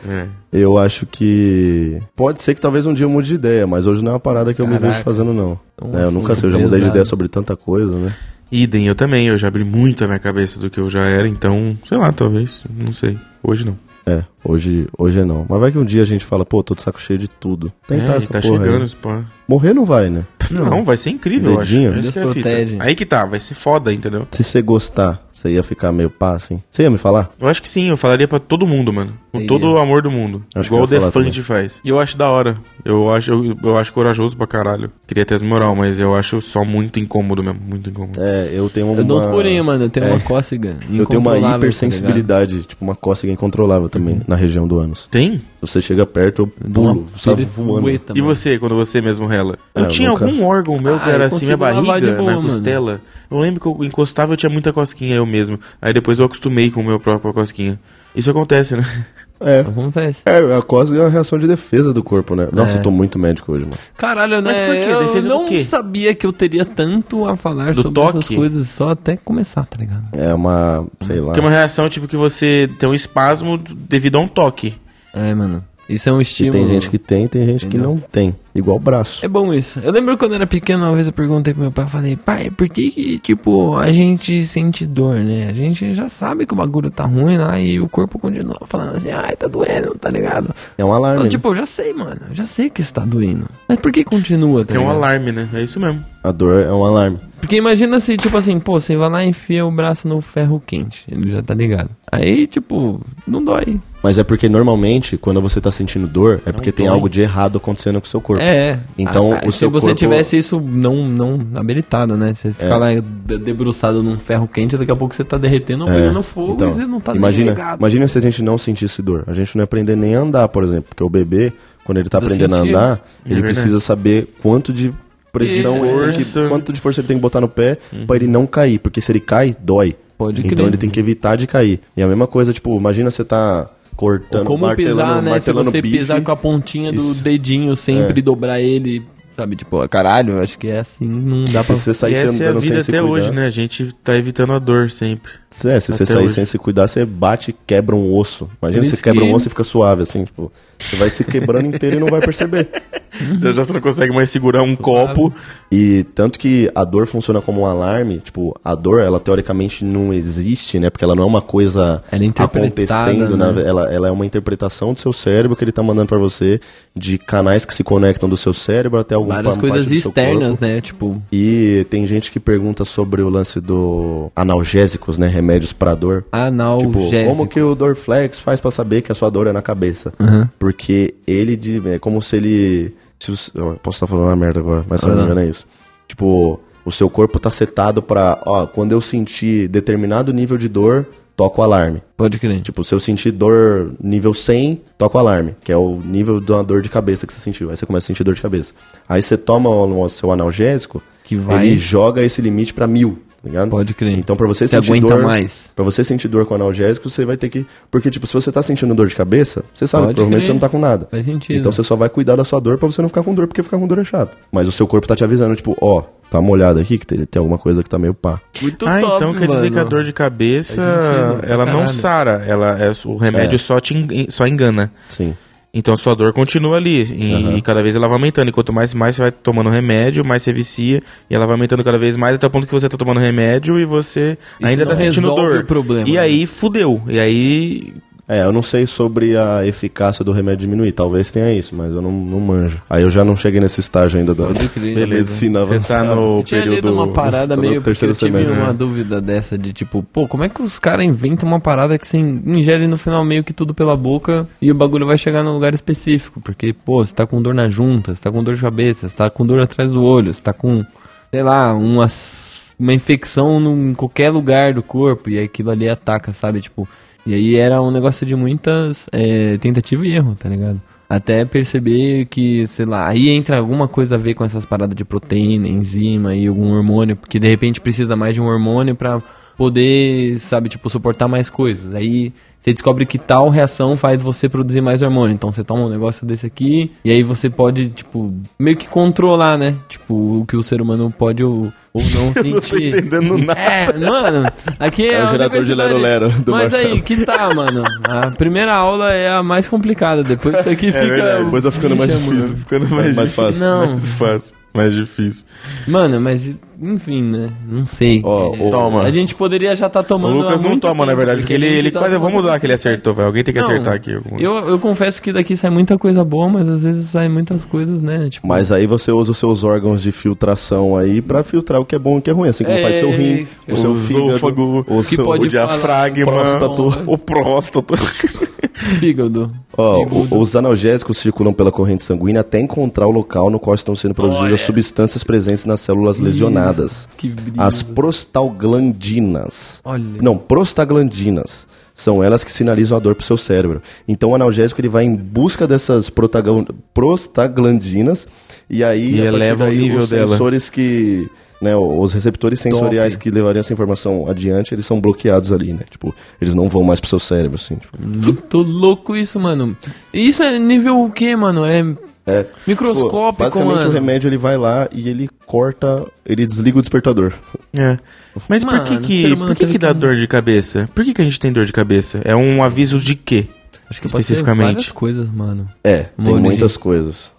Speaker 5: É.
Speaker 3: eu acho que. Pode ser que talvez um dia eu mude de ideia, mas hoje não é uma parada que eu me
Speaker 4: Caraca.
Speaker 3: vejo fazendo, não.
Speaker 4: Um
Speaker 3: É, eu nunca
Speaker 4: assunto
Speaker 3: sei, eu já mudei de
Speaker 4: pesado.
Speaker 3: ideia sobre tanta coisa, né?
Speaker 5: Idem, eu também, eu já abri muito a minha cabeça do que eu já era, então, sei lá, talvez, não sei. Hoje não.
Speaker 3: É, hoje, hoje é não. Mas vai que um dia a gente fala, pô, tô de saco cheio de tudo. Tentar
Speaker 5: é,
Speaker 3: essa
Speaker 5: tá
Speaker 3: porra
Speaker 5: chegando,
Speaker 3: aí.
Speaker 5: esse pá.
Speaker 3: Morrer não vai, né?
Speaker 5: Não, vai ser incrível, eu acho.
Speaker 3: Dedinho.
Speaker 5: Essa que é a
Speaker 4: Deus
Speaker 5: fita.
Speaker 4: protege.
Speaker 5: Aí que tá, vai ser foda, entendeu?
Speaker 3: Se você gostar, você ia ficar meio pá, assim. Você ia me falar?
Speaker 5: Eu acho que sim, eu falaria pra todo mundo, mano. Com
Speaker 4: Sim.
Speaker 5: todo o amor do mundo.
Speaker 3: Acho
Speaker 5: Igual o
Speaker 3: que eu ia falar
Speaker 5: Defante faz. E eu acho da hora. Eu acho, eu, eu acho corajoso pra caralho. Queria ter as moral, mas eu acho só muito incômodo mesmo. Muito incômodo.
Speaker 3: É, eu tenho uma...
Speaker 4: Eu dou uns purinhos, mano. Eu tenho
Speaker 3: É.
Speaker 4: uma cócega.
Speaker 3: *laughs* Eu tenho uma
Speaker 4: incontrolável, tá
Speaker 3: hipersensibilidade, tipo uma cócega incontrolável também, na região do ânus.
Speaker 5: Tem?
Speaker 3: Se você chega perto, eu
Speaker 4: ligado? Dou uma
Speaker 3: pulo, sabe, voando.
Speaker 4: pirueta,
Speaker 5: E
Speaker 4: mano.
Speaker 5: você, quando você mesmo rela?
Speaker 3: Ah,
Speaker 5: Eu tinha
Speaker 3: eu nunca-
Speaker 5: algum órgão meu que
Speaker 4: Ah,
Speaker 5: era
Speaker 4: eu
Speaker 5: assim, minha
Speaker 4: consigo lavar de
Speaker 5: barriga,
Speaker 4: boa,
Speaker 5: na
Speaker 4: mano.
Speaker 5: costela. Eu lembro que eu encostava eu tinha muita cosquinha eu mesmo. Aí depois eu acostumei com o meu próprio cosquinha. Isso acontece, né? *laughs*
Speaker 3: É.
Speaker 4: Acontece.
Speaker 3: É, a cócega é uma reação de defesa do corpo, né? Nossa,
Speaker 4: É.
Speaker 3: eu tô muito médico hoje, mano.
Speaker 4: Caralho, né?
Speaker 5: Mas por quê?
Speaker 4: Eu
Speaker 5: Defesa do
Speaker 4: não
Speaker 5: quê?
Speaker 4: sabia que eu teria tanto a falar
Speaker 5: Do
Speaker 4: sobre essas
Speaker 5: toque?
Speaker 4: coisas só até começar, tá ligado?
Speaker 3: É uma, sei lá...
Speaker 5: Porque é uma reação tipo que você tem um espasmo devido a um toque.
Speaker 4: É, mano. Isso é um
Speaker 3: que
Speaker 4: estímulo.
Speaker 3: tem gente que tem, tem gente
Speaker 4: Entendeu?
Speaker 3: que não tem. Igual braço.
Speaker 4: É bom isso. Eu lembro quando eu era pequeno, uma vez eu perguntei pro meu pai, eu falei, pai, por que, que, tipo, a gente sente dor, né? A gente já sabe que o bagulho tá ruim lá e o corpo continua falando assim, ai, tá doendo, tá ligado?
Speaker 3: É um alarme.
Speaker 4: Eu,
Speaker 3: né?
Speaker 4: tipo, eu já sei, mano, eu já sei que está doendo. Mas por que continua, tá
Speaker 5: Que é um
Speaker 4: ligado?
Speaker 5: alarme, né? É isso mesmo.
Speaker 3: A dor é um alarme.
Speaker 4: Porque imagina se, tipo assim, pô, você vai lá e enfia o braço no ferro quente, ele já tá ligado. Aí, tipo, não dói.
Speaker 3: Mas é porque normalmente, quando você tá sentindo dor, é porque tem
Speaker 5: dói.
Speaker 3: algo de errado acontecendo com o seu corpo.
Speaker 4: É, é.
Speaker 3: Então, o
Speaker 4: se
Speaker 3: seu
Speaker 4: você
Speaker 3: corpo- É.
Speaker 4: tivesse isso não, não habilitado, né? Você ficar lá de- debruçado num ferro quente, daqui a pouco você tá derretendo ou pegando fogo e você não tá
Speaker 3: É. Então,
Speaker 4: nem
Speaker 3: imagina,
Speaker 4: ligado.
Speaker 3: imagina se a gente não sentisse dor. A gente não ia aprender nem a andar, por exemplo. Porque o bebê, quando ele tá
Speaker 4: Precisa
Speaker 3: aprendendo
Speaker 4: sentir.
Speaker 3: a andar,
Speaker 4: É
Speaker 3: ele
Speaker 5: verdade.
Speaker 3: precisa saber quanto de pressão,
Speaker 5: E
Speaker 3: ele tem que-
Speaker 5: força.
Speaker 3: quanto de força ele tem que botar no pé pra ele não cair. Porque se ele cai, dói.
Speaker 4: Uhum. Pode
Speaker 3: então
Speaker 4: crer.
Speaker 3: ele tem que evitar de cair. E a mesma coisa, tipo, imagina você tá cortando,
Speaker 4: Como
Speaker 3: martelando,
Speaker 4: pisar, né? Se
Speaker 3: martelando
Speaker 4: você
Speaker 3: bife.
Speaker 4: pisar com a pontinha
Speaker 3: Isso.
Speaker 4: do dedinho sempre
Speaker 3: É.
Speaker 4: dobrar ele, sabe? Tipo, ah, caralho, acho que é assim, não dá pra...
Speaker 3: Se você
Speaker 5: E
Speaker 3: sair
Speaker 5: essa é a
Speaker 3: andando sem
Speaker 5: vida
Speaker 3: se
Speaker 5: até
Speaker 3: cuidar-
Speaker 5: hoje, né? A gente tá evitando a dor sempre.
Speaker 3: É, se você
Speaker 5: Até
Speaker 3: sair
Speaker 5: hoje.
Speaker 3: sem se cuidar, você bate e quebra um osso. Imagina
Speaker 4: Por
Speaker 3: você
Speaker 4: isso
Speaker 3: quebra
Speaker 4: que-
Speaker 3: um osso e fica suave, assim, tipo, você vai se quebrando inteiro e não vai
Speaker 4: *laughs*
Speaker 3: perceber.
Speaker 5: *laughs* Já, já você não consegue mais segurar um copo.
Speaker 3: E tanto que a dor funciona como um alarme, tipo, a dor, ela teoricamente não existe, né? Porque ela não é uma coisa
Speaker 4: Ela é interpretada,
Speaker 3: acontecendo,
Speaker 4: né?
Speaker 3: na- ela, ela é uma interpretação do seu cérebro que ele tá mandando pra você, de canais que se conectam do seu cérebro até alguma
Speaker 4: Várias
Speaker 3: pa-
Speaker 4: coisas
Speaker 3: parte do seu corpo.
Speaker 4: externas, né? Tipo,
Speaker 3: E tem gente que pergunta sobre o lance do analgésicos, né? Remédios pra dor. Tipo,
Speaker 4: analgésico.
Speaker 3: como que o Dorflex faz pra saber que a sua dor é na cabeça? Porque ele de- é como se ele. se os- eu posso estar falando uma merda agora, mas se eu não me engano é isso. Tipo, o seu corpo tá setado pra. Ó, quando eu sentir determinado nível de dor, toca o alarme.
Speaker 4: Pode crer.
Speaker 5: Ah,
Speaker 3: Tipo, se eu sentir dor nível 100, toca o alarme, que é o nível de uma dor de cabeça que você sentiu. Aí você começa a sentir dor de cabeça. Aí você toma o, o seu analgésico,
Speaker 4: Que vai-
Speaker 3: ele joga esse limite pra mil, tá ligado?
Speaker 4: Pode crer.
Speaker 3: Então pra você
Speaker 4: Você
Speaker 3: sentir
Speaker 4: aguenta
Speaker 3: dor...
Speaker 4: mais.
Speaker 3: Pra você sentir dor com analgésico, você vai ter que... Porque, tipo, se você tá sentindo dor de cabeça, você sabe que
Speaker 4: Pode
Speaker 3: provavelmente
Speaker 4: crer.
Speaker 3: você não tá com nada.
Speaker 4: Faz sentido.
Speaker 3: Então você só vai cuidar da sua dor pra você não ficar com dor, porque ficar com dor é chato. Mas o seu corpo tá te avisando, tipo, ó, tá molhado aqui, que tem, tem alguma coisa que tá meio pá.
Speaker 4: Muito
Speaker 5: ah, então
Speaker 4: top,
Speaker 5: quer dizer
Speaker 4: mano.
Speaker 5: que a dor de cabeça,
Speaker 4: Faz sentido,
Speaker 5: ela não
Speaker 4: caralho.
Speaker 5: sara, ela é- o remédio
Speaker 3: É.
Speaker 5: só te en- só engana.
Speaker 3: Sim.
Speaker 5: Então sua dor continua ali e, e cada vez ela vai aumentando. E quanto mais mais você vai tomando remédio, mais você vicia e ela vai aumentando cada vez mais até o ponto que você tá tomando remédio e você
Speaker 4: Isso
Speaker 5: ainda tá
Speaker 4: não
Speaker 5: sentindo
Speaker 4: resolve né?
Speaker 5: dor.
Speaker 4: o problema,
Speaker 5: e
Speaker 4: né?
Speaker 5: aí fudeu. E aí
Speaker 3: É, eu não sei sobre a eficácia do remédio diminuir, talvez tenha isso, mas eu não, não manjo. Aí eu já não cheguei nesse estágio ainda da,
Speaker 4: Pode crer.
Speaker 3: da medicina
Speaker 5: Você tá
Speaker 3: avançada.
Speaker 5: no
Speaker 4: Eu tinha
Speaker 5: período.
Speaker 4: lido uma parada
Speaker 3: no
Speaker 4: meio porque eu
Speaker 3: terceiro
Speaker 4: tive
Speaker 3: semestre,
Speaker 4: uma
Speaker 3: né?
Speaker 4: dúvida dessa de tipo, pô, como é que os caras inventam uma parada que você ingere no final meio que tudo pela boca e o bagulho vai chegar num lugar específico? Porque, pô, você tá com dor na junta, você tá com dor de cabeça, você tá com dor atrás do olho, você tá com, sei lá, uma, s- uma infecção num- em qualquer lugar do corpo e aquilo ali ataca, sabe? Tipo, e aí era um negócio de muitas é, tentativa e erro, tá ligado? Até perceber que, sei lá, aí entra alguma coisa a ver com essas paradas de proteína, enzima e algum hormônio, porque de repente precisa mais de um hormônio pra poder, sabe, tipo, suportar mais coisas. Aí você descobre que tal reação faz você produzir mais hormônio. Então você toma um negócio desse aqui e aí você pode, tipo, meio que controlar, né? Tipo, o que o ser humano pode ou, ou não sentir.
Speaker 5: entendendo nada.
Speaker 4: É, mano, aqui é,
Speaker 3: É o
Speaker 4: a
Speaker 3: gerador de
Speaker 4: universidade.
Speaker 3: lero-lero do
Speaker 4: Mas aí,
Speaker 3: Marcelo.
Speaker 4: que tá, mano? A primeira aula é a mais complicada, depois isso aqui fica.
Speaker 5: É verdade,
Speaker 3: Depois tá ficando mais
Speaker 4: Ixi, mano.
Speaker 3: difícil.
Speaker 5: Ficando
Speaker 3: mais
Speaker 5: mais,
Speaker 3: fácil.
Speaker 5: fácil.
Speaker 4: Não.
Speaker 5: Mais fácil. Mais difícil.
Speaker 4: Mano, mas enfim, né? Não sei.
Speaker 3: Ó,
Speaker 4: É,
Speaker 3: o-
Speaker 5: Toma.
Speaker 4: A gente poderia já tá
Speaker 5: O
Speaker 4: tomando.
Speaker 5: Lucas
Speaker 4: há
Speaker 5: não
Speaker 4: muito
Speaker 5: toma, na
Speaker 4: tempo,
Speaker 5: verdade, porque ele,
Speaker 4: a gente
Speaker 5: ele
Speaker 4: tá
Speaker 5: quase.
Speaker 4: tomando-
Speaker 5: Vamos lá que ele acertou, vai. Alguém tem que
Speaker 4: Não,
Speaker 5: acertar aqui.
Speaker 4: Eu, eu confesso que daqui sai muita coisa boa, mas às vezes saem muitas coisas, né? Tipo,
Speaker 3: Mas aí você usa os seus órgãos de filtração aí pra filtrar o que é bom e o que é ruim. Assim como faz seu rim,
Speaker 4: É,
Speaker 3: o seu
Speaker 5: o esôfago,
Speaker 3: fígado, o
Speaker 4: que
Speaker 3: seu...
Speaker 4: pode-
Speaker 5: o diafragma,
Speaker 3: falar, próstata.
Speaker 5: o
Speaker 4: *laughs*
Speaker 5: próstata.
Speaker 4: fígado.
Speaker 3: Ó,
Speaker 4: Fígado.
Speaker 3: o- os analgésicos circulam pela corrente sanguínea até encontrar o local no qual estão sendo produzidas as substâncias presentes nas células lesionadas.
Speaker 4: Que brilho.
Speaker 3: As prostalglandinas.
Speaker 4: Olha.
Speaker 3: Não, prostaglandinas. São elas que sinalizam a dor pro seu cérebro. Então o analgésico ele vai em busca dessas protagon- prostaglandinas e aí
Speaker 5: E
Speaker 3: a partir
Speaker 5: eleva o
Speaker 3: daí,
Speaker 5: nível
Speaker 3: os
Speaker 5: dela.
Speaker 3: sensores que. Né, os receptores sensoriais que levariam essa informação adiante, eles são bloqueados ali, né? Tipo, eles não vão mais pro seu cérebro, assim. tipo.
Speaker 4: Hum. Muito louco isso, mano. Isso é nível o quê, mano? É
Speaker 3: É. Tipo,
Speaker 4: microscópico,
Speaker 3: basicamente
Speaker 4: mano.
Speaker 3: o remédio ele vai lá e ele corta, ele desliga o despertador.
Speaker 5: É. Mas
Speaker 4: Mano,
Speaker 5: por que
Speaker 4: o ser
Speaker 5: que,
Speaker 4: humano
Speaker 5: por que,
Speaker 4: teve
Speaker 5: que dá
Speaker 4: que-
Speaker 5: dor de cabeça? Por que, que a gente tem dor de cabeça? É um aviso de quê?
Speaker 4: Acho que pode ser
Speaker 5: Especificamente.
Speaker 4: várias coisas, mano.
Speaker 3: É, tem
Speaker 4: Uma origem.
Speaker 3: muitas coisas.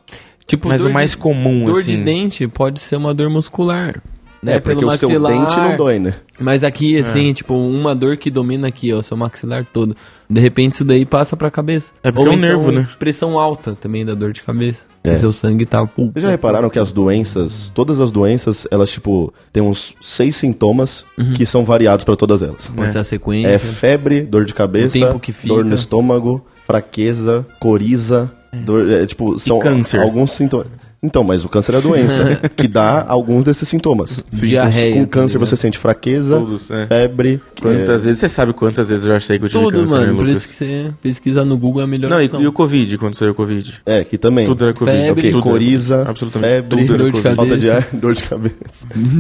Speaker 4: Tipo,
Speaker 5: Mas
Speaker 4: dor
Speaker 5: o mais
Speaker 4: de,
Speaker 5: comum,
Speaker 4: dor
Speaker 5: assim.
Speaker 4: de dente pode ser uma dor muscular. Né?
Speaker 3: é, porque o seu dente não dói, né?
Speaker 4: Mas aqui,
Speaker 5: É.
Speaker 4: assim, tipo, uma dor que domina aqui, ó, seu maxilar todo. De repente isso daí passa pra cabeça. então,
Speaker 5: É porque é um nervo, né?
Speaker 4: pressão alta também da dor de cabeça.
Speaker 3: É.
Speaker 4: E seu sangue tá...
Speaker 3: Vocês já repararam que as doenças, todas as doenças, elas, tipo, tem uns seis sintomas
Speaker 4: Uhum.
Speaker 3: que são variados pra todas elas.
Speaker 4: Pode ser a sequência.
Speaker 3: É febre, dor de
Speaker 4: O
Speaker 3: cabeça,
Speaker 4: tempo que fica.
Speaker 3: dor no estômago, fraqueza, coriza, dor, é, tipo, são
Speaker 5: câncer.
Speaker 3: alguns sintomas. Então, mas o câncer é a doença
Speaker 4: *laughs*
Speaker 3: que dá alguns desses sintomas.
Speaker 4: Diarreia,
Speaker 3: Com
Speaker 4: tá
Speaker 3: câncer
Speaker 4: ligado?
Speaker 3: você sente fraqueza,
Speaker 5: Todos, é.
Speaker 3: febre, é,
Speaker 5: Quantas vezes? Você sabe quantas vezes eu já achei que eu tive
Speaker 4: Tudo,
Speaker 5: câncer,
Speaker 4: mano.
Speaker 5: né,
Speaker 4: Por
Speaker 5: Lucas?
Speaker 4: isso que você pesquisar no Google é a melhor
Speaker 5: Não, e,
Speaker 4: opção.
Speaker 5: e o Covid, quando saiu o Covid?
Speaker 3: É, que também.
Speaker 5: Tudo era Covid.
Speaker 4: Febre.
Speaker 3: Ok,
Speaker 5: tudo era-
Speaker 3: coriza,
Speaker 5: absolutamente
Speaker 3: febre,
Speaker 5: tudo é era
Speaker 4: Dor de
Speaker 5: Covid.
Speaker 3: falta de
Speaker 4: cabeça.
Speaker 3: ar, dor de cabeça.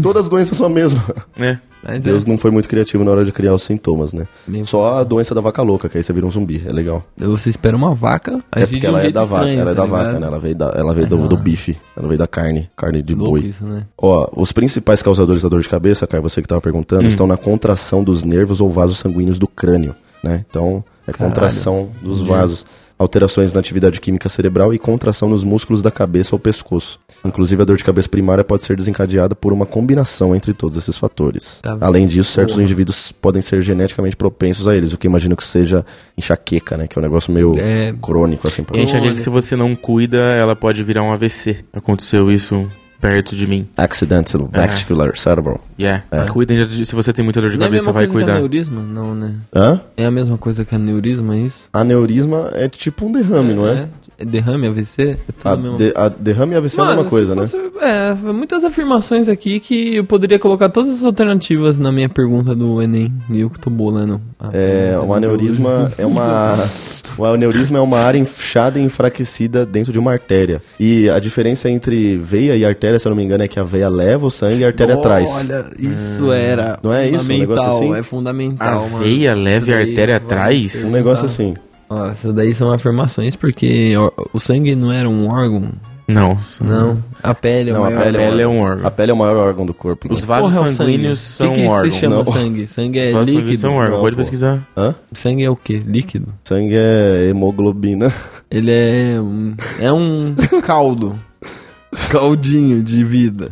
Speaker 3: Todas as doenças são a mesma.
Speaker 5: Né?
Speaker 4: Mas é, um
Speaker 3: Deus não foi muito criativo na hora de criar os sintomas, né?
Speaker 4: Bem-
Speaker 3: Só a doença da vaca louca, que aí você vira um zumbi, é legal.
Speaker 4: Você espera uma vaca,
Speaker 3: É
Speaker 4: agir
Speaker 3: porque
Speaker 4: de um
Speaker 3: ela é
Speaker 4: jeito
Speaker 3: da vaca,
Speaker 4: estranho,
Speaker 3: ela é
Speaker 4: tá
Speaker 3: da vaca,
Speaker 4: ligado?
Speaker 3: né? Ela veio, da, ela veio
Speaker 4: Ah.
Speaker 3: do, do bife, ela veio da carne, carne de
Speaker 4: Louco
Speaker 3: boi.
Speaker 4: isso, né?
Speaker 3: Ó, os principais causadores da dor de cabeça, Caio, você que tava
Speaker 4: Uhum.
Speaker 3: perguntando, estão na contração dos nervos ou vasos sanguíneos do crânio, né? Então, é contração
Speaker 4: Uhum.
Speaker 3: dos vasos, alterações na atividade química cerebral e contração nos músculos da cabeça ou pescoço. Inclusive, a dor de cabeça primária pode ser desencadeada por uma combinação entre todos esses fatores.
Speaker 4: Tá.
Speaker 3: Além disso, certos indivíduos podem ser geneticamente propensos a eles, o que eu imagino que seja enxaqueca, né? Que é um negócio meio
Speaker 4: É.
Speaker 3: crônico, assim. pra-
Speaker 5: E a enxaqueca
Speaker 4: Olha.
Speaker 5: que se você não cuida, ela pode virar um AVC. Aconteceu isso perto de mim.
Speaker 3: Accidental
Speaker 4: É.
Speaker 3: vascular cerebral.
Speaker 5: Yeah. Cuidem, de- se você tem muita dor de
Speaker 4: Não é a
Speaker 5: cabeça,
Speaker 4: mesma
Speaker 5: vai
Speaker 4: coisa que
Speaker 5: cuidar.
Speaker 4: aneurisma? Não, né?
Speaker 3: Hã?
Speaker 4: É a mesma coisa que aneurisma, é isso?
Speaker 3: Aneurisma é tipo um derrame, não é?
Speaker 4: É derrame, AVC, é tudo
Speaker 3: A,
Speaker 4: a mesma
Speaker 3: de- a derrame e AVC é a mesma coisa, né?
Speaker 4: É, muitas afirmações aqui que eu poderia colocar todas as alternativas na minha pergunta do Enem. E eu que tô bolando. a
Speaker 3: É,
Speaker 4: pergunta
Speaker 3: um
Speaker 4: do-
Speaker 3: aneurisma é
Speaker 4: *laughs*
Speaker 3: uma. O aneurisma é uma área inchada e enfraquecida dentro de uma artéria. E a diferença entre veia e artéria, se eu não me engano, é que a veia leva o sangue e a artéria traz.
Speaker 4: Olha, isso era
Speaker 3: Não é isso, um
Speaker 4: fundamental,
Speaker 3: negócio assim?
Speaker 4: é
Speaker 5: Ah. A
Speaker 4: fundamental, mano.
Speaker 5: veia leve
Speaker 4: Isso
Speaker 5: a
Speaker 4: daí
Speaker 5: artéria
Speaker 4: vai
Speaker 5: atrás?
Speaker 3: Um
Speaker 4: ter-
Speaker 3: negócio
Speaker 4: tá.
Speaker 3: assim.
Speaker 4: Ó, isso daí são afirmações porque ó, o sangue não era um órgão,
Speaker 5: Não.
Speaker 4: não. A pele é
Speaker 3: Não,
Speaker 4: um
Speaker 3: a
Speaker 4: órgão.
Speaker 5: A pele é um órgão.
Speaker 3: A pele é o maior órgão do corpo. né?
Speaker 5: Os vasos
Speaker 4: Porra, é o
Speaker 5: sanguíneos
Speaker 4: sangue.
Speaker 5: são um
Speaker 4: O que que
Speaker 5: órgão.
Speaker 4: se chama
Speaker 3: não.
Speaker 4: sangue? Sangue é
Speaker 5: Os vasos sanguíneos
Speaker 4: líquido.
Speaker 5: são um órgão.
Speaker 3: Não,
Speaker 5: Pode
Speaker 3: pô.
Speaker 5: pesquisar.
Speaker 3: Hã?
Speaker 4: Sangue é o quê? Líquido?
Speaker 3: Sangue é
Speaker 4: *laughs*
Speaker 3: hemoglobina.
Speaker 4: Ele é um,
Speaker 3: *laughs*
Speaker 4: é um caldo. Caldinho de vida.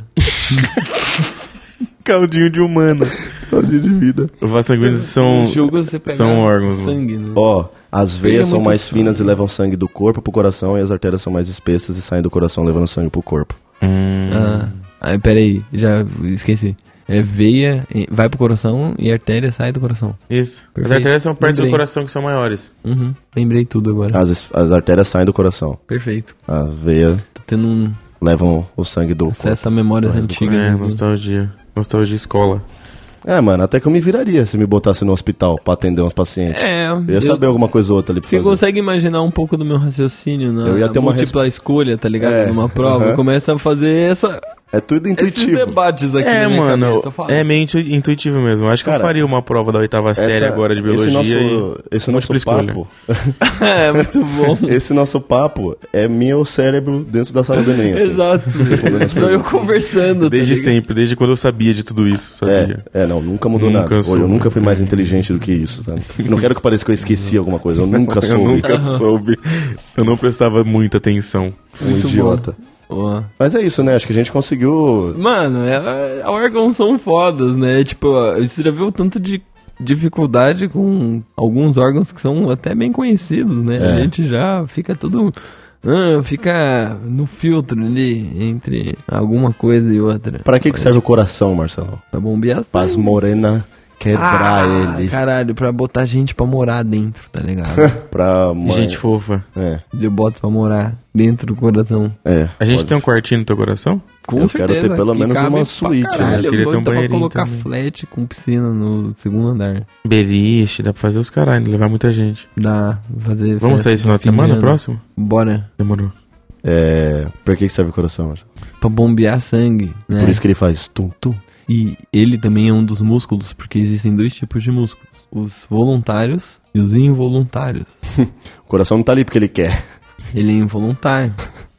Speaker 5: Caldinho de humano.
Speaker 3: Saúde de vida.
Speaker 5: Os vasos sanguíneos são.
Speaker 4: No jogo você pega
Speaker 5: são órgãos,
Speaker 4: sangue, né?
Speaker 3: Ó, As
Speaker 4: Pega
Speaker 3: veias são
Speaker 4: muito
Speaker 3: mais
Speaker 4: sangue.
Speaker 3: finas e levam sangue do corpo pro coração, e as artérias são mais espessas e saem do coração levando sangue pro corpo.
Speaker 5: Hum. Uhum.
Speaker 4: Ah, ah, peraí, já esqueci. É veia, e- vai pro coração e artéria sai do coração.
Speaker 5: Isso. As
Speaker 4: Perfeito.
Speaker 5: artérias são perto do
Speaker 4: Lembrei.
Speaker 5: coração que são maiores.
Speaker 4: Uhum, lembrei tudo agora.
Speaker 3: As, es- as artérias saem do coração.
Speaker 4: Perfeito.
Speaker 3: As veias
Speaker 4: Tô tendo um
Speaker 3: levam o sangue
Speaker 4: É
Speaker 3: do corpo.
Speaker 4: acesso a memórias antigas.
Speaker 5: É,
Speaker 4: né?
Speaker 5: nostalgia. Nostalgia escola.
Speaker 3: É, mano, até que eu me viraria se me botasse no hospital pra atender uns pacientes.
Speaker 4: É,
Speaker 3: eu ia
Speaker 4: eu-
Speaker 3: saber alguma coisa ou outra ali pra
Speaker 4: Você
Speaker 3: fazer.
Speaker 4: consegue imaginar um pouco do meu raciocínio na
Speaker 3: Eu ia ter uma
Speaker 4: múltipla escolha, tá ligado?
Speaker 3: É,
Speaker 4: Numa prova,
Speaker 3: aham.
Speaker 4: começa a fazer essa,
Speaker 3: É tudo
Speaker 4: esses
Speaker 3: intuitivo.
Speaker 4: debates aqui
Speaker 5: É,
Speaker 4: na minha
Speaker 5: mano.
Speaker 4: cabeça. eu falo.
Speaker 5: É meio intu- intuitivo mesmo. Eu Acho que eu
Speaker 3: Cara,
Speaker 5: faria uma prova da oitava
Speaker 3: Essa-
Speaker 5: série agora de biologia.
Speaker 3: Esse
Speaker 5: e...
Speaker 3: nosso, esse nosso
Speaker 5: múltipla escolha.
Speaker 3: papo.
Speaker 4: é muito bom.
Speaker 3: Esse nosso papo é meu cérebro dentro da sala do Enem. assim.
Speaker 4: Exato. Só eu conversando. tá
Speaker 5: Desde
Speaker 4: ligado?
Speaker 5: sempre, desde quando eu sabia de tudo isso, sabia?
Speaker 3: É, é, não, nunca mudou
Speaker 5: Nunca
Speaker 3: nada.
Speaker 5: eu soube.
Speaker 3: Olha, eu nunca fui mais inteligente do que isso, sabe? Não quero que pareça que eu esqueci alguma coisa. Eu nunca
Speaker 5: *laughs* Eu
Speaker 3: soube.
Speaker 5: nunca soube. Eu não prestava muita atenção.
Speaker 3: Um idiota.
Speaker 4: Ó.
Speaker 3: Mas é isso, né? Acho que a gente conseguiu.
Speaker 4: Mano, é, é, órgãos são fodas, né? Tipo, ó, você já viu o tanto de dificuldade com alguns órgãos que são até bem conhecidos, né? A
Speaker 3: É.
Speaker 4: gente já fica todo. ah, fica no filtro ali entre alguma coisa e outra.
Speaker 3: Pra que, que serve o coração, Marcelo?
Speaker 4: Pra bombear sangue.
Speaker 3: Paz Morena quebrar
Speaker 4: Ah,
Speaker 3: ele.
Speaker 4: Caralho, pra botar gente pra morar dentro, tá ligado?
Speaker 3: Pra mãe.
Speaker 5: Gente fofa.
Speaker 3: É,
Speaker 4: Eu boto pra morar dentro do coração.
Speaker 3: é.
Speaker 5: A gente
Speaker 3: Pode-
Speaker 5: tem um quartinho no teu coração?
Speaker 4: Com
Speaker 3: Eu quero
Speaker 4: certeza.
Speaker 3: ter pelo
Speaker 4: que
Speaker 3: menos
Speaker 4: cabe
Speaker 3: uma
Speaker 4: pra
Speaker 3: suíte, né?
Speaker 4: Caralho,
Speaker 5: Eu queria
Speaker 4: eu
Speaker 5: ter um
Speaker 4: vou ter pra
Speaker 5: banheirinho
Speaker 4: colocar
Speaker 5: também.
Speaker 4: flat com piscina no segundo andar.
Speaker 5: Beliche, dá pra fazer os caralho, levar muita gente.
Speaker 4: Dá, fazer.
Speaker 5: Vamos
Speaker 4: festa
Speaker 5: sair esse final de
Speaker 4: fim
Speaker 5: semana,
Speaker 4: ano.
Speaker 5: próximo?
Speaker 4: Bora.
Speaker 5: É. Tá Demorou.
Speaker 3: É. Pra que, que serve o coração, Marcelo?
Speaker 4: Pra bombear sangue, né?
Speaker 3: Por isso que ele faz tum tum.
Speaker 4: E ele também é um dos músculos, porque existem dois tipos de músculos: os voluntários e os involuntários.
Speaker 3: O coração não tá ali porque ele quer.
Speaker 4: Ele
Speaker 5: *laughs*
Speaker 4: é involuntário.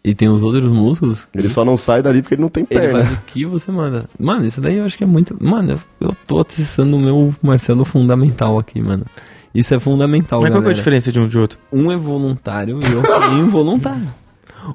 Speaker 4: e tem os outros músculos. que
Speaker 3: Ele só não sai dali porque ele não tem
Speaker 4: Uhum. Ele
Speaker 3: perna.
Speaker 4: faz o que você manda. Mano, isso daí eu acho que é muito. Mano, eu, eu tô acessando o meu Marcelo fundamental aqui, mano. Isso é fundamental,
Speaker 5: Mas qual que é a
Speaker 4: galera.
Speaker 5: diferença de um de outro?
Speaker 4: um é voluntário e outro é
Speaker 3: *laughs*
Speaker 4: involuntário.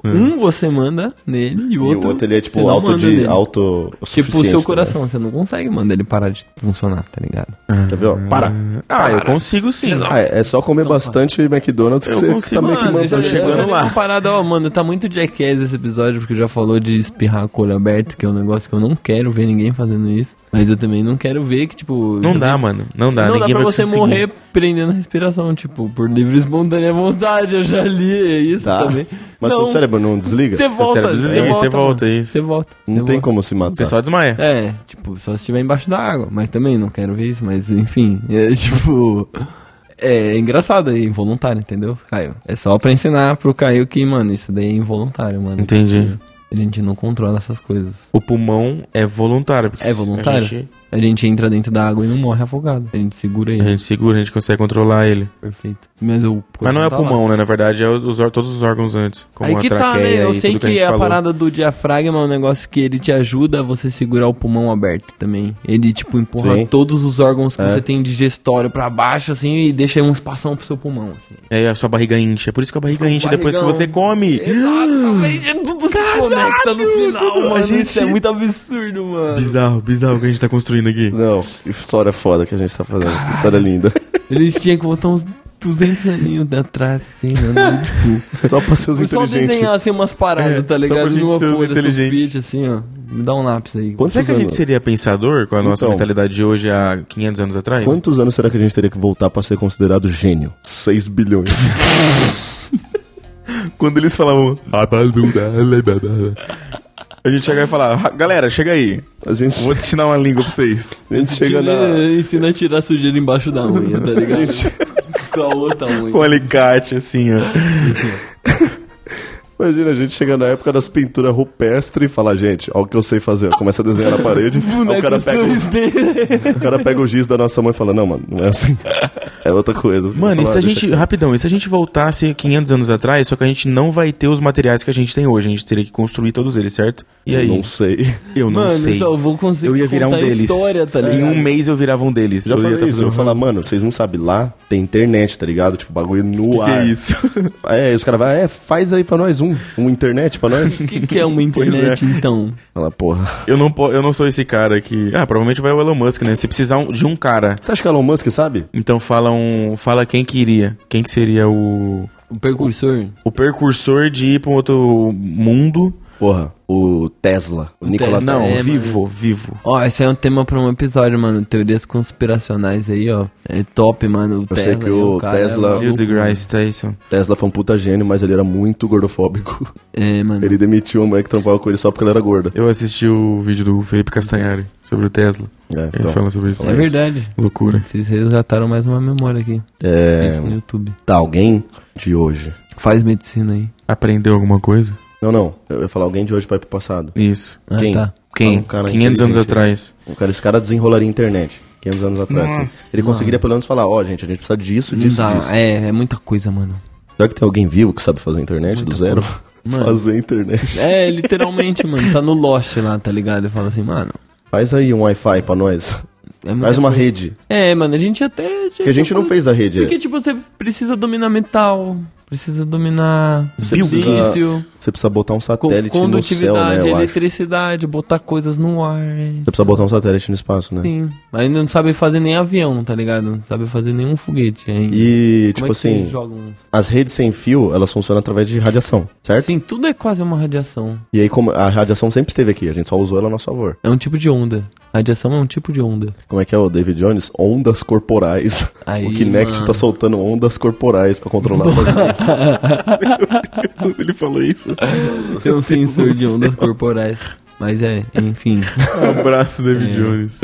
Speaker 4: Um você manda nele
Speaker 3: É. E
Speaker 4: e o
Speaker 3: o
Speaker 4: outro.
Speaker 3: outro ele é tipo
Speaker 4: você não
Speaker 3: auto
Speaker 4: manda
Speaker 3: de né?
Speaker 4: nele.
Speaker 3: auto
Speaker 4: Tipo o seu coração, você não consegue mandar ele parar de funcionar, tá ligado?
Speaker 3: Tá vendo? Para.
Speaker 5: Ah, eu consigo sim.
Speaker 3: Ah, é é só comer
Speaker 4: Então,
Speaker 3: bastante McDonald's que
Speaker 5: Eu
Speaker 3: você
Speaker 5: consigo,
Speaker 3: tá meio que
Speaker 5: mano,
Speaker 3: mantendo.
Speaker 5: já- chegando
Speaker 4: eu
Speaker 5: lá.
Speaker 4: Comparado, ó, mano, tá muito jackass esse episódio, porque já falou de espirrar com o olho aberto, que é um negócio que eu não quero ver ninguém fazendo isso. Mas eu também não quero ver que, tipo.
Speaker 5: Não
Speaker 4: já
Speaker 5: dá, mano. Não dá.
Speaker 4: não dá
Speaker 5: Ninguém
Speaker 4: pra
Speaker 5: vai
Speaker 4: você
Speaker 5: conseguir.
Speaker 4: morrer prendendo a respiração, tipo, por livre e espontânea vontade, eu já li é isso
Speaker 3: Tá.
Speaker 4: também.
Speaker 3: Mas
Speaker 4: não,
Speaker 3: seu cérebro não desliga?
Speaker 4: Você volta,
Speaker 5: cérebro
Speaker 4: você
Speaker 5: desliga,
Speaker 4: volta,
Speaker 5: você volta,
Speaker 4: mano.
Speaker 5: isso.
Speaker 4: Você volta.
Speaker 3: Não
Speaker 4: você
Speaker 3: tem
Speaker 4: volta.
Speaker 3: como se matar.
Speaker 5: Você só desmaia.
Speaker 4: É, tipo, só se estiver embaixo da água, mas também não quero ver isso, mas enfim, é *laughs* tipo... É engraçado, é involuntário, entendeu, Caio? É só pra ensinar pro Caio que, mano, isso daí é involuntário, mano.
Speaker 5: Entendi.
Speaker 4: A gente não controla essas coisas.
Speaker 5: O pulmão é voluntário. porque
Speaker 4: É voluntário?
Speaker 5: A gente,
Speaker 4: A gente entra dentro da água e não morre afogado. A gente segura
Speaker 5: a
Speaker 4: ele,
Speaker 5: gente segura, a gente consegue controlar ele.
Speaker 4: perfeito. Mas, o
Speaker 5: Mas não é o
Speaker 4: tá lá.
Speaker 5: pulmão, né? Na verdade, é os, os órgãos- todos os órgãos antes. Como
Speaker 4: Aí
Speaker 5: a
Speaker 4: que tá,
Speaker 5: traqueia
Speaker 4: né? Eu
Speaker 5: e
Speaker 4: sei
Speaker 5: tudo
Speaker 4: que,
Speaker 5: que,
Speaker 4: é a
Speaker 5: gente falou.
Speaker 4: parada do diafragma é um negócio que ele te ajuda a você segurar o pulmão aberto também. Ele, tipo, empurra
Speaker 3: Sim.
Speaker 4: todos os órgãos que
Speaker 3: É.
Speaker 4: você tem digestório pra baixo, assim, e deixa um espação pro seu pulmão, assim.
Speaker 5: É a sua barriga enche. É por isso que a barriga enche depois que
Speaker 4: barrigão.
Speaker 5: você come.
Speaker 4: Exatamente, é tudo se conecta no final, mano.
Speaker 5: gente-
Speaker 4: Isso é muito absurdo, mano.
Speaker 5: Bizarro, bizarro o que a gente tá construindo aqui.
Speaker 3: Não, que história foda que a gente tá fazendo. Que História
Speaker 4: *laughs*
Speaker 3: linda.
Speaker 4: Eles tinham que botar uns 200 aninhos atrás,
Speaker 5: *laughs*
Speaker 4: assim, mano. tipo,
Speaker 3: Só pra seus
Speaker 4: só
Speaker 3: inteligentes.
Speaker 4: desenhar, assim, umas paradas, tá
Speaker 5: É, só pra
Speaker 4: ligado?
Speaker 5: gente
Speaker 4: Numa
Speaker 5: ser os
Speaker 4: folha,
Speaker 5: inteligentes.
Speaker 4: sulfite, assim, ó. Me dá um lápis aí.
Speaker 3: Quantos
Speaker 5: Será que a gente
Speaker 4: é,
Speaker 3: anos?
Speaker 5: seria pensador com a nossa
Speaker 3: Então.
Speaker 5: mentalidade de hoje há 500 anos atrás?
Speaker 3: Quantos anos será que a gente teria que voltar pra ser considerado gênio? 6 bilhões.
Speaker 5: Quando eles falavam. A gente chegava e falava, galera, chega aí.
Speaker 3: A gente,
Speaker 5: Vou te ensinar uma língua pra vocês.
Speaker 3: a gente chega na.
Speaker 4: Ele Ensina a tirar sujeira embaixo da unha, tá ligado? Com a outra
Speaker 5: Com
Speaker 4: unha.
Speaker 5: alicate, assim, ó.
Speaker 3: Imagina, a gente chega na época das pinturas rupestres e fala, gente, olha o que eu sei fazer. Começa a desenhar
Speaker 5: *laughs*
Speaker 3: na parede. aí o cara, pega, o- o cara pega o giz da nossa mãe e fala, não, mano, não é assim. É outra coisa.
Speaker 5: Mano, e
Speaker 3: Fala,
Speaker 5: se a
Speaker 3: "Deixa
Speaker 5: gente. Rapidão, e se a gente voltasse 500 anos atrás, só que a gente não vai ter os materiais que a gente tem hoje. A gente teria que construir todos eles, certo? E aí?
Speaker 3: Não sei.
Speaker 5: Eu não
Speaker 4: Mano,
Speaker 5: sei.
Speaker 4: só eu vou conseguir
Speaker 5: Eu ia virar um
Speaker 4: contar a
Speaker 5: deles.
Speaker 4: história, tá
Speaker 5: em
Speaker 4: ligado?
Speaker 5: um mês eu virava um deles.
Speaker 3: Já
Speaker 5: eu ia
Speaker 3: falei
Speaker 5: tá
Speaker 3: isso, eu
Speaker 5: fazendo-
Speaker 3: falar, mano, vocês não sabem, lá tem internet, tá ligado? Tipo, bagulho no
Speaker 5: Que
Speaker 4: *laughs*
Speaker 3: ar.
Speaker 5: é isso?
Speaker 3: É, e os caras vão, é, faz aí pra nós um assim? Uma internet
Speaker 5: *laughs*
Speaker 3: pra nós?
Speaker 4: O que, que é uma internet, então?
Speaker 3: Fala, porra.
Speaker 5: Eu não, po- eu não sou esse cara que. Ah, provavelmente vai o Elon Musk, né? Se precisar um- de um cara.
Speaker 3: Você acha que o Elon Musk sabe?
Speaker 5: Então fala um. Fala quem que iria. Quem que seria o.
Speaker 4: O percursor?
Speaker 5: O percursor de ir pra um outro mundo.
Speaker 3: Porra, o Tesla. O, Nikola
Speaker 4: Tesla.
Speaker 3: Tesla.
Speaker 5: Não,
Speaker 4: é,
Speaker 5: vivo, vivo.
Speaker 4: Ó, esse é um tema pra um episódio, mano. Teorias conspiracionais aí, ó. É top, mano. O
Speaker 3: Eu sei
Speaker 4: Tesla
Speaker 3: que
Speaker 4: aí,
Speaker 3: o
Speaker 4: cara
Speaker 3: Tesla-
Speaker 4: É,
Speaker 5: Neil
Speaker 4: maluco,
Speaker 5: deGrasse Tyson.
Speaker 3: Tesla foi um puta gênio, mas ele era muito gordofóbico. *laughs*
Speaker 4: mano. É, mano.
Speaker 3: Ele demitiu uma mulher que trampava com ele só porque ela era gorda.
Speaker 5: Eu assisti o vídeo do Felipe Castanhari sobre o Tesla.
Speaker 3: É,
Speaker 5: Ele
Speaker 3: então.
Speaker 5: fala sobre isso.
Speaker 4: É verdade.
Speaker 5: Loucura.
Speaker 4: Vocês resgataram mais uma memória aqui. Isso no
Speaker 3: É,
Speaker 4: YouTube.
Speaker 3: tá, alguém de hoje.
Speaker 4: Faz medicina aí.
Speaker 5: Aprendeu alguma coisa?
Speaker 3: Não, não. Eu ia falar alguém de hoje pra ir pro passado.
Speaker 5: Isso.
Speaker 4: Ah,
Speaker 3: Quem?
Speaker 4: tá.
Speaker 5: Quem?
Speaker 3: Ah, um cara
Speaker 5: 500 anos
Speaker 3: inteligente, né?
Speaker 5: atrás.
Speaker 3: O cara, esse cara desenrolaria a internet. 500 anos atrás.
Speaker 5: Nossa,
Speaker 3: assim. Ele conseguiria pelo menos falar, ó, gente, a gente precisa disso,
Speaker 4: Não
Speaker 3: disso,
Speaker 4: dá.
Speaker 3: disso.
Speaker 4: É, é muita coisa, mano.
Speaker 3: Será que tem alguém vivo que sabe fazer internet do zero?
Speaker 4: Mano.
Speaker 3: *laughs* Fazer internet.
Speaker 4: É, literalmente, mano. Tá no Lost lá, tá ligado? Eu falo assim, mano.
Speaker 3: Faz aí um Wi-Fi pra nós.
Speaker 4: É muita
Speaker 3: Faz uma
Speaker 4: coisa.
Speaker 3: rede.
Speaker 4: É, mano, a gente até.
Speaker 3: Porque a gente não fez a rede.
Speaker 4: Porque, tipo, você precisa dominar metal. Precisa dominar.
Speaker 3: Você
Speaker 5: Bill
Speaker 3: precisa,
Speaker 4: Gates.
Speaker 3: você precisa botar um
Speaker 4: co-
Speaker 3: satélite no céu, né,
Speaker 4: condutividade,
Speaker 3: eu acho. Você
Speaker 4: eletricidade, botar coisas no ar.
Speaker 3: precisa botar um satélite no espaço, né?
Speaker 4: Sim. Ainda não sabe fazer nem avião, tá ligado? Não sabe fazer nenhum foguete ainda.
Speaker 3: E, tipo
Speaker 4: Como é que
Speaker 3: assim,
Speaker 4: vocês jogam?
Speaker 3: as redes sem fio, elas funcionam através de radiação, certo?
Speaker 4: Sim, tudo é quase uma radiação.
Speaker 3: E aí, como a radiação sempre esteve aqui, a gente só usou ela a nosso favor.
Speaker 4: É um tipo de onda. Radiação é um tipo de
Speaker 3: *laughs*
Speaker 4: onda.
Speaker 3: Como é que é o David Jones? Ondas corporais. *laughs*
Speaker 4: Aí,
Speaker 3: o Kinect
Speaker 4: mano.
Speaker 3: tá soltando ondas corporais pra controlar
Speaker 4: *laughs*
Speaker 3: suas redes. *laughs*
Speaker 5: Ele falou isso.
Speaker 4: Tem um sensor de ondas corporais. Mas é, enfim.
Speaker 5: Um *laughs* abraço,
Speaker 3: É.
Speaker 5: David Jones.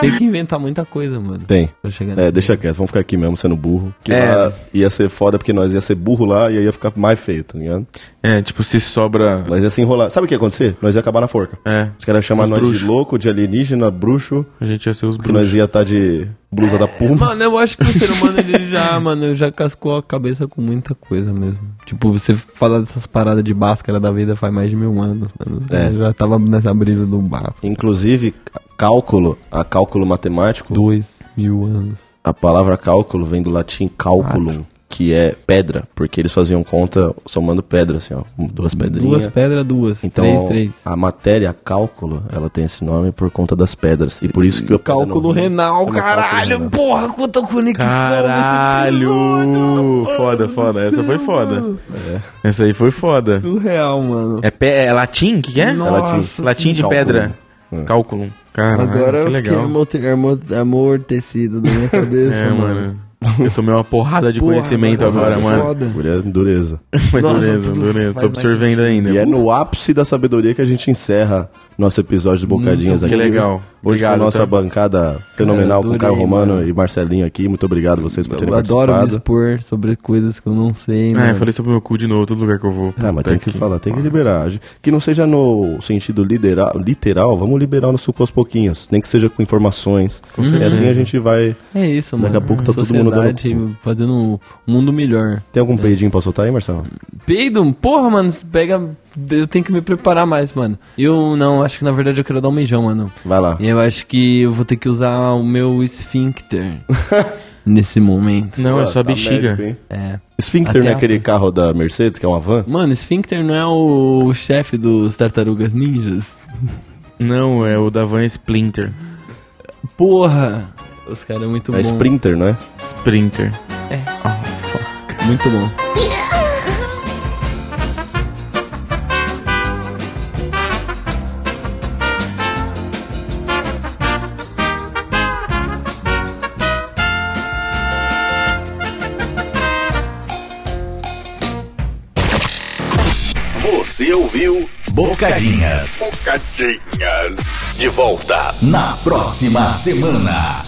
Speaker 4: Tem que inventar muita coisa, mano.
Speaker 3: Tem.
Speaker 4: Pra chegar
Speaker 3: É,
Speaker 4: nesse
Speaker 3: deixa quieto, vamos ficar aqui mesmo sendo burro. Que
Speaker 5: É.
Speaker 3: lá ia ser foda porque nós ia ser burro lá e aí ia ficar mais feio, tá ligado?
Speaker 5: É, tipo, se sobra.
Speaker 3: Nós ia se enrolar. Sabe o que ia acontecer? Nós ia acabar na forca.
Speaker 5: É,
Speaker 3: Os caras iam chamar
Speaker 5: Os
Speaker 3: nós
Speaker 5: bruxos.
Speaker 3: de louco, de alienígena, bruxo,
Speaker 5: a gente ia ser os
Speaker 3: que nós
Speaker 5: bruxos.
Speaker 3: ia estar de blusa da puma.
Speaker 4: Mano, eu acho que o ser humano ele já, mano, já cascou a cabeça com muita coisa mesmo. Tipo, você falar dessas paradas de Bhaskara da vida faz mais de mil anos, mano.
Speaker 3: É.
Speaker 4: Eu já tava nessa brisa do Bhaskara.
Speaker 3: Inclusive, cálculo, a cálculo matemático,
Speaker 4: Dois mil anos.
Speaker 3: a palavra cálculo vem do latim
Speaker 4: Ah,
Speaker 3: calculum,
Speaker 4: tá.
Speaker 3: que é pedra, porque eles faziam conta somando pedra, assim, ó, um, duas pedrinhas.
Speaker 4: Duas pedras, duas.
Speaker 3: Então,
Speaker 4: três, três.
Speaker 3: a matéria cálculo, ela tem esse nome por conta das pedras. E por isso que o
Speaker 4: Cálculo renal, caralho,
Speaker 3: renal.
Speaker 4: porra, quanta conexão
Speaker 5: Caralho! Foda, foda. Essa foi foda. É. Essa aí foi foda.
Speaker 4: do real, mano.
Speaker 5: É, pe... é latim? O que, que é? latim.
Speaker 4: Nossa
Speaker 5: Latim de
Speaker 3: Cálculo.
Speaker 5: pedra. Cálculo. Caralho,
Speaker 4: Agora
Speaker 5: que
Speaker 4: eu fiquei
Speaker 5: legal.
Speaker 4: amorte- amorte- amortecido
Speaker 5: *laughs*
Speaker 4: da minha cabeça,
Speaker 5: É,
Speaker 4: mano.
Speaker 5: mano. Eu tomei uma porrada de conhecimento agora, mano.
Speaker 4: é Foda.
Speaker 3: Mulher é dureza.
Speaker 5: Foi
Speaker 4: Nossa,
Speaker 5: dureza,
Speaker 4: tudo
Speaker 5: dureza.
Speaker 4: faz
Speaker 5: Tô absorvendo ainda.
Speaker 3: E é no ápice da sabedoria que a gente encerra nosso episódio do Bocadinhas
Speaker 5: que
Speaker 3: aqui.
Speaker 5: legal.
Speaker 3: Hoje
Speaker 5: Obrigado,
Speaker 3: com a nossa
Speaker 5: tá?
Speaker 3: bancada fenomenal,
Speaker 4: Cara,
Speaker 3: com o Caio
Speaker 4: adorei,
Speaker 3: Romano
Speaker 4: mano.
Speaker 3: e Marcelinho aqui. Muito obrigado vocês por terem
Speaker 4: Eu adoro me
Speaker 3: participado.
Speaker 4: expor sobre coisas que eu não sei,
Speaker 5: É,
Speaker 4: mano.
Speaker 5: falei sobre o meu cu de novo, todo lugar que eu vou.
Speaker 3: Ah, mas
Speaker 5: Puta
Speaker 3: tem que falar, tem que liberar. Que não seja no sentido lidera- literal, vamos liberar o nosso cu aos pouquinhos. Nem que seja com informações. É assim a gente vai.
Speaker 4: É isso, mano.
Speaker 3: Daqui a pouco tá todo mundo dando
Speaker 4: Sociedade fazendo um mundo melhor.
Speaker 3: Tem algum peidinho pra soltar aí, Marcelo?
Speaker 4: Peido, porra, mano, isso pega. Eu tenho que me preparar mais, mano. Eu não, acho que na verdade eu quero dar um mijão, mano.
Speaker 3: Vai lá.
Speaker 4: E eu acho que eu vou ter que usar o
Speaker 3: *laughs*
Speaker 4: meu esfíncter nesse momento.
Speaker 5: Não, é
Speaker 3: Ah,
Speaker 5: só
Speaker 3: tá
Speaker 5: bexiga.
Speaker 3: médico, hein?
Speaker 4: É.
Speaker 3: Esfíncter não é
Speaker 4: Até a-
Speaker 3: aquele carro da Mercedes, que é uma van?
Speaker 4: Mano, esfíncter não é o chefe dos tartarugas ninjas?
Speaker 5: Não, é o da Van Splinter.
Speaker 4: Porra! Os caras é muito
Speaker 3: é
Speaker 4: bom.
Speaker 3: Sprinter, não é?
Speaker 5: Sprinter.
Speaker 4: Muito bom.
Speaker 1: Você ouviu Bocadinhas.
Speaker 2: Bocadinhas.
Speaker 1: De volta na próxima semana.